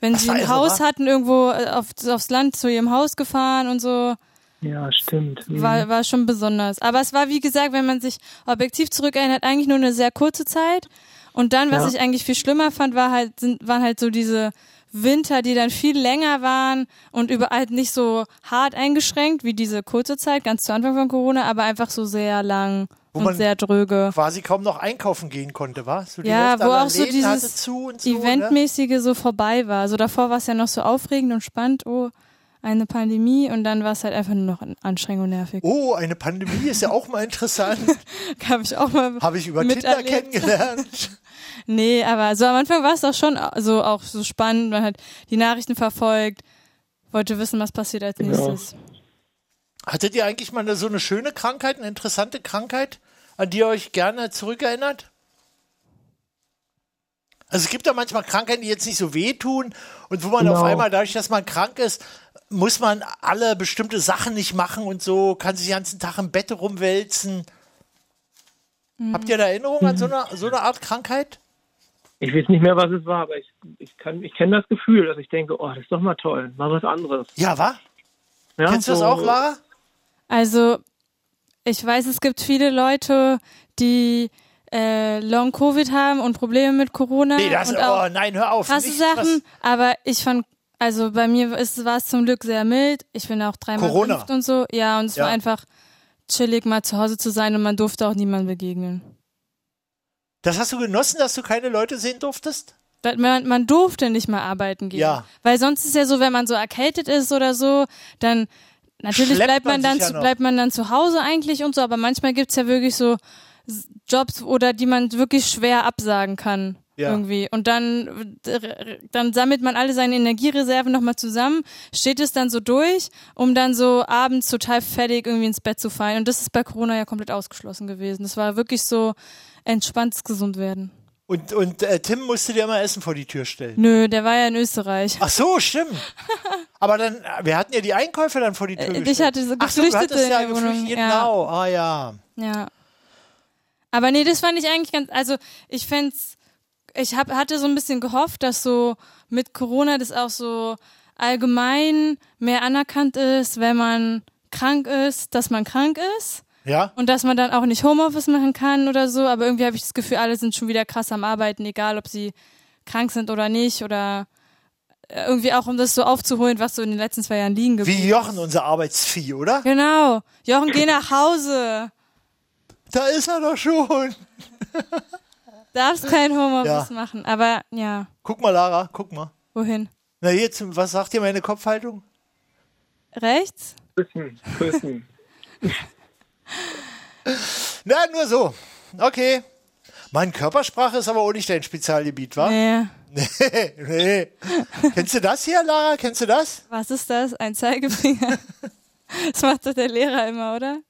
Speaker 1: wenn
Speaker 12: Das
Speaker 1: sie
Speaker 12: war
Speaker 1: ein
Speaker 12: irre,
Speaker 1: Haus
Speaker 12: wa?
Speaker 1: hatten, irgendwo äh, auf, aufs Land zu ihrem Haus gefahren und so.
Speaker 12: Ja, stimmt. Mhm.
Speaker 1: War, war schon besonders. Aber es war, wie gesagt, wenn man sich objektiv zurückerinnert, eigentlich nur eine sehr kurze Zeit. Und dann, was
Speaker 12: Ja.
Speaker 1: ich eigentlich viel schlimmer fand, war halt, sind, waren halt so diese Winter, die dann viel länger waren und überall nicht so hart eingeschränkt wie diese kurze Zeit, ganz zu Anfang von Corona, aber einfach so sehr lang
Speaker 7: Wo
Speaker 1: und
Speaker 7: man
Speaker 1: sehr dröge.
Speaker 7: Quasi kaum noch einkaufen gehen konnte, war? So die
Speaker 1: Ja,
Speaker 7: Hälfte
Speaker 1: wo
Speaker 7: aller
Speaker 1: auch so
Speaker 7: Läden hatte
Speaker 1: dieses
Speaker 7: zu und so, ne?
Speaker 1: Eventmäßige so vorbei war. So davor war es ja noch so aufregend und spannend, oh, eine Pandemie und dann war es halt einfach nur noch anstrengend und nervig.
Speaker 7: Oh, eine Pandemie ist ja auch mal
Speaker 1: [laughs]
Speaker 7: interessant.
Speaker 1: Habe ich auch mal
Speaker 7: Habe ich über Tinder
Speaker 1: miterlebt.
Speaker 7: kennengelernt.
Speaker 1: Nee, aber so am Anfang war es doch schon äh, so auch so spannend. Man hat die Nachrichten verfolgt, wollte wissen, was passiert als nächstes.
Speaker 7: Hattet ihr eigentlich mal eine, so eine schöne Krankheit, eine interessante Krankheit, an die ihr euch gerne zurückerinnert? Also es gibt ja manchmal Krankheiten, die jetzt nicht so wehtun und wo man
Speaker 12: Genau.
Speaker 7: auf einmal, dadurch, dass man krank ist, muss man alle bestimmte Sachen nicht machen und so, kann sich den ganzen Tag im Bett rumwälzen.
Speaker 1: Mhm.
Speaker 7: Habt ihr da Erinnerungen an so eine, so eine Art Krankheit?
Speaker 12: Ich weiß nicht mehr, was es war, aber ich, ich, kann- ich kenne das Gefühl, dass ich denke, oh, das ist doch mal toll, mal was anderes.
Speaker 7: Ja, wa?
Speaker 12: Ja,
Speaker 7: Kennst du das auch, Lara?
Speaker 1: Also, ich weiß, es gibt viele Leute, die äh, Long-Covid haben und Probleme mit Corona.
Speaker 7: Nee, das,
Speaker 1: und auch
Speaker 7: oh nein, hör auf.
Speaker 1: krasse
Speaker 7: nicht
Speaker 1: Sachen,
Speaker 7: das.
Speaker 1: aber ich fand, also bei mir ist, war es zum Glück sehr mild. Ich bin auch dreimal
Speaker 7: Corona.
Speaker 1: geimpft und so. Ja, und es
Speaker 7: Ja.
Speaker 1: war einfach chillig, mal zu Hause zu sein und man durfte auch niemandem begegnen.
Speaker 7: das hast du genossen, dass du keine Leute sehen durftest?
Speaker 1: Weil Man, man durfte nicht mal arbeiten gehen.
Speaker 7: Ja.
Speaker 1: Weil sonst ist ja so, wenn man so erkältet ist oder so, dann natürlich bleibt
Speaker 7: Schleppt
Speaker 1: man,
Speaker 7: man
Speaker 1: dann
Speaker 7: sich ja
Speaker 1: zu,
Speaker 7: noch.
Speaker 1: bleibt man dann zu Hause eigentlich und so, aber manchmal gibt's ja wirklich so S- Jobs oder die man wirklich schwer absagen kann.
Speaker 20: Ja.
Speaker 1: Irgendwie. Und dann, äh, dann sammelt man alle seine Energiereserven nochmal zusammen, steht es dann so durch, um dann so abends total fertig irgendwie ins Bett zu fallen. Und das ist bei Corona ja komplett ausgeschlossen gewesen. Das war wirklich so entspanntes Gesundwerden.
Speaker 7: Und, und äh, Tim musste dir immer Essen vor die Tür stellen.
Speaker 1: Nö, der war ja in Österreich.
Speaker 7: Ach so,
Speaker 1: [laughs]
Speaker 7: stimmt. Aber dann, äh, wir hatten ja die Einkäufe dann vor die Tür
Speaker 1: Äh, ich
Speaker 7: gestellt.
Speaker 1: hatte so
Speaker 7: Ach so, du hattest
Speaker 1: Geflüchtete in
Speaker 7: ja
Speaker 1: der Wohnung,
Speaker 7: Geflüchtete,
Speaker 1: ja.
Speaker 7: genau. Ah ja.
Speaker 1: Ja. Aber nee, das fand ich eigentlich ganz, also ich fänd's, ich hab, hatte so ein bisschen gehofft, dass so mit Corona das auch so allgemein mehr anerkannt ist, wenn man krank ist, dass man krank ist.
Speaker 7: Ja?
Speaker 1: Und dass man dann auch nicht Homeoffice machen kann oder so, aber irgendwie habe ich das Gefühl, alle sind schon wieder krass am Arbeiten, egal ob sie krank sind oder nicht oder irgendwie auch, um das so aufzuholen, was so in den letzten zwei Jahren liegen geblieben
Speaker 7: Wie Jochen, unser Arbeitsvieh, oder?
Speaker 1: Genau. Jochen, geh nach Hause.
Speaker 7: Da ist er doch schon.
Speaker 1: Darfst kein Homeoffice
Speaker 7: Ja.
Speaker 1: machen, aber ja,
Speaker 7: Guck mal, Lara, guck mal.
Speaker 1: wohin?
Speaker 7: Na hier, zum, was sagt dir meine Kopfhaltung?
Speaker 1: Rechts?
Speaker 12: Küssen, küssen.
Speaker 7: Na, nur so. Okay. Mein Körpersprache ist aber auch nicht dein Spezialgebiet, wa?
Speaker 1: Nee.
Speaker 7: Nee, [laughs] nee. Kennst du das hier, Lara? Kennst du das?
Speaker 1: Was ist das? Ein
Speaker 7: [laughs]
Speaker 1: Zeigefinger? Das macht doch der Lehrer immer, oder?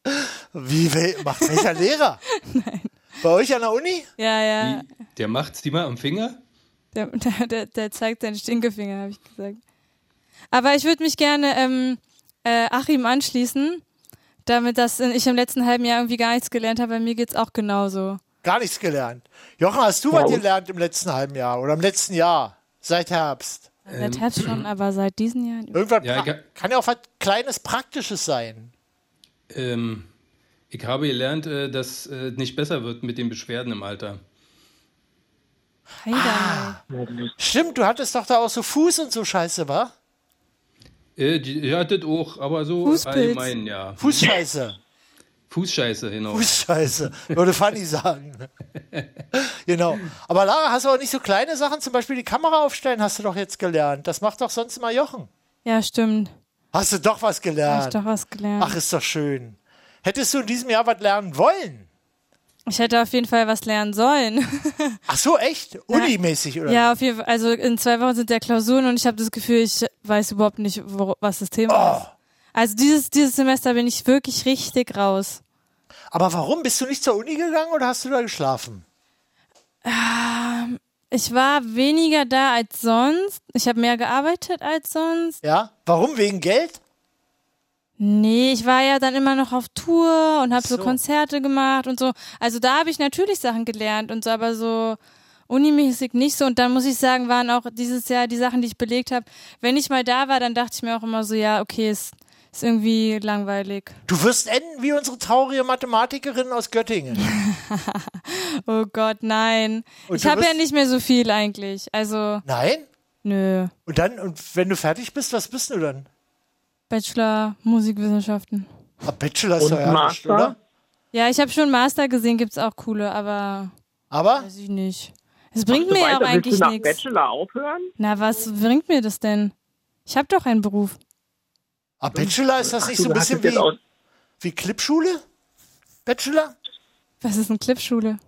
Speaker 7: Wie wel- macht
Speaker 1: [laughs]
Speaker 7: welcher Lehrer? Nein. Bei euch an der Uni?
Speaker 1: Ja, ja. [laughs]
Speaker 6: Der macht's die mal am Finger?
Speaker 1: Der, der, der, der zeigt seinen Stinkefinger, habe ich gesagt. Aber ich würde mich gerne ähm, äh, Achim anschließen, damit das in, ich im letzten halben Jahr irgendwie gar nichts gelernt habe. Bei mir geht's auch genauso.
Speaker 7: Gar nichts gelernt. Jochen, hast du was gelernt im letzten halben Jahr oder im letzten Jahr? Seit Herbst?
Speaker 1: Seit Herbst
Speaker 7: [clears throat]
Speaker 1: schon, aber seit diesen Jahren.
Speaker 7: Irgendwas
Speaker 6: Ja,
Speaker 7: pra-
Speaker 6: ich-
Speaker 7: kann ja auch was Kleines Praktisches sein.
Speaker 6: Ähm, ich habe gelernt, äh, dass äh, nicht besser wird mit den Beschwerden im Alter.
Speaker 1: Ah,
Speaker 7: stimmt, du hattest doch da auch so Fuß und so Scheiße, wa?
Speaker 6: Äh, die, ja, das auch, aber so
Speaker 7: Fußpilz.
Speaker 6: allgemein, ja.
Speaker 7: Fußscheiße.
Speaker 6: Fußscheiße, genau.
Speaker 7: [laughs] Fußscheiße, würde Fanny sagen. genau. Aber Lara, hast du auch nicht so kleine Sachen, zum Beispiel die Kamera aufstellen, hast du doch jetzt gelernt. Das macht doch sonst immer Jochen.
Speaker 1: Ja, stimmt.
Speaker 7: Hast du doch was gelernt.
Speaker 1: Hab ich doch was gelernt.
Speaker 7: Ah. Ach, ist doch schön. Hättest du in diesem Jahr was lernen wollen?
Speaker 1: Ich hätte auf jeden Fall was lernen sollen.
Speaker 7: Ach so, echt? Unimäßig, oder?
Speaker 1: ja, auf jeden Fall. Also in zwei Wochen sind ja Klausuren und ich habe das Gefühl, ich weiß überhaupt nicht, wo, was das Thema ist. Also dieses, dieses Semester bin ich wirklich richtig raus.
Speaker 7: Aber warum? Bist du nicht zur Uni gegangen oder hast du da geschlafen?
Speaker 1: Ähm, Ich war weniger da als sonst. Ich habe mehr gearbeitet als sonst.
Speaker 7: Ja? Warum? Wegen Geld?
Speaker 1: Nee, ich war ja dann immer noch auf Tour und habe so.
Speaker 7: so.
Speaker 1: Konzerte gemacht und so. Also da habe ich natürlich Sachen gelernt und so, aber so unimäßig nicht so. Und dann muss ich sagen, waren auch dieses Jahr die Sachen, die ich belegt habe. Wenn ich mal da war, dann dachte ich mir auch immer so, ja, okay, ist, ist irgendwie langweilig.
Speaker 7: Du wirst enden wie unsere traurige Mathematikerin aus Göttingen.
Speaker 1: Oh Gott, nein.
Speaker 7: Und
Speaker 1: ich
Speaker 7: du
Speaker 1: habe ja
Speaker 7: bist-
Speaker 1: nicht mehr so viel eigentlich. Also
Speaker 7: Nein?
Speaker 1: Nö.
Speaker 7: Und dann, und wenn du fertig bist, was bist du dann?
Speaker 1: Bachelor Musikwissenschaften.
Speaker 7: Ah, Bachelor ist
Speaker 1: Und
Speaker 7: doch ja nicht,
Speaker 1: Master?
Speaker 7: oder?
Speaker 1: Ja, ich habe schon Master gesehen, gibt's auch coole, aber.
Speaker 7: Aber?
Speaker 1: Weiß ich nicht. Es bringt
Speaker 12: Machst du
Speaker 1: mir ja auch
Speaker 12: weiter? Willst du
Speaker 1: eigentlich
Speaker 12: nach
Speaker 1: nichts.
Speaker 12: Bachelor aufhören?
Speaker 1: Na, was bringt mir das denn? Ich habe doch einen Beruf.
Speaker 7: Ah, Bachelor ist das
Speaker 1: Ach,
Speaker 7: nicht
Speaker 1: du
Speaker 7: so ein bisschen
Speaker 1: hattest jetzt auch-
Speaker 7: wie, wie Clipschule? Bachelor?
Speaker 1: Was ist eine Clipschule?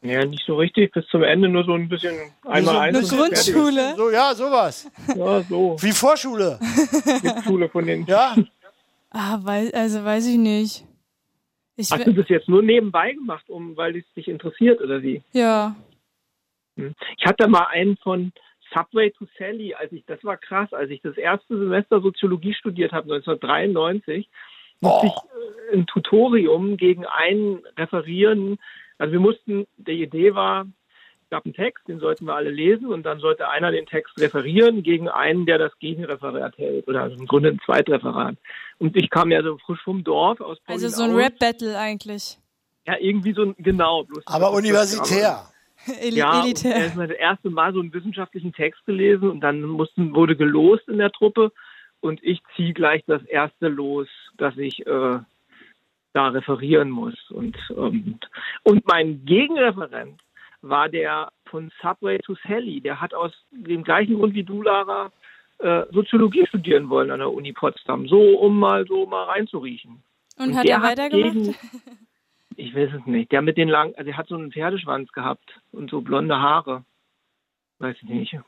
Speaker 12: Ja, nicht so richtig. Bis zum Ende nur so ein bisschen einmal eins. und fertig.
Speaker 7: So, ja, sowas.
Speaker 12: Ja, so.
Speaker 7: Wie Vorschule.
Speaker 12: Schule von den.
Speaker 7: Ja.
Speaker 1: Ah, weiß, also weiß ich nicht. Ich
Speaker 12: Hast
Speaker 1: we-
Speaker 12: du das jetzt nur nebenbei gemacht, um, weil es dich interessiert oder wie?
Speaker 1: Ja.
Speaker 12: Hm. Ich hatte mal einen von Subway to Sally, als ich, das war krass, als ich das erste Semester Soziologie studiert habe, 1993,
Speaker 1: Oh.
Speaker 12: musste ich äh, ein Tutorium gegen einen referieren. Also wir mussten, die Idee war, es gab einen Text, den sollten wir alle lesen und dann sollte einer den Text referieren gegen einen, der das Gegenreferat hält oder also im Grunde ein Zweitreferat. Und ich kam ja so frisch vom Dorf aus
Speaker 1: Also so ein
Speaker 12: Paulinau.
Speaker 1: Rap-Battle eigentlich. [laughs]
Speaker 12: Ja, irgendwie so ein, genau. Bloß
Speaker 1: Aber universitär. Eli-
Speaker 12: ja,
Speaker 1: elitär.
Speaker 12: Und erstmal das erste Mal so einen wissenschaftlichen Text gelesen und dann mussten, wurde gelost in der Truppe und ich ziehe gleich das erste los, dass ich äh, da referieren muss. Und, ähm, und mein Gegenreferent war der von Subway to Sally. Der hat aus dem gleichen Grund wie du, Lara, äh, Soziologie studieren wollen an der Uni Potsdam. So, um mal so mal reinzuriechen.
Speaker 1: Und,
Speaker 12: Und
Speaker 1: hat
Speaker 12: der
Speaker 1: er
Speaker 12: hat
Speaker 1: weitergemacht?
Speaker 12: gegen- Ich weiß es nicht. Der mit den langen, also der hat so einen Pferdeschwanz gehabt und so blonde Haare. Weiß ich nicht.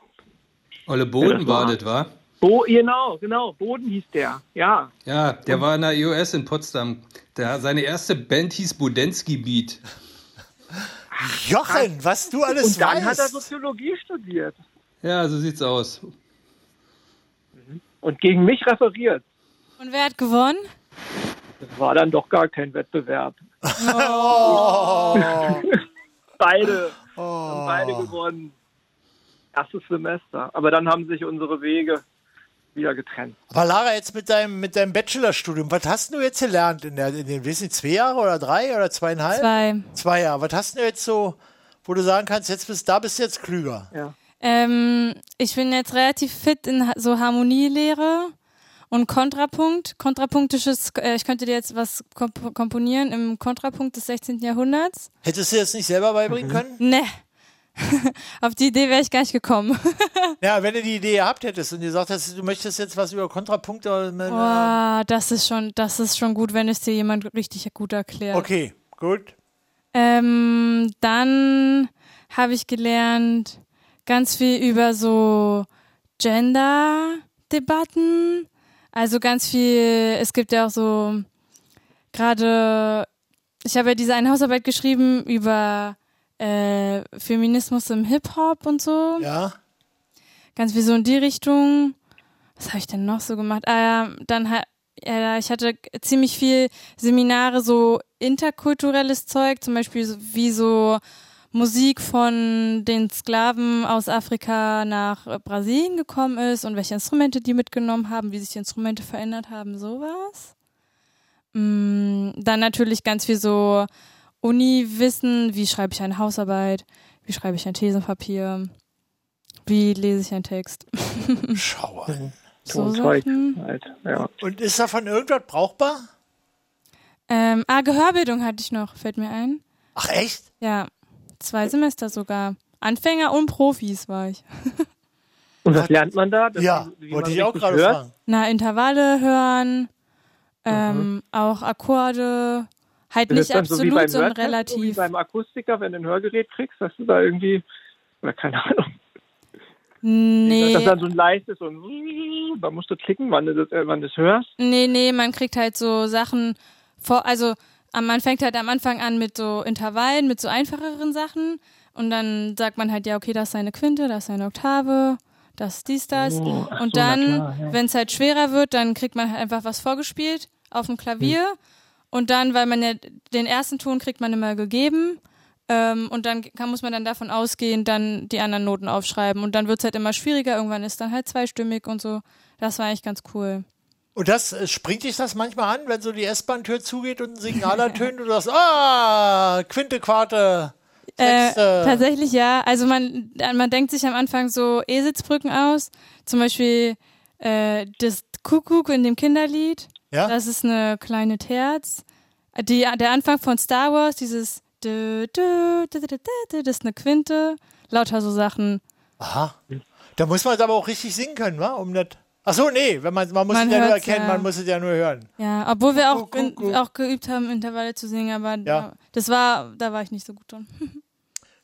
Speaker 6: Olle
Speaker 12: Ja,
Speaker 6: Boden
Speaker 12: das war-
Speaker 6: war das, war?
Speaker 12: Bo genau, genau. Boden hieß der. Ja.
Speaker 6: Ja, der war in der EOS in Potsdam. Der, seine erste Band hieß Budensky Beat.
Speaker 7: Jochen, was du alles
Speaker 12: und dann hat er
Speaker 7: weißt.
Speaker 12: Soziologie studiert
Speaker 6: Ja, so sieht's aus.
Speaker 12: und gegen mich referiert.
Speaker 1: Und wer hat gewonnen?
Speaker 12: Das war dann doch gar kein Wettbewerb.
Speaker 7: Oh.
Speaker 12: [laughs] beide haben beide gewonnen. Erstes Semester. Aber dann haben sich unsere Wege wieder getrennt.
Speaker 7: Aber Lara, jetzt mit deinem, mit deinem Bachelorstudium, was hast du jetzt gelernt in, der, in den, weiß nicht, zwei Jahre oder drei oder zweieinhalb?
Speaker 1: Zwei.
Speaker 7: Zwei Jahre. Was hast du jetzt so, wo du sagen kannst, jetzt bist, da bist du jetzt klüger?
Speaker 12: Ja.
Speaker 1: Ähm, ich bin jetzt relativ fit in ha- so Harmonielehre und Kontrapunkt. Kontrapunktisches, äh, ich könnte dir jetzt was komp komponieren im Kontrapunkt des 16. Jahrhunderts.
Speaker 7: Hättest du das nicht selber beibringen können?
Speaker 1: Ne. [laughs] Auf die Idee wäre ich gar nicht gekommen.
Speaker 7: Ja, wenn du die Idee gehabt hättest und gesagt hättest, du möchtest jetzt was über Kontrapunkte. äh,
Speaker 1: Boah, das ist schon, das ist schon gut, wenn es dir jemand richtig gut erklärt.
Speaker 7: Okay, äh, gut.
Speaker 1: Ähm, dann habe ich gelernt ganz viel über so Gender-Debatten. Also ganz viel, es gibt ja auch so gerade, ich habe ja diese eine Hausarbeit geschrieben über äh, Feminismus im Hip-Hop und so.
Speaker 7: Ja.
Speaker 1: Ganz viel so in die Richtung. Was habe ich denn noch so gemacht? Ah ja, dann ha- ja, ich hatte ziemlich viel Seminare, so interkulturelles Zeug, zum Beispiel so- wie so Musik von den Sklaven aus Afrika nach äh, Brasilien gekommen ist und welche Instrumente die mitgenommen haben, wie sich die Instrumente verändert haben, sowas. Mm, Dann natürlich ganz viel so Uni-Wissen, wie schreibe ich eine Hausarbeit, wie schreibe ich ein Thesenpapier, wie lese ich einen Text. [laughs]
Speaker 7: Schau an.
Speaker 1: So Sachen.
Speaker 12: halt,
Speaker 7: Und ist davon irgendwas brauchbar?
Speaker 1: Ähm, ah, Gehörbildung hatte ich noch, fällt mir ein.
Speaker 7: Ach echt?
Speaker 1: Ja, zwei Semester sogar. Anfänger und Profis war ich.
Speaker 12: Und was lernt man da? Dass
Speaker 7: Ja,
Speaker 12: man- wie
Speaker 7: wollte
Speaker 12: man
Speaker 7: ich auch
Speaker 12: richtig
Speaker 7: gerade
Speaker 12: hört?
Speaker 7: fragen.
Speaker 1: Na, Intervalle
Speaker 12: Mhm.
Speaker 1: hören, ähm, auch Akkorde, halt
Speaker 12: Ist
Speaker 1: nicht
Speaker 12: das dann so wie
Speaker 1: absolut,
Speaker 12: beim
Speaker 1: sondern
Speaker 12: Hörtest,
Speaker 1: relativ.
Speaker 12: So wie beim Akustiker, wenn du ein Hörgerät kriegst, dass du da irgendwie, oder keine Ahnung, dass
Speaker 1: Nee.
Speaker 12: das dann so ein leichtes und da musst du klicken, wann du das, äh, wann du das hörst.
Speaker 1: Nee, nee, man kriegt halt so Sachen vor, also am- man fängt halt am Anfang an mit so Intervallen, mit so einfacheren Sachen und dann sagt man halt, ja, okay, das ist eine Quinte, das ist eine Oktave, das ist dies, das.
Speaker 12: Oh, ach
Speaker 1: und
Speaker 12: so, na
Speaker 1: dann,
Speaker 12: klar, ja.
Speaker 1: wenn es halt schwerer wird, dann kriegt man halt einfach was vorgespielt auf dem Klavier und dann, weil man ja den ersten Ton kriegt man immer gegeben ähm, und dann kann, muss man dann davon ausgehen, dann die anderen Noten aufschreiben und dann wird es halt immer schwieriger, irgendwann ist dann halt zweistimmig und so. Das war eigentlich ganz cool.
Speaker 7: Und das äh, springt dich das manchmal an, wenn so die S-Bahn-Tür zugeht und ein Signal ertönt und du sagst, ah, Quinte, Quarte,
Speaker 1: Äh,
Speaker 7: Sechste.
Speaker 1: tatsächlich ja. Also man, man denkt sich am Anfang so Eselsbrücken aus. Zum Beispiel äh, das Kuckuck in dem Kinderlied.
Speaker 7: Ja.
Speaker 1: Das ist eine kleine Terz. Die, der Anfang von Star Wars, dieses dü, dü, dü, dü, dü, dü, das ist eine Quinte. Lauter so Sachen.
Speaker 7: Aha. Da muss man es aber auch richtig singen können, wa? Um das. Ach so, nee, wenn man, man muss
Speaker 1: Man
Speaker 7: es ja nur
Speaker 1: hört's,
Speaker 7: erkennen,
Speaker 1: ja.
Speaker 7: man muss es ja nur hören.
Speaker 1: Ja, obwohl wir auch, in, auch geübt haben, Intervalle zu singen, aber genau,
Speaker 7: Ja.
Speaker 1: das war, da war ich nicht so gut drin.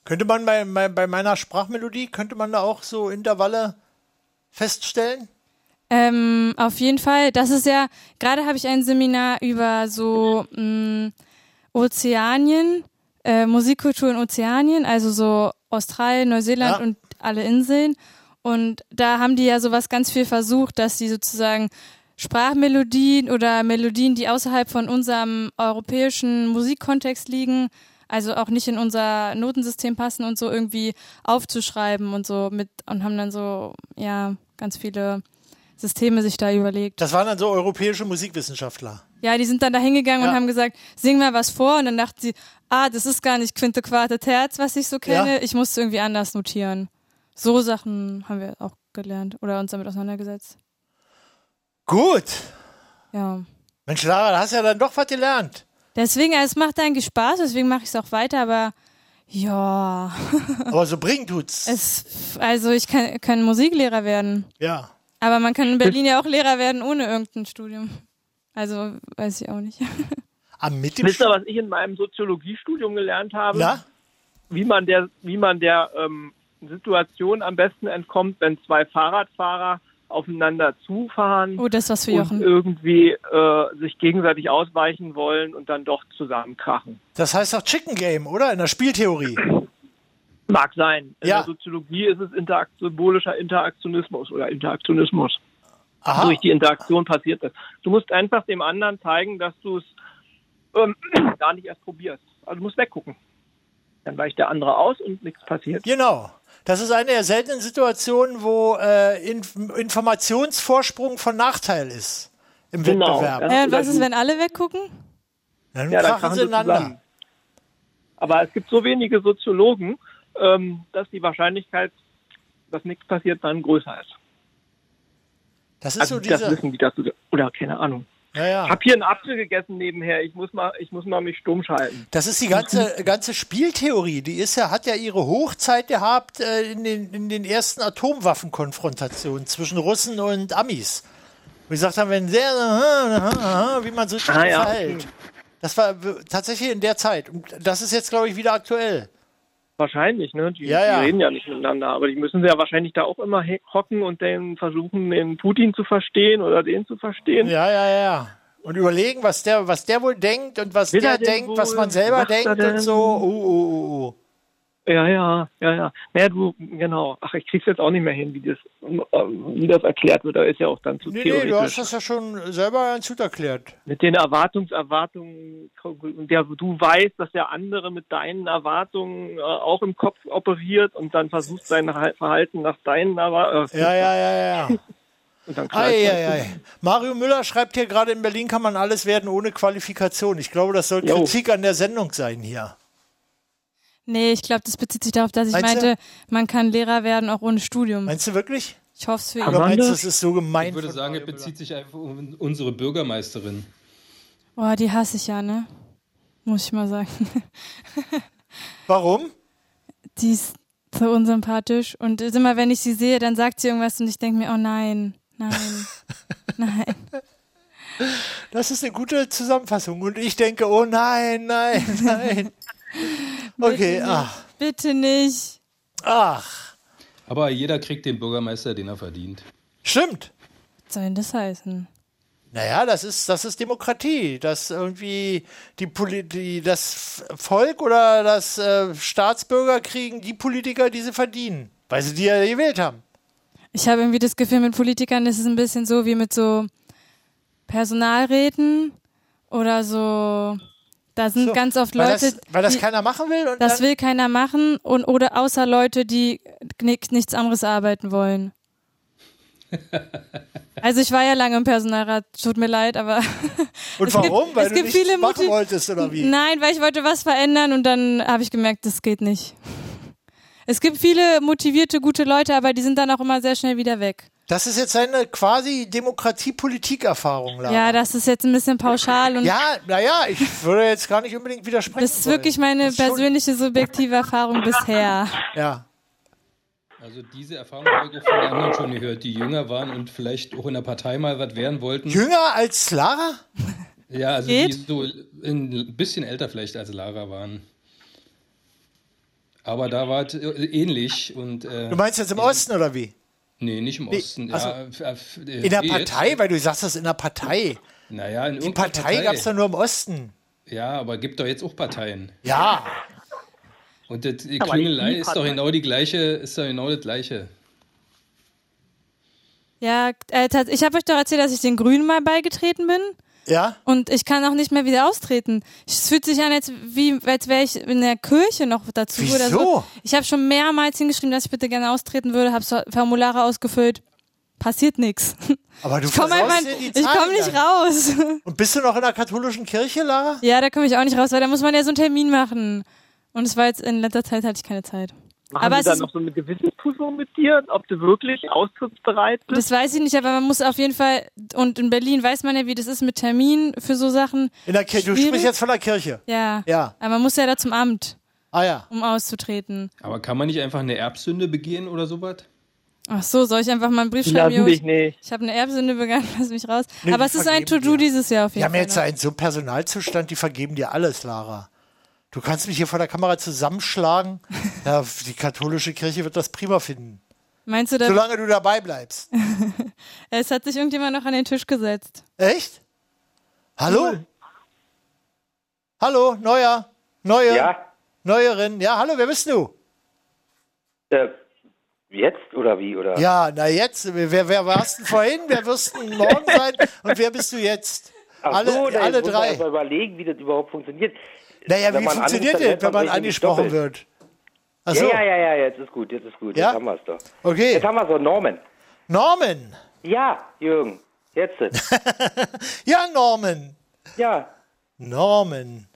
Speaker 7: Könnte man bei, bei, bei meiner Sprachmelodie, könnte man da auch so Intervalle feststellen?
Speaker 1: Ähm, auf jeden Fall. Das ist ja, gerade habe ich ein Seminar über so mm, mh, Ozeanien, äh, Musikkultur in Ozeanien, also so Australien, Neuseeland
Speaker 20: Ja.
Speaker 1: und alle Inseln. Und da haben die ja sowas ganz viel versucht, dass sie sozusagen Sprachmelodien oder Melodien, die außerhalb von unserem europäischen Musikkontext liegen, also auch nicht in unser Notensystem passen und so irgendwie aufzuschreiben und so mit und haben dann so, ja, ganz viele Systeme sich da überlegt.
Speaker 7: Das waren dann so europäische Musikwissenschaftler.
Speaker 1: Ja, die sind dann da hingegangen und haben gesagt, sing mal was vor. Und dann dachten sie, ah, das ist gar nicht Quinte, Quarte, Terz, was ich so kenne.
Speaker 7: Ja.
Speaker 1: Ich muss irgendwie anders notieren. So Sachen haben wir auch gelernt oder uns damit auseinandergesetzt.
Speaker 7: Gut.
Speaker 1: Ja.
Speaker 7: Mensch, Lara, da hast du ja dann doch was gelernt.
Speaker 1: Deswegen, also es macht eigentlich Spaß, deswegen mache ich es auch weiter, aber ja.
Speaker 7: Aber so bringen tut's.
Speaker 1: es, also ich kann, kann Musiklehrer werden.
Speaker 7: Ja.
Speaker 1: Aber man kann in Berlin ja auch Lehrer werden ohne irgendein Studium. Also weiß ich auch nicht.
Speaker 7: Am Ah, mit
Speaker 12: Wisst ihr, was ich in meinem Soziologiestudium gelernt habe?
Speaker 1: Ja.
Speaker 12: Wie man der, wie man der ähm, Situation am besten entkommt, wenn zwei Fahrradfahrer aufeinander zufahren
Speaker 1: Oh, das ist was für
Speaker 12: und
Speaker 1: Jochen.
Speaker 12: irgendwie äh, sich gegenseitig ausweichen wollen und dann doch zusammenkrachen.
Speaker 7: Das heißt doch Chicken Game, oder? In der Spieltheorie.
Speaker 12: Mag sein. In
Speaker 7: Ja.
Speaker 12: der Soziologie ist es interakt symbolischer Interaktionismus oder Interaktionismus.
Speaker 7: Aha.
Speaker 12: Durch die Interaktion passiert das. Du musst einfach dem anderen zeigen, dass du es ähm, [clears throat] gar nicht erst probierst. Also du musst weggucken. Dann weicht der andere aus und nichts passiert.
Speaker 7: Genau. Das ist eine der seltenen Situationen, wo äh, Inf Informationsvorsprung von Nachteil ist im
Speaker 12: Genau.
Speaker 7: Wettbewerb.
Speaker 1: Äh, was ist, wenn alle weggucken?
Speaker 7: Dann
Speaker 12: Ja, dann krachen
Speaker 7: krachen sie
Speaker 12: sie
Speaker 7: ineinander.
Speaker 12: zusammen. Aber es gibt so wenige Soziologen, ähm, dass die Wahrscheinlichkeit, dass nichts passiert, dann größer ist.
Speaker 7: Das
Speaker 12: ist also
Speaker 7: so
Speaker 12: die das
Speaker 7: diese-
Speaker 12: wissen die das oder keine Ahnung.
Speaker 7: Ja, ja.
Speaker 12: Ich habe hier einen Apfel gegessen nebenher. Ich muss mal, ich muss mal mich stumm schalten.
Speaker 7: Das ist die ganze, ganze Spieltheorie. Die ist ja, hat ja ihre Hochzeit gehabt äh, in, den, in den ersten Atomwaffenkonfrontationen zwischen Russen und Amis. äh, Wie gesagt haben, wenn sehr, aha, aha, aha, wie man sich
Speaker 12: Ah, ja.
Speaker 7: verhält. Das war w- tatsächlich in der Zeit. Und das ist jetzt, glaube ich, wieder aktuell.
Speaker 12: Wahrscheinlich, ne? Die,
Speaker 7: Ja, ja.
Speaker 12: die reden ja nicht miteinander, aber die müssen ja wahrscheinlich da auch immer he- hocken und dann versuchen, den Putin zu verstehen oder den zu verstehen.
Speaker 7: [laughs] Ja, ja, ja. Und überlegen, was der, was der wohl denkt und was
Speaker 12: Will
Speaker 7: der
Speaker 12: er denn
Speaker 7: denkt, was
Speaker 12: wohl?
Speaker 7: man selber
Speaker 12: Macht er
Speaker 7: denkt und
Speaker 12: denn?
Speaker 7: so. Oh, oh, oh, oh.
Speaker 12: Ja, ja, ja, ja. Naja, du, genau. Ach, ich krieg's jetzt auch nicht mehr hin, wie das, ähm, wie das erklärt wird. Da ist ja auch dann zu
Speaker 7: Nee, nee,
Speaker 12: theoretisch.
Speaker 7: du hast das ja schon selber ganz gut erklärt.
Speaker 12: mit den Erwartungserwartungen, der du weißt, dass der andere mit deinen Erwartungen äh, auch im Kopf operiert und
Speaker 7: [laughs]
Speaker 12: dann versucht sein Verhal- Verhalten nach deinen Erwartungen.
Speaker 7: Ja, ja,
Speaker 12: [laughs]
Speaker 7: ja, ja.
Speaker 12: Und dann knallt halt
Speaker 7: Ei,
Speaker 12: man.
Speaker 7: ei, ei. Mario Müller schreibt hier gerade, in Berlin kann man alles werden ohne Qualifikation. Ich glaube, das soll
Speaker 12: Jo.
Speaker 7: Kritik an der Sendung sein hier.
Speaker 1: Nee, ich glaube, das bezieht sich darauf, dass ich
Speaker 7: Meinst du?
Speaker 1: meinte, man kann Lehrer werden auch ohne Studium.
Speaker 7: Meinst du wirklich?
Speaker 1: Ich hoffe es für
Speaker 7: Oder
Speaker 1: ihn.
Speaker 7: meinst du, das ist so gemein?
Speaker 6: Ich würde sagen, es bezieht sich einfach um unsere Bürgermeisterin.
Speaker 1: Boah, die hasse ich ja, ne? Muss ich mal sagen. [laughs]
Speaker 7: Warum?
Speaker 1: Die ist so unsympathisch und immer wenn ich sie sehe, dann sagt sie irgendwas und ich denke mir, oh nein,
Speaker 7: [laughs]
Speaker 1: nein, nein.
Speaker 7: Das ist eine gute Zusammenfassung. Und ich denke, oh nein, nein, [laughs] nein. Okay,
Speaker 1: Bitte
Speaker 7: ach.
Speaker 1: nicht, Bitte nicht.
Speaker 7: Ach.
Speaker 6: Aber jeder kriegt den Bürgermeister, den er verdient.
Speaker 7: Stimmt.
Speaker 1: Was soll denn das heißen?
Speaker 7: Naja, das ist, das ist Demokratie, dass irgendwie die, Poli die das F- Volk oder das äh, Staatsbürger kriegen die Politiker, die sie verdienen, weil sie die ja gewählt haben.
Speaker 1: Ich habe irgendwie das Gefühl, mit Politikern ist es ein bisschen so wie mit so Personalräten oder so. Da sind
Speaker 7: So,
Speaker 1: ganz oft
Speaker 7: weil
Speaker 1: Leute.
Speaker 7: das- weil das
Speaker 1: die-
Speaker 7: keiner machen will und
Speaker 1: das
Speaker 7: dann-
Speaker 1: will keiner machen und oder außer Leute, die ni- nichts anderes arbeiten wollen.
Speaker 7: [laughs]
Speaker 1: Also ich war ja lange im Personalrat, tut mir leid,
Speaker 7: [laughs]
Speaker 1: aber
Speaker 7: Und
Speaker 1: Es gibt-
Speaker 7: warum? weil
Speaker 1: es
Speaker 7: du
Speaker 1: gibt
Speaker 7: nichts
Speaker 1: viele
Speaker 7: machen
Speaker 1: Motiv-
Speaker 7: wolltest oder wie?
Speaker 1: Nein, weil ich wollte was verändern und dann habe ich gemerkt, das geht nicht. Es gibt viele motivierte, gute Leute, aber die sind dann auch immer sehr schnell wieder weg.
Speaker 7: Das ist jetzt eine quasi Demokratie-Politik-Erfahrung. Lara.
Speaker 1: Ja, das ist jetzt ein bisschen pauschal und
Speaker 7: Ah. ja, naja, ich würde jetzt gar nicht unbedingt widersprechen.
Speaker 1: das ist
Speaker 7: wollen.
Speaker 1: wirklich meine
Speaker 7: Das ist schon-
Speaker 1: persönliche, subjektive Erfahrung bisher.
Speaker 7: Ja.
Speaker 6: Also diese Erfahrung habe ich auch von anderen schon gehört, die jünger waren und vielleicht auch in der Partei mal was werden wollten.
Speaker 7: Jünger als Lara?
Speaker 6: Ja, also
Speaker 7: Geht?
Speaker 6: die so ein bisschen älter vielleicht als Lara waren. Aber da war es äh, ähnlich und äh,
Speaker 7: Du meinst jetzt im Osten oder wie?
Speaker 6: nee, nicht im
Speaker 7: Nee,
Speaker 6: Osten.
Speaker 7: also,
Speaker 6: ja, f- f- äh,
Speaker 7: In der
Speaker 6: nee, jetzt-
Speaker 7: Partei, weil du sagst das in der Partei.
Speaker 6: Naja, in
Speaker 7: Die
Speaker 6: irgendeiner
Speaker 7: Partei gab es ja nur im Osten.
Speaker 6: Ja, aber gibt doch jetzt auch Parteien.
Speaker 7: Ja.
Speaker 6: Und das die
Speaker 7: Aber
Speaker 6: Klüngelei
Speaker 7: die
Speaker 6: ist doch
Speaker 7: Partei-
Speaker 6: genau die gleiche, ist doch genau das gleiche.
Speaker 1: Ja, äh, tats- ich habe euch doch erzählt, dass ich den Grünen mal beigetreten bin.
Speaker 7: Ja?
Speaker 1: Und ich kann auch nicht mehr wieder austreten. Es fühlt sich an, als, wie- als wäre ich in der Kirche noch dazu oder so.
Speaker 7: Wieso?
Speaker 1: Ich habe schon mehrmals hingeschrieben, dass ich bitte gerne austreten würde, habe Formulare ausgefüllt. Passiert nichts.
Speaker 7: Aber du
Speaker 1: Ich komme
Speaker 7: versaust dir die
Speaker 1: ich
Speaker 7: Zahlen
Speaker 1: komm nicht
Speaker 7: dann.
Speaker 1: raus.
Speaker 7: Und bist du noch in der katholischen Kirche, Lara?
Speaker 1: Ja, da komme ich auch nicht raus, weil da muss man ja so einen Termin machen. Und es war jetzt in letzter Zeit hatte ich keine Zeit. aber
Speaker 12: Machen aber
Speaker 1: es
Speaker 12: die dann
Speaker 1: ist-
Speaker 12: noch so eine Gewissensprüfung mit dir, ob du wirklich austrittsbereit bist?
Speaker 1: Das weiß ich nicht, aber man muss auf jeden Fall, und in Berlin weiß man ja, wie das ist mit Terminen für so Sachen.
Speaker 7: In der Kirche. Du
Speaker 1: Schwierig.
Speaker 7: sprichst jetzt von der Kirche.
Speaker 1: Ja.
Speaker 7: Ja.
Speaker 1: Aber man muss ja da zum Amt,
Speaker 7: Ah ja.
Speaker 1: um auszutreten.
Speaker 6: Aber kann man nicht einfach eine Erbsünde begehen oder sowas?
Speaker 1: Ach so, soll ich einfach mal einen Brief
Speaker 6: Die
Speaker 1: schreiben?
Speaker 6: lassen
Speaker 1: Jo,
Speaker 6: dich
Speaker 1: ich-
Speaker 6: nicht.
Speaker 1: Ich habe eine Erbsünde begangen, [laughs] lass mich raus.
Speaker 7: Nee,
Speaker 1: Aber
Speaker 7: die
Speaker 1: es ist ein
Speaker 7: vergeben
Speaker 1: To-Do dieses Jahr auf
Speaker 7: Wir
Speaker 1: jeden
Speaker 7: haben
Speaker 1: Fall.
Speaker 7: jetzt
Speaker 1: noch.
Speaker 7: einen so einen Personalzustand, die vergeben dir alles, Lara. Du kannst mich hier vor der Kamera zusammenschlagen. Ja, die katholische Kirche wird das prima finden.
Speaker 1: Meinst du, da,
Speaker 7: Solange du dabei bleibst.
Speaker 1: es hat sich irgendjemand noch an den Tisch gesetzt?
Speaker 7: Echt? Hallo? Hallo, Neuer? Neue?
Speaker 20: Ja?
Speaker 7: Neuerin? Ja, hallo, wer bist du?
Speaker 20: Äh, jetzt oder wie? Oder?
Speaker 7: Ja, na jetzt, wer, wer warst denn vorhin, wer wirst denn morgen sein und wer bist du jetzt?
Speaker 20: Ach
Speaker 7: alle
Speaker 20: so, da
Speaker 7: alle
Speaker 20: muss man
Speaker 7: drei.
Speaker 20: erst mal überlegen, wie das überhaupt funktioniert.
Speaker 7: Naja,
Speaker 20: Wenn
Speaker 7: wie
Speaker 20: man
Speaker 7: funktioniert
Speaker 20: anruft, dann
Speaker 7: das,
Speaker 20: hört
Speaker 7: wenn
Speaker 20: man
Speaker 7: man
Speaker 20: sich
Speaker 7: angesprochen
Speaker 20: doppelt.
Speaker 7: wird? Ach so.
Speaker 20: Ja, ja, ja, ja, jetzt ist gut, jetzt ist gut.
Speaker 7: Ja?
Speaker 20: Jetzt haben wir es doch.
Speaker 7: Okay.
Speaker 20: Jetzt haben wir es doch, Norman.
Speaker 7: Norman.
Speaker 20: Ja, Jürgen, jetzt. ist.
Speaker 7: [laughs] Ja, Norman.
Speaker 20: Ja.
Speaker 7: Norman.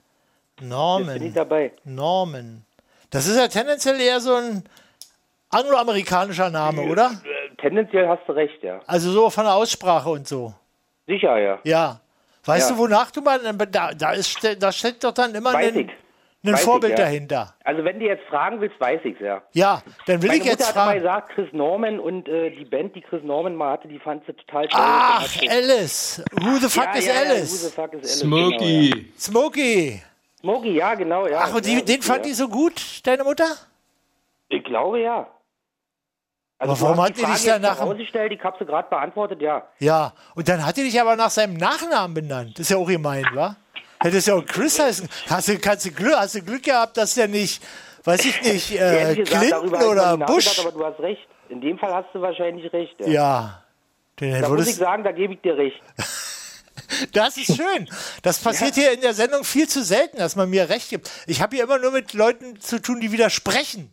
Speaker 7: Norman.
Speaker 20: Jetzt bin ich dabei.
Speaker 7: Norman. Das ist ja tendenziell eher so ein angloamerikanischer Name, oder?
Speaker 20: Äh, Tendenziell hast du recht, ja.
Speaker 7: Also so von der Aussprache und so.
Speaker 20: Sicher, ja.
Speaker 7: Ja. Weißt
Speaker 20: Ja.
Speaker 7: du, wonach du mal, da, da, ist, da steckt doch dann immer
Speaker 20: Weiß
Speaker 7: ein,
Speaker 20: ich.
Speaker 7: ein
Speaker 20: Weiß ich,
Speaker 7: Vorbild
Speaker 20: ja.
Speaker 7: dahinter.
Speaker 20: Also wenn du jetzt fragen willst, weiß ich's ja.
Speaker 7: Ja, dann will
Speaker 20: Meine
Speaker 7: ich
Speaker 20: Mutter
Speaker 7: jetzt
Speaker 20: hat mal
Speaker 7: fragen.
Speaker 20: gesagt, Chris Norman und äh, die Band, die Chris Norman mal hatte, die fand sie total toll.
Speaker 7: Ach,
Speaker 20: Und hat-
Speaker 7: Alice. Who the fuck
Speaker 20: ja,
Speaker 7: is
Speaker 20: ja, ja,
Speaker 7: Alice?
Speaker 20: Who the fuck is Alice?
Speaker 7: Smokey.
Speaker 20: Genau,
Speaker 7: ja. Smokey.
Speaker 20: Smokey, ja, genau, ja.
Speaker 7: Ach, und die,
Speaker 20: ja,
Speaker 7: den fand
Speaker 20: ja.
Speaker 7: die so gut, deine Mutter?
Speaker 20: Ich glaube ja. Also,
Speaker 7: Aber warum
Speaker 20: du hast
Speaker 7: hat die dich
Speaker 20: Frage jetzt
Speaker 7: danach-
Speaker 20: herausgestellt, ich habe sie gerade beantwortet, ja.
Speaker 7: Ja. Und dann hat die dich aber nach seinem Nachnamen benannt. Ist ja auch gemein, wa? Hättest ja auch Chris heißen. Hast du, kannst du Glück, hast du Glück gehabt, dass der nicht, weiß ich nicht,
Speaker 20: Ja,
Speaker 7: äh,
Speaker 20: ehrlich gesagt,
Speaker 7: Clinton
Speaker 20: darüber habe ich noch
Speaker 7: oder
Speaker 20: nie nachgedacht,
Speaker 7: Bush.
Speaker 20: Aber du hast recht. In dem Fall hast du wahrscheinlich recht. Ja.
Speaker 7: Ja. Den
Speaker 20: Da muss ich
Speaker 7: würdest,
Speaker 20: sagen, da gebe ich dir recht.
Speaker 7: Das ist schön. Das passiert hier in der Sendung viel zu selten, dass man mir recht gibt. Ich habe hier immer nur mit Leuten zu tun, die widersprechen.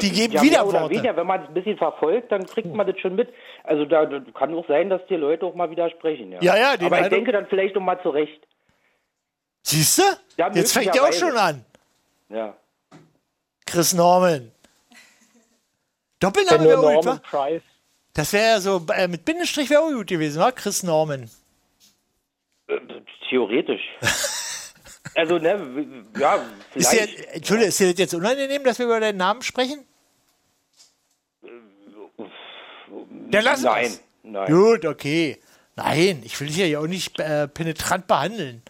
Speaker 7: Die
Speaker 20: Ähm,
Speaker 7: geben
Speaker 20: ja,
Speaker 7: wieder
Speaker 20: mehr oder
Speaker 7: Worte.
Speaker 20: Weniger, wenn man es ein bisschen verfolgt, dann kriegt man das schon mit. Also da da kann auch sein, dass die Leute auch mal widersprechen. Ja,
Speaker 7: Ja, ja, den
Speaker 20: Aber ich
Speaker 7: Eindruck-
Speaker 20: denke dann vielleicht auch mal zurecht.
Speaker 7: Siehst du?
Speaker 20: Ja,
Speaker 7: Jetzt fängt der auch
Speaker 20: möglicherweise.
Speaker 7: schon an.
Speaker 20: Ja.
Speaker 7: Chris Norman. Doppelname
Speaker 21: Wenn nur
Speaker 7: wäre gut,
Speaker 21: Norman
Speaker 7: wa? Das wäre ja so, äh, mit Bindestrich wäre auch gut gewesen, wa? Chris Norman.
Speaker 20: Äh,
Speaker 7: [laughs]
Speaker 20: Theoretisch. also, ne, w- ja,
Speaker 7: Ist
Speaker 20: vielleicht.
Speaker 7: dir, Entschuldigung, ist dir das jetzt unangenehm, dass wir über deinen Namen sprechen? Dann lassen
Speaker 20: Äh, Nein,
Speaker 7: wir's.
Speaker 20: nein.
Speaker 7: Gut, okay. Nein, ich will dich ja auch nicht äh, penetrant behandeln.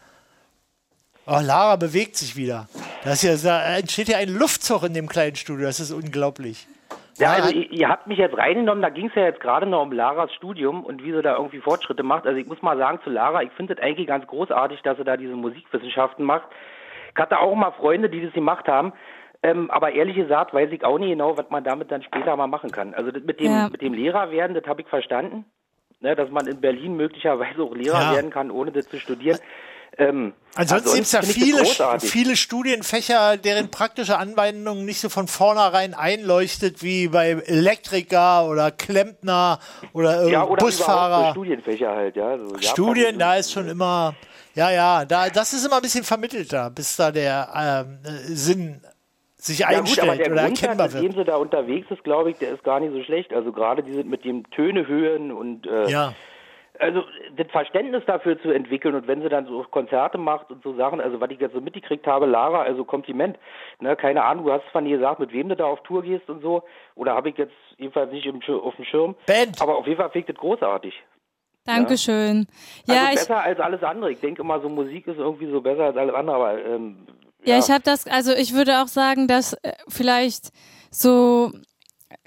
Speaker 7: Oh, Lara bewegt sich wieder. Das ist ja, da entsteht ja ein Luftzug in dem kleinen Studio, das ist unglaublich.
Speaker 20: Ja, also ihr, ihr habt mich jetzt reingenommen, da ging es ja jetzt gerade noch um Laras Studium und wie sie da irgendwie Fortschritte macht. Also ich muss mal sagen zu Lara, ich finde es eigentlich ganz großartig, dass sie da diese Musikwissenschaften macht. Ich hatte auch mal Freunde, die das gemacht haben. Ähm, aber ehrlich gesagt weiß ich auch nicht genau, was man damit dann später mal machen kann. Also das mit dem,
Speaker 1: Ja.
Speaker 20: mit dem Lehrer werden, das habe ich verstanden. Ne, dass man in Berlin möglicherweise auch Lehrer
Speaker 7: Ja. Äh,
Speaker 20: werden kann, ohne das zu studieren. Ähm,
Speaker 7: Ansonsten gibt es ja
Speaker 20: finde ich das
Speaker 7: viele,
Speaker 20: großartig.
Speaker 7: viele Studienfächer, deren praktische Anwendung nicht so von vornherein einleuchtet, wie bei Elektriker oder Klempner oder, äh,
Speaker 20: ja, oder überhaupt so
Speaker 7: Busfahrer.
Speaker 20: Studienfächer halt, ja. So
Speaker 7: Studien, da ist schon immer, ja, ja, da, das ist immer ein bisschen vermittelter, bis da der ähm, äh, Sinn sich
Speaker 20: ja, gut, aber
Speaker 7: einstellt
Speaker 20: der
Speaker 7: oder
Speaker 20: Grundsatz,
Speaker 7: erkennbar
Speaker 20: mit dem
Speaker 7: wird.
Speaker 20: sie da unterwegs ist, glaube ich, der ist gar nicht so schlecht. Also gerade diese mit dem Töne hören und äh,
Speaker 7: Ja.
Speaker 20: also das Verständnis dafür zu entwickeln und wenn sie dann so Konzerte macht und so Sachen, also was ich jetzt so mitgekriegt habe, Lara, also Kompliment, ne, keine Ahnung, du hast zwar nie gesagt, mit wem du da auf Tour gehst und so, oder habe ich jetzt jedenfalls nicht im, Schir- auf dem Schirm,
Speaker 7: Band.
Speaker 20: aber auf jeden Fall finde ich das großartig.
Speaker 1: Dankeschön. Ja,
Speaker 20: also
Speaker 1: ich,
Speaker 20: besser als alles andere. Ich denke immer, so Musik ist irgendwie so besser als alles andere, aber ähm,
Speaker 1: Ja, ich habe das, also ich würde auch sagen, dass äh, vielleicht so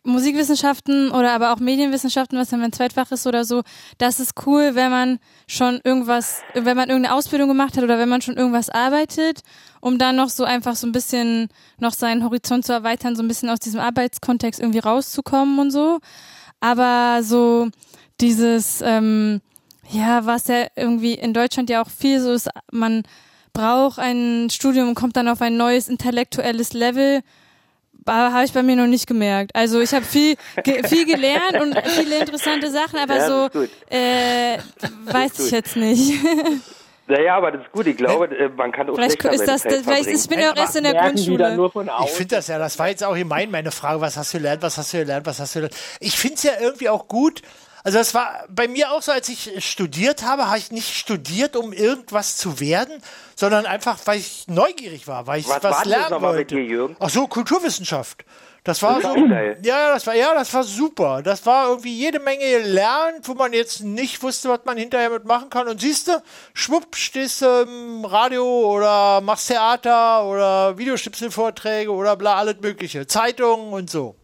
Speaker 1: Musikwissenschaften oder aber auch Medienwissenschaften, was dann mein Zweitfach ist oder so, das ist cool, wenn man schon irgendwas, wenn man irgendeine Ausbildung gemacht hat oder wenn man schon irgendwas arbeitet, um dann noch so einfach so ein bisschen noch seinen Horizont zu erweitern, so ein bisschen aus diesem Arbeitskontext irgendwie rauszukommen und so. Aber so dieses, ähm, ja, was ja irgendwie in Deutschland ja auch viel so ist, man braucht ein Studium und kommt dann auf ein neues intellektuelles Level, aber habe ich bei mir noch nicht gemerkt. Also ich habe viel, ge viel gelernt und viele interessante Sachen, aber
Speaker 20: Ja, das ist
Speaker 1: so,
Speaker 20: gut.
Speaker 1: äh, weiß
Speaker 20: ist
Speaker 1: ich
Speaker 20: gut.
Speaker 1: jetzt nicht.
Speaker 20: Naja, aber das ist gut. Ich glaube, äh, man kann auch
Speaker 1: Vielleicht
Speaker 20: schlechter
Speaker 1: ist
Speaker 20: seine
Speaker 1: das-
Speaker 20: Zeit
Speaker 1: das- vielleicht ist- ich bin ja auch
Speaker 20: verbringen.
Speaker 1: erst in der Merken die Grundschule. dann nur von
Speaker 7: ich
Speaker 1: außen?
Speaker 7: finde das ja, das war jetzt auch gemein, meine Frage, was hast du gelernt, was hast du gelernt, was hast du gelernt. Ich finde es ja irgendwie auch gut, also das war bei mir auch so, als ich studiert habe, habe ich nicht studiert, um irgendwas zu werden, sondern einfach, weil ich neugierig war, weil ich
Speaker 20: Was
Speaker 7: was,
Speaker 20: war denn das
Speaker 7: lernen
Speaker 20: nochmal
Speaker 7: wollte.
Speaker 20: mit dir, Jürgen?
Speaker 7: Ach so, Kulturwissenschaft. Das war
Speaker 20: Das ist
Speaker 7: so,
Speaker 20: auch geil.
Speaker 7: ja, das war, ja, das war super. Das war irgendwie jede Menge gelernt, wo man jetzt nicht wusste, was man hinterher mitmachen kann. Und siehst du, schwupp, stehst du im Radio oder machst Theater oder Videoschnipselvorträge oder bla, alles Mögliche. Zeitungen und so.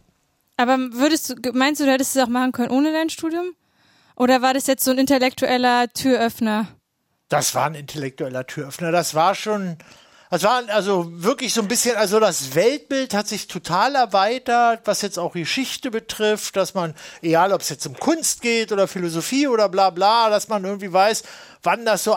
Speaker 1: Aber würdest du, meinst du, du hättest es auch machen können ohne dein Studium? Oder war das jetzt so ein intellektueller Türöffner?
Speaker 7: Das war ein intellektueller Türöffner. Das war schon, das war also wirklich so ein bisschen, also das Weltbild hat sich total erweitert, was jetzt auch Geschichte betrifft, dass man, egal ob es jetzt um Kunst geht oder Philosophie oder bla bla, dass man irgendwie weiß, wann das so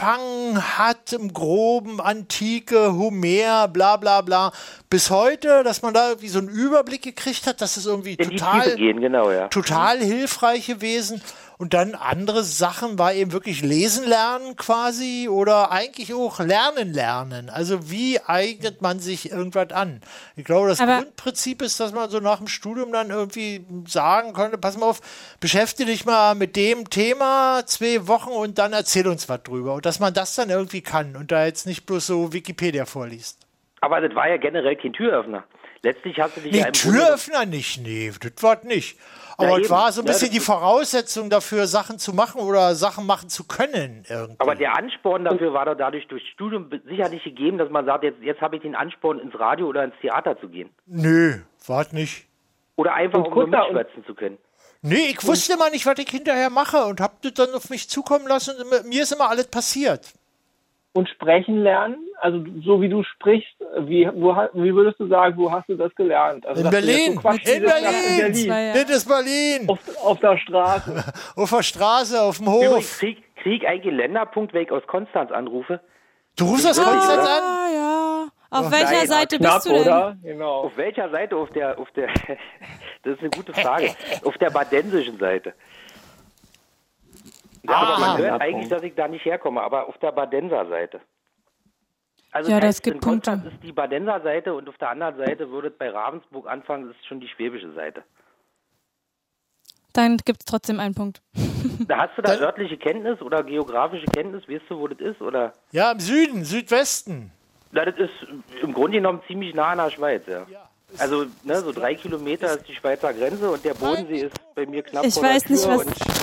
Speaker 7: angefangen hat, im groben Antike, Homer, bla bla bla, bis heute, dass man da irgendwie so einen Überblick gekriegt hat, das ist irgendwie
Speaker 20: in die Tiefe
Speaker 7: total
Speaker 20: gehen, genau, ja.
Speaker 7: total hilfreich gewesen. Und dann andere Sachen war eben wirklich lesen lernen quasi oder eigentlich auch lernen lernen. Also wie eignet man sich irgendwas an? Ich glaube, das
Speaker 1: Aber-
Speaker 7: Grundprinzip ist, dass man so nach dem Studium dann irgendwie sagen konnte, pass mal auf, beschäftige dich mal mit dem Thema zwei Wochen und dann erzähl uns was drüber. Und dass man das dann irgendwie kann und da jetzt nicht bloß so Wikipedia vorliest.
Speaker 20: Aber das war ja generell kein Türöffner. Letztlich hast du dich ja
Speaker 7: Nee,
Speaker 20: im Grunde-
Speaker 7: Türöffner nicht, nee, das war nicht.
Speaker 20: Ja,
Speaker 7: Aber es
Speaker 20: eben.
Speaker 7: war so ein
Speaker 20: Ja,
Speaker 7: bisschen
Speaker 20: das
Speaker 7: die Voraussetzung dafür, Sachen zu machen oder Sachen machen zu können. Irgendwie.
Speaker 20: Aber der Ansporn dafür war doch dadurch durch Studium be- sicher nicht gegeben, dass man sagt, jetzt, jetzt habe ich den Ansporn, ins Radio oder ins Theater zu gehen.
Speaker 7: Nö, war nicht.
Speaker 20: Oder einfach,
Speaker 7: Und
Speaker 20: um nur
Speaker 7: Kutter und-
Speaker 20: mitschwätzen zu können.
Speaker 7: Nee, ich wusste mal nicht, was ich hinterher mache und hab das dann auf mich zukommen lassen und immer- mir ist immer alles passiert.
Speaker 12: Und sprechen lernen, also so wie du sprichst, wie, wo, ha- wie würdest du sagen, wo hast du das gelernt? Also,
Speaker 7: In
Speaker 12: dass du jetzt
Speaker 7: Berlin.
Speaker 12: so Quatsch
Speaker 7: in
Speaker 12: redest, sagst,
Speaker 7: Berlin.
Speaker 12: in Berlin.
Speaker 7: Das ist Berlin.
Speaker 20: Oh.
Speaker 12: Auf, auf der Straße.
Speaker 7: auf der Straße, auf dem Hof.
Speaker 20: Übrigens, krieg, krieg eigentlich einen Länderpunkt, wenn ich aus Konstanz anrufe.
Speaker 7: Du rufst aus Konstanz an?
Speaker 1: ja. Auf
Speaker 20: Ach,
Speaker 1: welcher
Speaker 20: Oh, nein,
Speaker 1: Seite
Speaker 20: knapp,
Speaker 1: bist du denn?
Speaker 20: oder?
Speaker 12: Genau.
Speaker 20: Auf welcher Seite? Auf der, auf der, [laughs] das ist eine gute
Speaker 7: [laughs]
Speaker 20: Frage. Auf der badensischen Seite. Ja,
Speaker 1: Ah.
Speaker 20: aber
Speaker 7: Ah.
Speaker 20: man hört
Speaker 12: Länderpunkt.
Speaker 20: eigentlich, dass ich da nicht herkomme, aber auf der Badenser Seite. Also
Speaker 1: Ja,
Speaker 20: das
Speaker 1: das gibt
Speaker 20: in Konstanz ist die Badenser Seite und auf der anderen Seite würde es bei Ravensburg anfangen, das ist schon die schwäbische Seite.
Speaker 1: Dann gibt es trotzdem einen Punkt.
Speaker 20: Da hast du da örtliche Kenntnis oder geografische Kenntnis, weißt du, wo das ist? Oder?
Speaker 7: Ja, im Süden, Südwesten.
Speaker 20: Na, das ist im Grunde genommen ziemlich nah an der Schweiz, ja. Also, ne, so drei Kilometer ist die Schweizer Grenze und der Bodensee ist bei mir knapp
Speaker 1: Ich
Speaker 20: vor der
Speaker 1: weiß nicht,
Speaker 20: Tür
Speaker 1: was- Ah.
Speaker 20: und-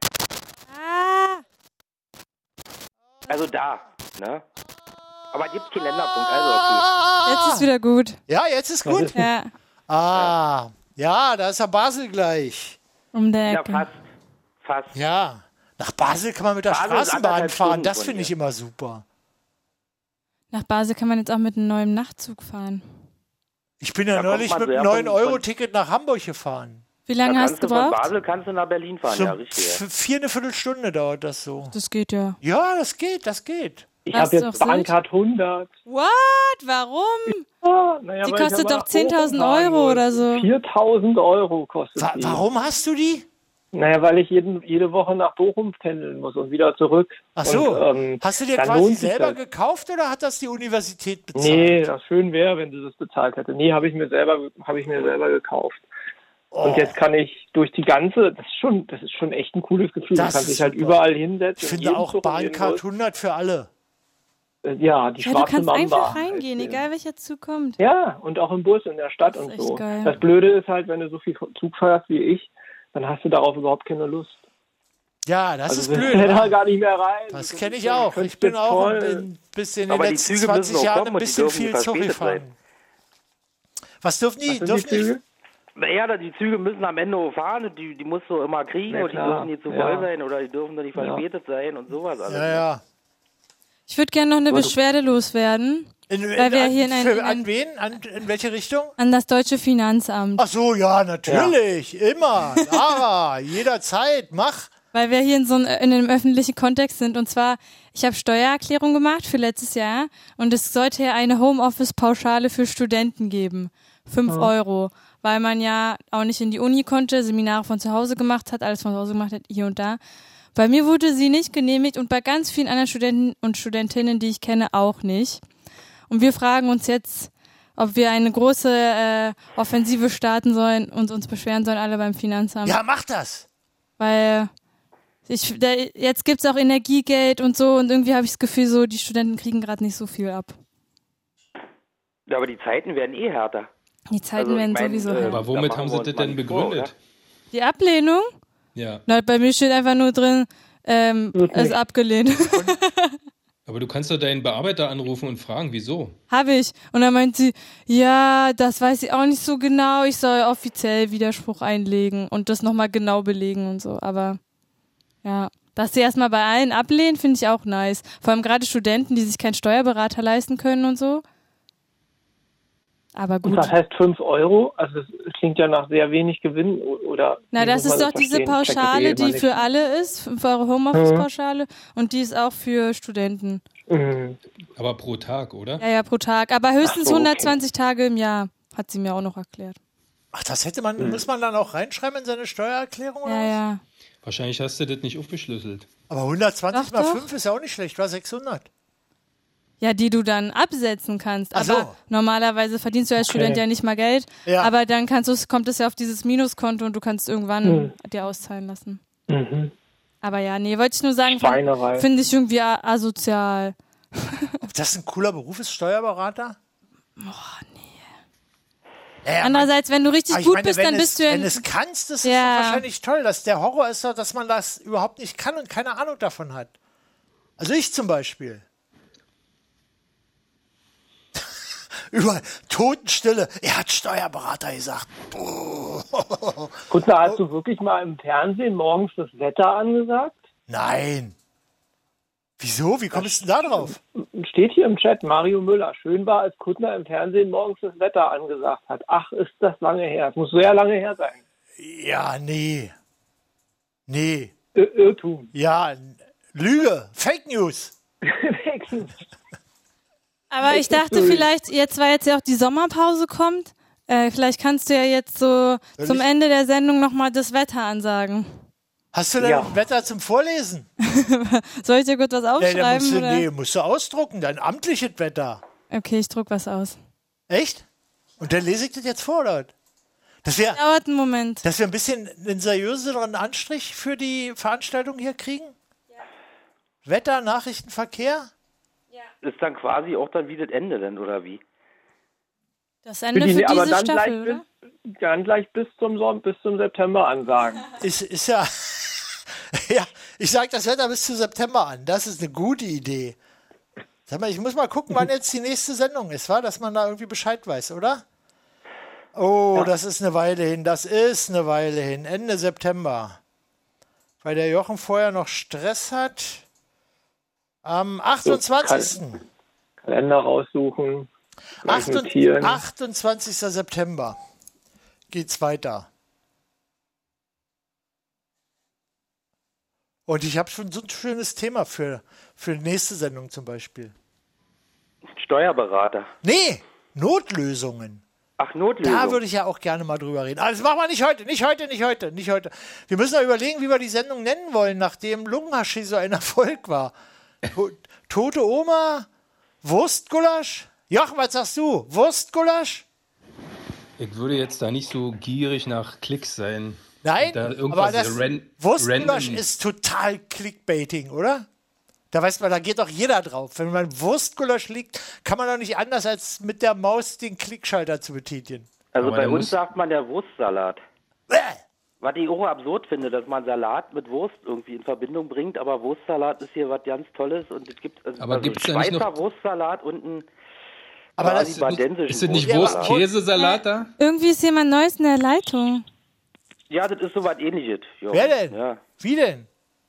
Speaker 20: Also da, ne? Aber gibt keinen Länderpunkt, also okay.
Speaker 1: Jetzt ist wieder gut.
Speaker 7: Ja, jetzt ist gut.
Speaker 1: Ah. [laughs] Ja,
Speaker 7: Ah, ja, da ist ja Basel gleich.
Speaker 1: um der
Speaker 7: Ja,
Speaker 1: Ecke.
Speaker 20: Fast.
Speaker 7: Ja. Nach Basel kann man mit der
Speaker 1: Basel ist
Speaker 7: Straßenbahn
Speaker 1: anderthalb
Speaker 7: fahren.
Speaker 1: Stunden
Speaker 7: Das
Speaker 1: von
Speaker 7: finde ich immer super.
Speaker 1: Nach Basel kann man jetzt auch mit einem neuen Nachtzug fahren.
Speaker 7: Ich bin ja
Speaker 20: Da kommt
Speaker 7: neulich
Speaker 20: man
Speaker 7: mit
Speaker 20: so ja
Speaker 7: einem
Speaker 20: von-
Speaker 7: 9-Euro-Ticket nach Hamburg gefahren.
Speaker 1: Wie lange
Speaker 20: Da
Speaker 1: hast du
Speaker 20: kannst Von
Speaker 1: gebraucht?
Speaker 20: Basel kannst du nach Berlin fahren,
Speaker 7: So
Speaker 20: Ah, ja, richtig. Ja.
Speaker 7: f- Vier, eine Viertelstunde dauert das so.
Speaker 1: Das geht ja.
Speaker 7: Ja, das geht, das geht.
Speaker 12: Ich
Speaker 1: Warst
Speaker 12: habe
Speaker 1: du auf
Speaker 12: jetzt
Speaker 1: Sylt?
Speaker 12: Bahncard 100.
Speaker 1: What? Warum?
Speaker 12: naja,
Speaker 1: die
Speaker 12: Ah, weil ich
Speaker 1: kostet
Speaker 12: aber
Speaker 1: doch 10.000
Speaker 12: hochfahren
Speaker 1: Euro
Speaker 12: wollte.
Speaker 1: oder so.
Speaker 12: 4000 Euro kostet die.
Speaker 7: Warum hast du die?
Speaker 12: Naja, weil ich jeden, jede Woche nach Bochum pendeln muss und wieder zurück.
Speaker 7: Ach so.
Speaker 12: Und, ähm,
Speaker 7: Hast du dir
Speaker 12: dann
Speaker 7: quasi
Speaker 12: lohnt sich
Speaker 7: selber
Speaker 12: das.
Speaker 7: gekauft oder hat das die Universität bezahlt?
Speaker 12: Nee, das schön wäre, wenn sie das bezahlt hätte. Nee, habe ich mir selber habe ich mir selber gekauft. Und jetzt
Speaker 7: Oh.
Speaker 12: kann ich durch die ganze, das ist schon, das ist schon echt ein cooles Gefühl.
Speaker 7: Das
Speaker 12: Man kann sich
Speaker 7: ist
Speaker 12: halt
Speaker 7: super.
Speaker 12: überall hinsetzen.
Speaker 7: Ich
Speaker 12: jeden
Speaker 7: finde auch
Speaker 12: Zug, jeden
Speaker 7: Bahncard 100 für alle.
Speaker 12: Bus. Äh, Ja, die
Speaker 1: Ja, du
Speaker 12: schwarze
Speaker 1: kannst
Speaker 12: Mamba.
Speaker 1: einfach reingehen, egal welcher Zug kommt.
Speaker 12: Ja, und auch im Bus in der Stadt
Speaker 1: Das ist
Speaker 12: und
Speaker 1: echt
Speaker 12: so.
Speaker 1: geil.
Speaker 12: Das Blöde ist halt, wenn du so viel Zug fährst wie ich, dann hast du darauf überhaupt keine Lust.
Speaker 7: Ja, das
Speaker 12: Also
Speaker 7: ist
Speaker 12: wir
Speaker 7: blöd.
Speaker 12: können da
Speaker 7: ne?
Speaker 12: gar nicht mehr rein.
Speaker 7: Das
Speaker 12: So,
Speaker 7: kenne ich
Speaker 12: wir
Speaker 7: auch.
Speaker 12: können
Speaker 7: Ich bin
Speaker 12: das
Speaker 7: auch
Speaker 12: toll.
Speaker 7: in, bis in den
Speaker 20: Aber die
Speaker 7: letzten
Speaker 20: Züge müssen
Speaker 7: 20
Speaker 20: auch
Speaker 7: Jahren
Speaker 20: kommen
Speaker 7: ein
Speaker 20: und die
Speaker 7: bisschen
Speaker 20: dürfen
Speaker 7: viel
Speaker 20: nicht
Speaker 7: Zug
Speaker 20: verspätet
Speaker 7: gefahren.
Speaker 20: sein.
Speaker 7: Was dürfen die?
Speaker 20: sind
Speaker 7: Dürfen
Speaker 20: die Züge? Naja, da- die Züge müssen am Ende auch fahren und die, die musst du immer kriegen
Speaker 12: Na
Speaker 20: und die
Speaker 12: klar,
Speaker 20: dürfen nicht zu
Speaker 12: ja.
Speaker 20: voll sein oder die dürfen doch nicht
Speaker 12: Ja.
Speaker 20: verspätet sein und sowas. alles.
Speaker 7: Ja, ja.
Speaker 1: Ich würde gerne noch eine Beschwerde loswerden,
Speaker 7: In, in,
Speaker 1: weil wir hier in,
Speaker 7: an,
Speaker 1: ein,
Speaker 7: für,
Speaker 1: in,
Speaker 7: an
Speaker 1: ein,
Speaker 7: wen? An, in welche Richtung?
Speaker 1: an das deutsche Finanzamt.
Speaker 7: Ach so, ja, natürlich. Immer.
Speaker 20: [laughs]
Speaker 7: Lara, jederzeit. Mach.
Speaker 1: Weil wir hier in so einem, in einem öffentlichen Kontext sind. Und zwar, ich habe Steuererklärung gemacht für letztes Jahr und es sollte ja eine Homeoffice-Pauschale für Studenten geben. Fünf
Speaker 21: Mhm.
Speaker 1: Euro. Weil man ja auch nicht in die Uni konnte, Seminare von zu Hause gemacht hat, alles von zu Hause gemacht hat, hier und da. Bei mir wurde sie nicht genehmigt und bei ganz vielen anderen Studenten und Studentinnen, die ich kenne, auch nicht. Und wir fragen uns jetzt, ob wir eine große äh, Offensive starten sollen und uns beschweren sollen, alle beim Finanzamt.
Speaker 7: Ja, mach das.
Speaker 1: Weil ich, da, jetzt gibt's auch Energiegeld und so und irgendwie habe ich das Gefühl, so die Studenten kriegen gerade nicht so viel ab.
Speaker 20: Ja, Aber die Zeiten werden eh härter.
Speaker 1: Die Zeiten
Speaker 20: Also, ich
Speaker 1: werden
Speaker 20: mein,
Speaker 1: sowieso
Speaker 20: äh,
Speaker 1: hart.
Speaker 6: Aber
Speaker 20: da
Speaker 6: womit
Speaker 20: machen
Speaker 6: haben
Speaker 20: wir
Speaker 6: sie
Speaker 20: uns
Speaker 6: das
Speaker 20: mal
Speaker 6: denn
Speaker 20: nichts vor,
Speaker 6: begründet?
Speaker 1: Die Ablehnung?
Speaker 6: Ja.
Speaker 1: Na, bei mir steht einfach nur drin, ähm, ist abgelehnt. [laughs]
Speaker 6: Aber du kannst doch deinen Bearbeiter anrufen und fragen, wieso?
Speaker 1: habe ich. Und dann meint sie, ja, das weiß ich auch nicht so genau. Ich soll offiziell Widerspruch einlegen und das nochmal genau belegen und so. Aber ja, dass sie erstmal bei allen ablehnen, finde ich auch nice. Vor allem gerade Studenten, die sich keinen Steuerberater leisten können und so. Aber
Speaker 12: Und
Speaker 1: gut.
Speaker 12: was heißt 5 Euro? Also das klingt ja nach sehr wenig Gewinn o- oder.
Speaker 1: Na,
Speaker 12: wie
Speaker 1: das
Speaker 12: muss
Speaker 1: ist
Speaker 12: man
Speaker 1: doch diese
Speaker 12: verstehen? Check das eh
Speaker 1: Pauschale,
Speaker 12: immer
Speaker 1: die
Speaker 12: nicht.
Speaker 1: für alle ist, 5 Euro Homeoffice-Pauschale und die ist auch für Studenten.
Speaker 12: Mhm,
Speaker 6: Aber pro Tag, oder?
Speaker 1: Ja, ja, pro Tag. Aber höchstens
Speaker 6: Ach so, okay.
Speaker 1: 120 Tage im Jahr, hat sie mir auch noch erklärt.
Speaker 20: Hm.
Speaker 7: Ach, das hätte man, muss man dann auch reinschreiben in seine Steuererklärung?
Speaker 1: Ja, ja.
Speaker 6: Wahrscheinlich hast du das nicht aufgeschlüsselt.
Speaker 7: Aber 120
Speaker 1: Doch,
Speaker 7: mal
Speaker 1: doch.
Speaker 7: 5 ist ja auch nicht schlecht, war 600.
Speaker 1: Ja, die du dann absetzen kannst.
Speaker 7: Ach
Speaker 1: Aber
Speaker 7: so.
Speaker 1: normalerweise verdienst du als
Speaker 7: Okay.
Speaker 1: Student ja nicht mal Geld.
Speaker 7: Ja.
Speaker 1: Aber dann kannst du's, kommt es ja auf dieses Minuskonto und du kannst irgendwann
Speaker 12: Hm.
Speaker 1: dir auszahlen lassen.
Speaker 12: Mhm.
Speaker 1: Aber ja, nee, wollte ich nur sagen,
Speaker 12: Schweinerei.
Speaker 1: finde ich irgendwie a- asozial.
Speaker 7: Ob das ein cooler Beruf ist, Steuerberater? Naja,
Speaker 1: Andererseits, wenn du richtig
Speaker 7: Aber Ah, ich
Speaker 1: gut
Speaker 7: meine,
Speaker 1: bist,
Speaker 7: wenn
Speaker 1: dann
Speaker 7: es,
Speaker 1: bist du ja...
Speaker 7: Wenn es kannst, das
Speaker 1: Ja.
Speaker 7: ist doch wahrscheinlich toll. Dass der Horror ist doch, dass man das überhaupt nicht kann und keine Ahnung davon hat. Also ich zum Beispiel. [laughs] Über Totenstille. Er hat Steuerberater gesagt. [laughs] Boah.
Speaker 12: Kuttner, hast du wirklich mal im Fernsehen morgens das Wetter angesagt?
Speaker 7: Nein. Wieso? Wie kommst du denn da drauf?
Speaker 12: Steht hier im Chat Mario Müller. Schön war, als Kuttner im Fernsehen morgens das Wetter angesagt hat. Ach, ist das lange her. Es muss sehr lange her sein.
Speaker 7: Ja, nee. Nee.
Speaker 12: Ir
Speaker 7: [laughs]
Speaker 12: Irrtum.
Speaker 7: Ja, Lüge. Fake News.
Speaker 1: Aber ich dachte vielleicht, jetzt weil jetzt ja auch die Sommerpause kommt, äh, vielleicht kannst du ja jetzt so
Speaker 7: Soll
Speaker 1: zum
Speaker 7: ich-
Speaker 1: Ende der Sendung nochmal das Wetter ansagen.
Speaker 7: Hast du denn
Speaker 1: Ja.
Speaker 7: Wetter zum Vorlesen?
Speaker 1: Soll ich dir gut was
Speaker 7: Nee, da
Speaker 1: aufschreiben?
Speaker 7: musst du,
Speaker 1: oder?
Speaker 7: nee, musst du ausdrucken, dein amtliches Wetter.
Speaker 1: Okay, ich druck was aus.
Speaker 7: Echt? Und dann lese ich das jetzt vor, Leute. Das wär,
Speaker 1: Dauert einen Moment.
Speaker 7: Dass wir ein bisschen einen seriöseren Anstrich für die Veranstaltung hier kriegen? Wetter, Nachrichten, Verkehr?
Speaker 20: Ist dann quasi auch dann wie das Ende dann, oder wie?
Speaker 1: Das Ende für
Speaker 12: Die-
Speaker 1: diese
Speaker 12: aber
Speaker 1: Staffel,
Speaker 12: dann gleich
Speaker 1: oder?
Speaker 12: bis, dann gleich bis zum, Som- bis zum September
Speaker 1: [laughs]
Speaker 12: ansagen.
Speaker 7: Ist, ist ja. [laughs] ja, ich sage das Wetter bis zu September an. Das ist eine gute Idee. Sag mal, ich muss mal gucken, wann jetzt die nächste Sendung ist, war, dass man da irgendwie Bescheid weiß, oder? Oh, das ist eine Weile hin. Das ist eine Weile hin. Ende September. Weil der Jochen vorher noch Stress hat. Am 28.
Speaker 12: Kalender raussuchen. gleich
Speaker 7: Achtund-
Speaker 12: notieren.
Speaker 7: 28. September geht's weiter. Und ich habe schon so ein schönes Thema für, für die nächste Sendung zum Beispiel.
Speaker 20: Steuerberater.
Speaker 7: Nee, Notlösungen.
Speaker 20: Ach, Notlösung.
Speaker 7: Da würde ich ja auch gerne mal drüber reden. Also machen wir nicht heute, nicht heute, nicht heute, nicht heute. Wir müssen ja überlegen, wie wir die Sendung nennen wollen, nachdem Lungenhaschi so ein [laughs] Erfolg war. To Tote Oma, Wurstgulasch? Jochen, was sagst du? Wurstgulasch?
Speaker 6: Ich würde jetzt da nicht so gierig nach Klicks sein.
Speaker 7: Nein,
Speaker 6: da
Speaker 7: aber
Speaker 6: irgendwas
Speaker 7: das
Speaker 6: ran-
Speaker 7: Wurstgulasch
Speaker 6: random-
Speaker 7: ist total Clickbaiting, oder? Da weiß man, da geht doch jeder drauf. Wenn man Wurstgulasch liegt, kann man doch nicht anders, als mit der Maus den Klickschalter zu betätigen.
Speaker 20: Also
Speaker 6: Aber
Speaker 20: bei
Speaker 6: der
Speaker 20: uns
Speaker 6: muss-
Speaker 20: sagt man der Wurstsalat. Was ich auch absurd finde, dass man Salat mit Wurst irgendwie in Verbindung bringt, aber Wurstsalat ist hier was ganz Tolles und es gibt also
Speaker 6: Aber gibt's da
Speaker 20: Schweizer
Speaker 6: nicht noch-
Speaker 20: Wurstsalat und einen
Speaker 7: Aber das-
Speaker 20: badensischen
Speaker 6: Ist das nicht
Speaker 20: Wurstsalat.
Speaker 6: Wurst-Käsesalat da?
Speaker 1: Irgendwie ist jemand Neues in der Leitung.
Speaker 20: Ja, das ist so was ähnliches. Jo.
Speaker 7: Wer denn?
Speaker 20: Ja.
Speaker 7: Wie denn?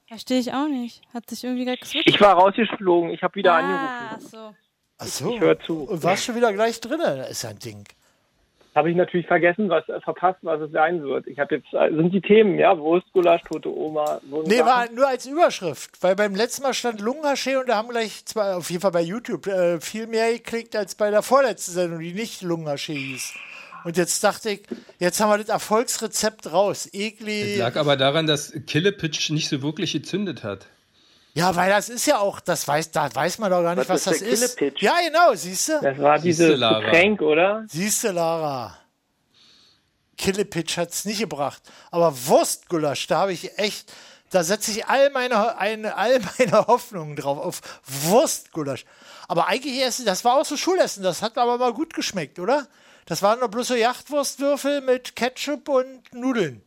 Speaker 1: Verstehe ich auch nicht. Hat sich irgendwie gerade geswitcht.
Speaker 12: Ich war rausgeflogen. Ich habe wieder
Speaker 1: ah,
Speaker 12: angerufen.
Speaker 1: so.
Speaker 7: Ach so.
Speaker 12: Ich hör zu.
Speaker 7: Und warst schon wieder gleich drin? Das ist ja ein Ding.
Speaker 12: Habe ich natürlich vergessen, was äh, verpasst, was es sein wird. Ich habe jetzt, äh, sind die Themen, ja, Wurstgulasch, tote Oma. So
Speaker 7: Nee,
Speaker 12: Sachen.
Speaker 7: war nur als Überschrift, weil beim letzten Mal stand Lungenhaschee und da haben gleich zwei, auf jeden Fall bei YouTube, äh, viel mehr geklickt als bei der vorletzten Sendung, die nicht Lungenhaschee hieß. Und jetzt dachte ich, jetzt haben wir das Erfolgsrezept raus.
Speaker 6: Das
Speaker 7: Eklig.
Speaker 6: lag aber daran, dass Killepitch nicht so wirklich gezündet hat.
Speaker 7: Ja, weil das ist ja auch, das weiß, da weiß man doch gar nicht, was, das
Speaker 6: Was ist der
Speaker 7: ist.
Speaker 6: Killepitch?
Speaker 7: Ja, genau, siehst du?
Speaker 12: Das war
Speaker 6: Siehste,
Speaker 12: dieses
Speaker 6: Lara.
Speaker 12: Getränk, oder?
Speaker 7: Siehst du, Lara. Killepitch hat es nicht gebracht. Aber Wurstgulasch, da habe ich echt, da setze ich all meine, eine, all meine [laughs] Hoffnungen drauf, auf Wurstgulasch. Aber eigentlich erst, das war auch so Schulessen, das hat aber mal gut geschmeckt, oder? Das waren nur bloß so Jachtwurstwürfel mit Ketchup und Nudeln.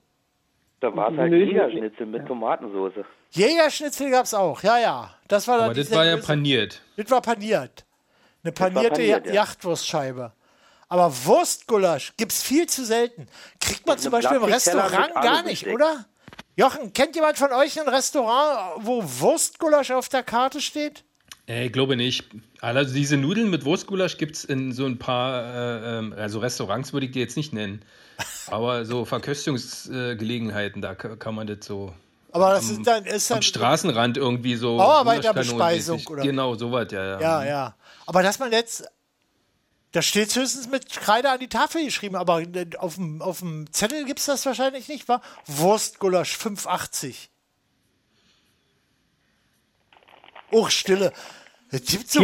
Speaker 20: Da war es halt
Speaker 12: Nö.
Speaker 20: Jägerschnitzel mit Tomatensoße.
Speaker 7: Jägerschnitzel gab es auch, ja, ja. Das war dann
Speaker 6: Aber das
Speaker 7: die
Speaker 6: war ja
Speaker 7: seriöse-
Speaker 6: paniert.
Speaker 7: Das war paniert. Eine panierte
Speaker 20: paniert,
Speaker 7: ja.
Speaker 20: ja.
Speaker 7: Jachtwurstscheibe. Aber Wurstgulasch gibt es viel zu selten. Kriegt man
Speaker 20: Und
Speaker 7: zum
Speaker 20: eine
Speaker 7: Beispiel im
Speaker 20: Plastikteller
Speaker 7: Restaurant
Speaker 20: mit
Speaker 7: gar
Speaker 20: Alu
Speaker 7: nicht,
Speaker 20: besteckt.
Speaker 7: oder? Jochen, kennt jemand von euch ein Restaurant, wo Wurstgulasch auf der Karte steht?
Speaker 6: Äh, ich glaube nicht. Also diese Nudeln mit Wurstgulasch gibt es in so ein paar, äh, ähm, also Restaurants würde ich die jetzt nicht nennen. Aber so Verköstungsgelegenheiten, da ka- kann man das so
Speaker 7: Aber das ist dann. Ist dann
Speaker 6: am Straßenrand irgendwie so.
Speaker 7: Bauarbeiterbespeisung,
Speaker 6: Gulaschkanonenmäßig.
Speaker 7: oder?
Speaker 6: Genau, sowas, ja.
Speaker 12: Mhm.
Speaker 7: ja, ja. Aber dass man jetzt. Da steht höchstens mit Kreide an die Tafel geschrieben, aber auf dem, auf dem Zettel gibt es das wahrscheinlich nicht, wa? Wurstgulasch 580. Och, Oh, Stille. Es gibt so
Speaker 12: 4,37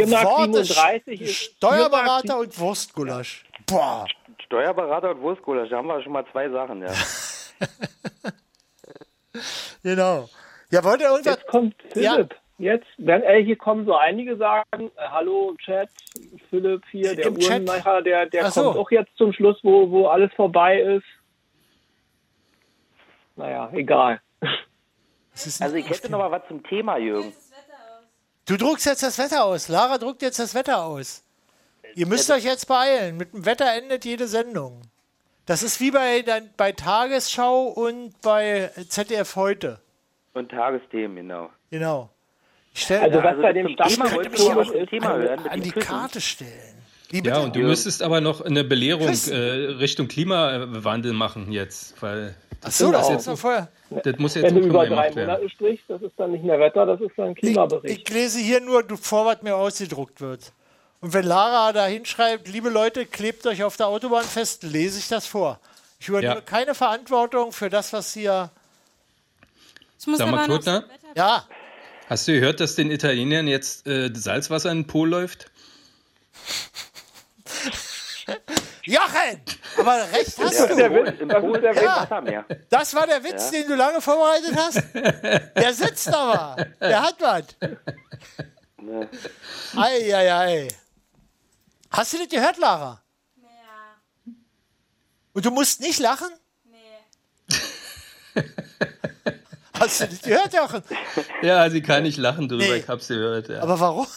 Speaker 7: Worte.
Speaker 12: ist-
Speaker 7: Steuerberater und Wurstgulasch. Boah.
Speaker 20: Steuerberater und Wurstgulasch, da haben wir schon mal zwei Sachen, ja.
Speaker 7: Genau. Ja, wollt ihr irgendwas?
Speaker 12: Jetzt kommt Philipp. Jetzt, wenn, ey, hier kommen so einige sagen, äh, hallo Chat, Philipp hier, der
Speaker 7: Im Chat?
Speaker 12: Uhrenmacher, der, der
Speaker 7: Ach so.
Speaker 12: kommt auch jetzt zum Schluss, wo, wo alles vorbei ist. Naja, egal.
Speaker 20: Also ich hätte noch mal was zum Thema, Jürgen.
Speaker 7: Du druckst jetzt das Wetter aus. Lara druckt jetzt das Wetter aus. Ihr müsst euch jetzt beeilen. Mit dem Wetter endet jede Sendung. Das ist wie bei, dein- bei Tagesschau und bei ZDF heute.
Speaker 20: Und Tagesthemen, genau.
Speaker 7: Genau. Ich stell,
Speaker 20: Also was bei dem
Speaker 7: ich
Speaker 20: Stammtisch
Speaker 7: könnte
Speaker 20: heute
Speaker 7: mich
Speaker 20: noch
Speaker 7: auch
Speaker 20: was zum Thema
Speaker 7: an,
Speaker 20: hören, mit
Speaker 7: an
Speaker 20: den
Speaker 7: die
Speaker 20: Küssen.
Speaker 7: Karte stellen.
Speaker 6: Ja, und du müsstest aber noch eine Belehrung
Speaker 7: Chris.
Speaker 6: äh, Richtung Klimawandel machen jetzt, weil
Speaker 7: Ach so, das
Speaker 6: ist
Speaker 7: jetzt noch vorher.
Speaker 6: das muss jetzt
Speaker 12: Wenn du
Speaker 6: auch
Speaker 12: über
Speaker 6: nochmal
Speaker 12: drei
Speaker 6: gemacht werden.
Speaker 12: Monate sprichst, das ist dann nicht mehr Wetter, das ist dann Klimabericht.
Speaker 7: Ich lese hier nur du- vor, was mir ausgedruckt wird. Und wenn Lara da hinschreibt, liebe Leute, klebt euch auf der Autobahn fest, lese ich das vor. Ich übernehme
Speaker 6: Ja.
Speaker 7: keine Verantwortung für das, was hier.
Speaker 1: Ich muss
Speaker 6: Sag mal,
Speaker 1: aber noch
Speaker 6: Klotner,
Speaker 7: Ja,
Speaker 6: hast du gehört, dass den Italienern jetzt äh, Salzwasser in den Po läuft?
Speaker 7: Jochen! Aber recht hast
Speaker 20: Ja,
Speaker 7: du.
Speaker 20: Im Polen, im Polen
Speaker 7: Ja.
Speaker 20: kein Wassermeer.
Speaker 7: Das war der Witz, den du lange vorbereitet hast. Der sitzt aber. Der hat was.
Speaker 20: Ne.
Speaker 7: Eieiei. Hast du das gehört, Lara? Ja. Und du musst nicht lachen? Nee. Hast du das gehört, Jochen?
Speaker 6: Ja, sie kann nicht lachen drüber, ich hab's gehört. Ja.
Speaker 7: Aber warum?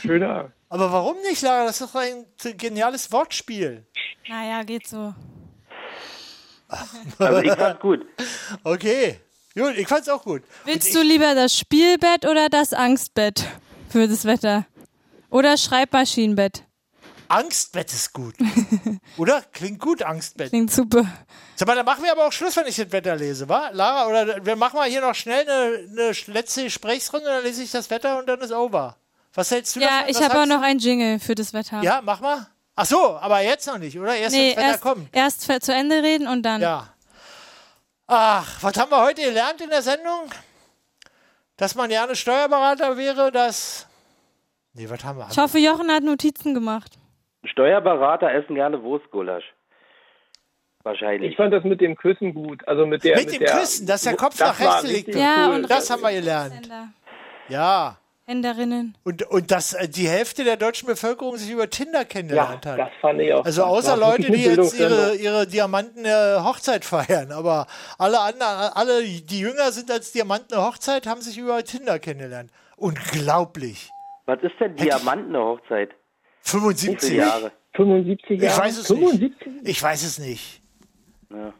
Speaker 12: Schöner.
Speaker 7: Aber warum nicht, Lara? Das ist doch ein geniales Wortspiel.
Speaker 1: Naja, geht so.
Speaker 20: Also ich fand's gut.
Speaker 7: Okay. Gut, ich fand's auch gut.
Speaker 1: Willst du lieber das Spielbett oder das Angstbett für das Wetter? Oder Schreibmaschinenbett?
Speaker 7: Angstbett ist gut. Oder? Klingt gut, Angstbett.
Speaker 1: Klingt super.
Speaker 7: Sag mal, dann machen wir aber auch Schluss, wenn ich das Wetter lese, wa? Lara, oder wir machen mal hier noch schnell eine, eine letzte Gesprächsrunde, dann lese ich das Wetter und dann ist over. Was hältst du
Speaker 1: Ja,
Speaker 7: davon?
Speaker 1: ich
Speaker 7: Was
Speaker 1: habe auch
Speaker 7: sagst
Speaker 1: noch einen Jingle für das Wetter.
Speaker 7: du? Ja, mach mal. Ach so, aber jetzt noch nicht, oder? Erst
Speaker 1: nee,
Speaker 7: wenn das Wetter
Speaker 1: erst,
Speaker 7: kommt.
Speaker 1: erst ver- zu Ende reden und dann.
Speaker 7: Ja. Ach, was haben wir heute gelernt in der Sendung? Dass man gerne Steuerberater wäre, dass. Nee, was haben wir?
Speaker 1: Ich hoffe, Jochen hat Notizen gemacht.
Speaker 20: Steuerberater essen gerne Wurstgulasch. Wahrscheinlich.
Speaker 12: Ich fand das mit dem Küssen gut. Also mit, der,
Speaker 7: Mit dem
Speaker 12: der,
Speaker 7: Küssen, dass der Kopf nach
Speaker 12: war
Speaker 7: rechts gelegt
Speaker 12: richtig
Speaker 7: wird.
Speaker 1: Ja,
Speaker 12: cool.
Speaker 1: und
Speaker 7: das haben wir gelernt.
Speaker 1: Händler.
Speaker 7: Ja.
Speaker 1: Händlerinnen.
Speaker 7: Und, und dass äh, die Hälfte der deutschen Bevölkerung sich über Tinder kennengelernt
Speaker 12: Ja,
Speaker 7: hat.
Speaker 12: das fand ich auch
Speaker 7: Also
Speaker 12: krass.
Speaker 7: außer
Speaker 12: War
Speaker 7: Leute,
Speaker 12: wirklich
Speaker 7: die
Speaker 12: eine ne?
Speaker 7: jetzt ihre,
Speaker 12: Bildungssendung.
Speaker 7: ihre Diamanten äh, Hochzeit feiern. Aber alle anderen, alle, die jünger sind als Diamanten Hochzeit, haben sich über Tinder kennengelernt. Unglaublich.
Speaker 20: Was ist denn Diamantene Hochzeit? Wie
Speaker 7: 75.
Speaker 20: viele Jahre?
Speaker 12: 75
Speaker 7: Ich
Speaker 12: Jahre.
Speaker 7: weiß es
Speaker 12: 75?
Speaker 7: nicht. Ich weiß es nicht.
Speaker 20: Ja.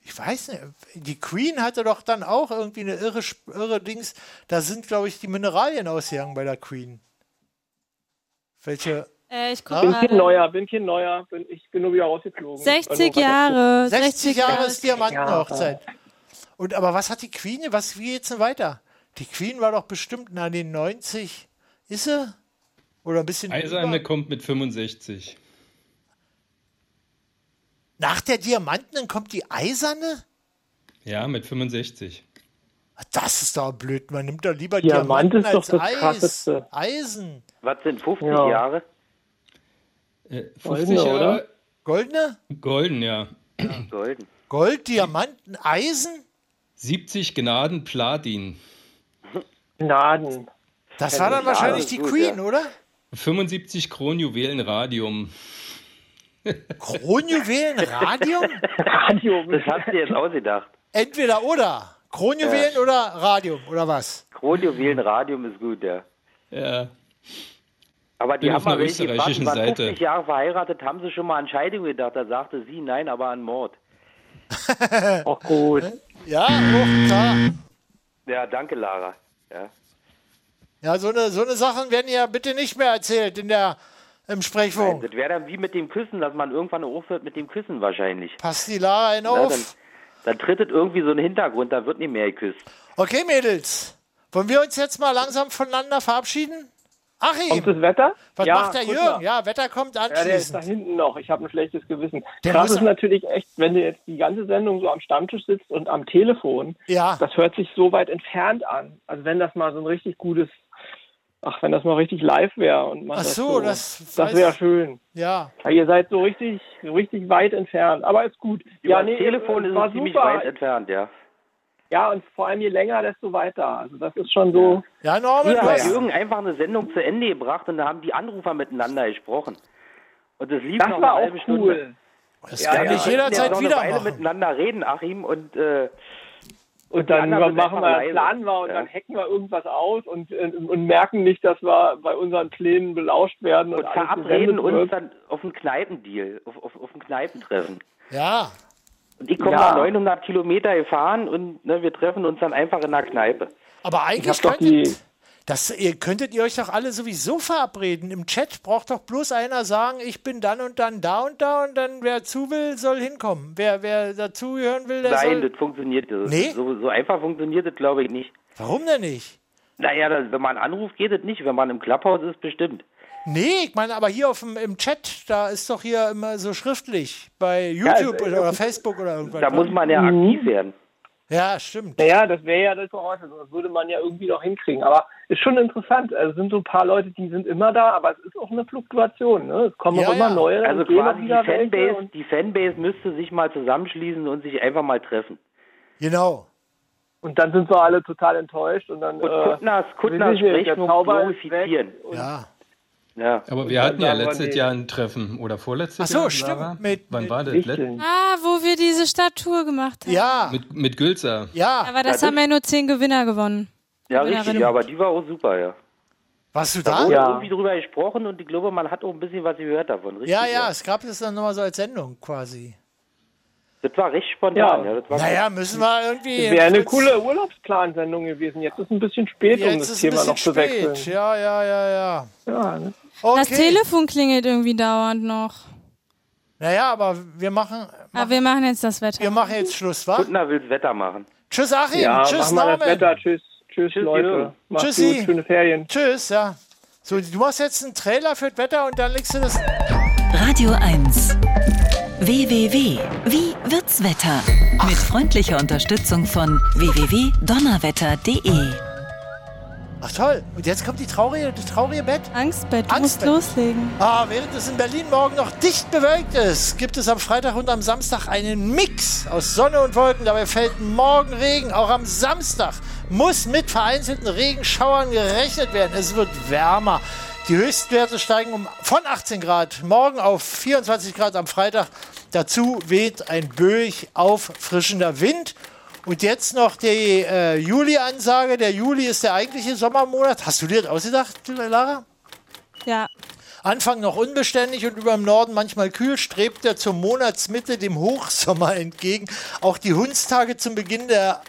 Speaker 7: Ich weiß nicht. Die Queen hatte doch dann auch irgendwie eine irre, Sp- irre Dings. Da sind, glaube ich, die Mineralien ausgegangen bei der Queen. Welche?
Speaker 1: Äh, ich gucke
Speaker 7: Ah.
Speaker 12: Bin kein
Speaker 1: mal.
Speaker 12: neuer, bin kein neuer. Bin, ich bin nur wieder rausgeflogen.
Speaker 1: 60
Speaker 12: Also,
Speaker 1: Jahre.
Speaker 7: 60 Jahre ist
Speaker 12: Jahre.
Speaker 7: Diamantenhochzeit. Und aber was hat die Queen? Was wie jetzt denn weiter? Die Queen war doch bestimmt na, an den 90. Ist sie? Oder ein bisschen
Speaker 6: Eiserne
Speaker 7: drüber?
Speaker 6: Also kommt mit 65.
Speaker 7: Nach der Diamantenen kommt die Eiserne?
Speaker 6: Ja, mit 65.
Speaker 7: Das ist doch blöd. Man nimmt doch lieber
Speaker 12: Diamant
Speaker 7: Diamanten
Speaker 12: ist doch
Speaker 7: als
Speaker 12: das
Speaker 7: Eis.
Speaker 12: Krasseste.
Speaker 7: Eisen.
Speaker 20: Was sind 50
Speaker 12: Ja.
Speaker 20: Jahre?
Speaker 6: Äh, 50
Speaker 12: Goldene,
Speaker 6: Jahre
Speaker 12: oder?
Speaker 7: Goldene?
Speaker 6: golden, ja.
Speaker 20: Golden.
Speaker 7: Gold, Diamanten, Eisen?
Speaker 6: 70 Gnaden Platin.
Speaker 12: Gnaden.
Speaker 7: Das
Speaker 12: Ja,
Speaker 7: war dann
Speaker 12: ja,
Speaker 7: wahrscheinlich
Speaker 20: das ist
Speaker 7: die
Speaker 20: gut,
Speaker 7: Queen,
Speaker 20: ja.
Speaker 7: oder?
Speaker 6: 75 Kronjuwelen Radium.
Speaker 7: Kronjuwelen,
Speaker 12: [laughs]
Speaker 7: Radium?
Speaker 12: Radio.
Speaker 20: Das hast du jetzt
Speaker 12: [laughs]
Speaker 20: ausgedacht.
Speaker 7: Entweder oder. Kronjuwelen oder Radium oder was?
Speaker 20: Kronjuwelen Radium ist gut, ja.
Speaker 6: Ja.
Speaker 20: Aber die
Speaker 6: Bin
Speaker 20: haben
Speaker 6: auf einer
Speaker 20: mal, wenn ich die
Speaker 6: österreichischen
Speaker 20: Fragen waren
Speaker 6: Seite.
Speaker 20: 50 Jahre verheiratet, haben sie schon mal an Scheidung gedacht. Da sagte sie nein, aber an Mord.
Speaker 12: Auch gut.
Speaker 7: Ja, oh, klar.
Speaker 20: Ja, danke, Lara. Ja.
Speaker 7: Ja, so eine, so eine Sachen werden ja bitte nicht mehr erzählt in der, im Sprechfunk.
Speaker 20: Das wäre dann wie mit dem Küssen, dass man irgendwann aufhört mit dem Küssen wahrscheinlich.
Speaker 7: Passt die Lara in
Speaker 20: Ja,
Speaker 7: auf.
Speaker 20: dann, dann trittet irgendwie so ein Hintergrund, da wird nicht mehr geküsst.
Speaker 7: Okay, Mädels. Wollen wir uns jetzt mal langsam voneinander verabschieden? Achim!
Speaker 12: Kommt das Wetter?
Speaker 7: Was macht der
Speaker 12: guck
Speaker 7: Jürgen?
Speaker 12: mal.
Speaker 7: Ja, Wetter kommt
Speaker 12: Ja, der ist da
Speaker 7: anschließend.
Speaker 12: hinten noch. Ich habe ein schlechtes Gewissen.
Speaker 7: Der
Speaker 12: Krass
Speaker 7: muss-
Speaker 12: ist natürlich echt, wenn du jetzt die ganze Sendung so am Stammtisch sitzt und am Telefon,
Speaker 7: Ja.
Speaker 12: das hört sich so weit entfernt an. Also wenn das mal so ein richtig gutes, ach, wenn das mal richtig live wäre und man
Speaker 7: Ach
Speaker 12: das
Speaker 7: so,
Speaker 12: so,
Speaker 7: das weiß-
Speaker 12: das wäre schön.
Speaker 7: ja.
Speaker 12: Ja, ihr seid so richtig, richtig weit entfernt. Aber ist gut.
Speaker 20: Über
Speaker 12: ja, äh,
Speaker 20: das Telefon ist
Speaker 12: war
Speaker 20: es ziemlich
Speaker 12: super.
Speaker 20: weit entfernt, ja.
Speaker 12: Ja, und vor allem je länger, desto weiter. Also das ist schon so.
Speaker 7: Ja,
Speaker 20: Früher
Speaker 12: du
Speaker 20: hat
Speaker 12: hast-
Speaker 20: Jürgen einfach eine Sendung zu Ende gebracht und da haben die Anrufer miteinander gesprochen. Und das lief
Speaker 12: Das
Speaker 20: noch
Speaker 12: war
Speaker 20: eine
Speaker 12: auch
Speaker 20: halbe Stunde.
Speaker 12: cool.
Speaker 7: Das kann ich
Speaker 20: wir
Speaker 7: jederzeit
Speaker 20: hätten ja noch
Speaker 7: wieder
Speaker 20: eine Weile
Speaker 7: machen.
Speaker 20: miteinander reden, Achim, und, äh,
Speaker 12: Und dann
Speaker 20: die anderen
Speaker 12: machen
Speaker 20: sind einfach leise.
Speaker 12: wir, planen wir und
Speaker 20: Ja.
Speaker 12: dann hacken wir irgendwas aus und, und, und merken nicht, dass wir bei unseren Plänen belauscht werden. Und,
Speaker 20: und
Speaker 12: alles
Speaker 20: verabreden
Speaker 12: gesendet
Speaker 20: uns
Speaker 12: wird.
Speaker 20: dann auf einen Kneipendeal, auf, auf, auf ein Kneipentreffen.
Speaker 7: Ja.
Speaker 20: Und ich komme
Speaker 12: Ja.
Speaker 20: mal 900 Kilometer gefahren und ne, wir treffen uns dann einfach in der Kneipe.
Speaker 7: Aber eigentlich
Speaker 20: hab doch die-
Speaker 7: könntet, das, ihr, könntet ihr euch doch alle sowieso verabreden. Im Chat braucht doch bloß einer sagen, ich bin dann und dann da und da und dann wer zu will, soll hinkommen. Wer, wer dazugehören will, der
Speaker 20: Nein,
Speaker 7: soll...
Speaker 20: das funktioniert. Das
Speaker 7: Nee?
Speaker 20: so, so einfach funktioniert das, glaube ich, nicht.
Speaker 7: Warum denn nicht?
Speaker 20: Naja, das, wenn man anruft, geht es nicht. Wenn man im Clubhaus ist, bestimmt.
Speaker 7: Nee, ich meine, aber hier auf dem, im Chat, da ist doch hier immer so schriftlich bei YouTube
Speaker 12: also,
Speaker 7: oder, oder Facebook oder irgendwas.
Speaker 20: Da muss man ja
Speaker 12: Mhm.
Speaker 20: aktiv werden.
Speaker 7: Ja, stimmt.
Speaker 12: Naja, das wäre ja das Voraussetzung. Das würde man ja irgendwie noch hinkriegen. Aber ist schon interessant. Also es sind so ein paar Leute, die sind immer da, aber es ist auch eine Fluktuation. Ne? Es kommen
Speaker 20: Ja,
Speaker 12: auch immer
Speaker 20: ja.
Speaker 12: neue.
Speaker 20: Also
Speaker 12: und gehen
Speaker 20: quasi
Speaker 12: auch
Speaker 20: die
Speaker 12: wieder welche
Speaker 20: Fanbase,
Speaker 12: und-
Speaker 20: die Fanbase müsste sich mal zusammenschließen und sich einfach mal treffen.
Speaker 7: Genau.
Speaker 12: Und dann sind wir alle total enttäuscht. Und dann
Speaker 20: Und Kuttners,
Speaker 12: äh,
Speaker 20: Kuttners
Speaker 12: will ich nicht, der
Speaker 20: Sprechfunk
Speaker 12: Zauber ist
Speaker 20: glorifizieren.
Speaker 7: Ja.
Speaker 20: Ja.
Speaker 6: Aber wir hatten ja letztes Jahr ein Treffen oder vorletztes
Speaker 7: Ach so,
Speaker 6: Jahr.
Speaker 7: stimmt,
Speaker 6: Sarah?
Speaker 7: mit-
Speaker 6: Wann
Speaker 7: mit
Speaker 6: war das?
Speaker 12: Wichteln.
Speaker 6: Let-
Speaker 1: Ah, wo wir diese Stadttour gemacht haben.
Speaker 7: Ja.
Speaker 6: Mit, mit Gülzer.
Speaker 7: Ja.
Speaker 1: Aber das
Speaker 20: Ja,
Speaker 1: haben ja nur zehn Gewinner gewonnen.
Speaker 20: Ja,
Speaker 1: Gewinnerin.
Speaker 20: richtig, ja, aber die war auch super, ja.
Speaker 7: Warst du
Speaker 20: Da
Speaker 7: da?
Speaker 20: wurde
Speaker 12: Ja.
Speaker 20: irgendwie drüber gesprochen und ich glaube, man hat auch ein bisschen was gehört davon, richtig?
Speaker 7: Ja, ja, es gab das dann nochmal so als Sendung quasi.
Speaker 20: Das war recht spontan,
Speaker 12: Ja.
Speaker 20: ja. das war
Speaker 7: Naja, müssen wir irgendwie.
Speaker 12: Das wäre eine coole Urlaubsplansendung gewesen. Jetzt ist ein bisschen spät, um
Speaker 7: Jetzt
Speaker 12: das
Speaker 7: ist ein
Speaker 12: Thema
Speaker 7: bisschen
Speaker 12: noch zu wechseln.
Speaker 7: spät. Ja, ja, ja, ja.
Speaker 12: Ja, ne?
Speaker 7: Okay.
Speaker 1: Das Telefon klingelt irgendwie dauernd noch.
Speaker 7: Naja, aber wir machen,
Speaker 1: Aber wir machen jetzt das Wetter.
Speaker 7: wir machen jetzt Schluss, wa?
Speaker 20: Kuttner will Wetter machen.
Speaker 7: Tschüss, Achim.
Speaker 12: Ja,
Speaker 7: Tschüss,
Speaker 12: machen wir
Speaker 7: Norman.
Speaker 12: das Wetter. Tschüss, tschüss,
Speaker 20: Tschüss,
Speaker 12: Leute.
Speaker 20: Jürgen.
Speaker 12: Macht's
Speaker 7: Tschüssi.
Speaker 12: gut, schöne Ferien.
Speaker 7: Tschüss, ja. So, du machst jetzt einen Trailer für das Wetter und dann legst du das.
Speaker 3: Radio 1. www. Wie wird's Wetter? Mit freundlicher Unterstützung von www.donnerwetter.de.
Speaker 7: Ach toll. Und jetzt kommt die traurige, das traurige Bett.
Speaker 1: Angstbett, du musst
Speaker 7: Angstbett.
Speaker 1: loslegen.
Speaker 7: Ah, während es in Berlin morgen noch dicht bewölkt ist, gibt es am Freitag und am Samstag einen Mix aus Sonne und Wolken. Dabei fällt morgen Regen. Auch am Samstag muss mit vereinzelten Regenschauern gerechnet werden. Es wird wärmer. Die Höchstwerte steigen um von 18 Grad morgen auf 24 Grad am Freitag. Dazu weht ein böig auffrischender Wind. Und jetzt noch die äh, Juli-Ansage. Der Juli ist der eigentliche Sommermonat. Hast du dir das ausgedacht, Lara?
Speaker 1: Ja.
Speaker 7: Anfang noch unbeständig und über dem Norden manchmal kühl, strebt er zur Monatsmitte dem Hochsommer entgegen. Auch die Hundstage zum Beginn der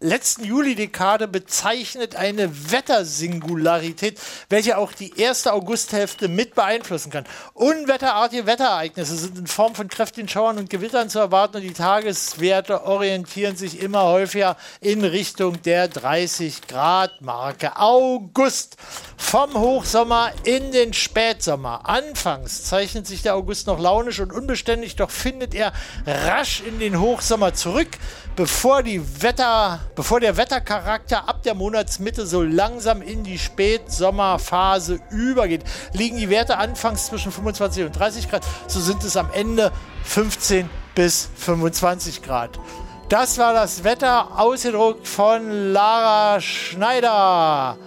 Speaker 7: letzten Julidekade bezeichnet eine Wettersingularität, welche auch die erste Augusthälfte mit beeinflussen kann. Unwetterartige Wetterereignisse sind in Form von kräftigen Schauern und Gewittern zu erwarten und die Tageswerte orientieren sich immer häufiger in Richtung der 30 Grad Marke. August vom Hochsommer in den Spätsommer. Anfangs zeichnet sich der August noch launisch und unbeständig, doch findet er rasch in den Hochsommer zurück, bevor, die Wetter, bevor der Wettercharakter ab der Monatsmitte so langsam in die Spätsommerphase übergeht. Liegen die Werte anfangs zwischen 25 und 30 Grad, so sind es am Ende 15 bis 25 Grad. Das war das Wetter, ausgedruckt von Lara Schneider.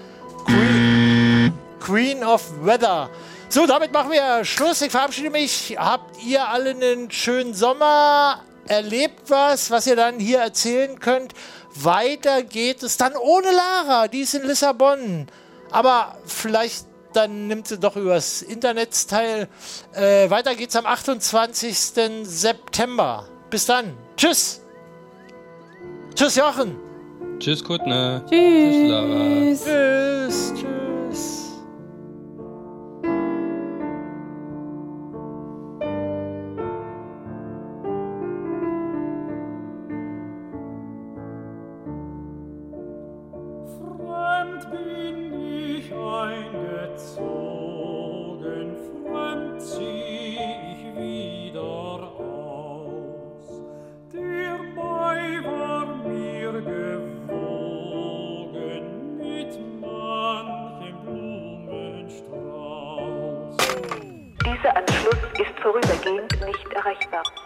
Speaker 7: Queen of Weather. So, damit machen wir Schluss. Ich verabschiede mich. Habt ihr alle einen schönen Sommer? Erlebt was, was ihr dann hier erzählen könnt? Weiter geht es dann ohne Lara. Die ist in Lissabon. Aber vielleicht dann nimmt sie doch übers Internet teil. Äh, weiter geht's am 28. September. Bis dann. Tschüss. Tschüss, Jochen.
Speaker 6: Tschüss, Kuttner.
Speaker 1: Tschüss.
Speaker 6: Lara.
Speaker 7: Tschüss. Tschüss.
Speaker 21: Fremd bin ich eingezogen.
Speaker 8: erreichbar.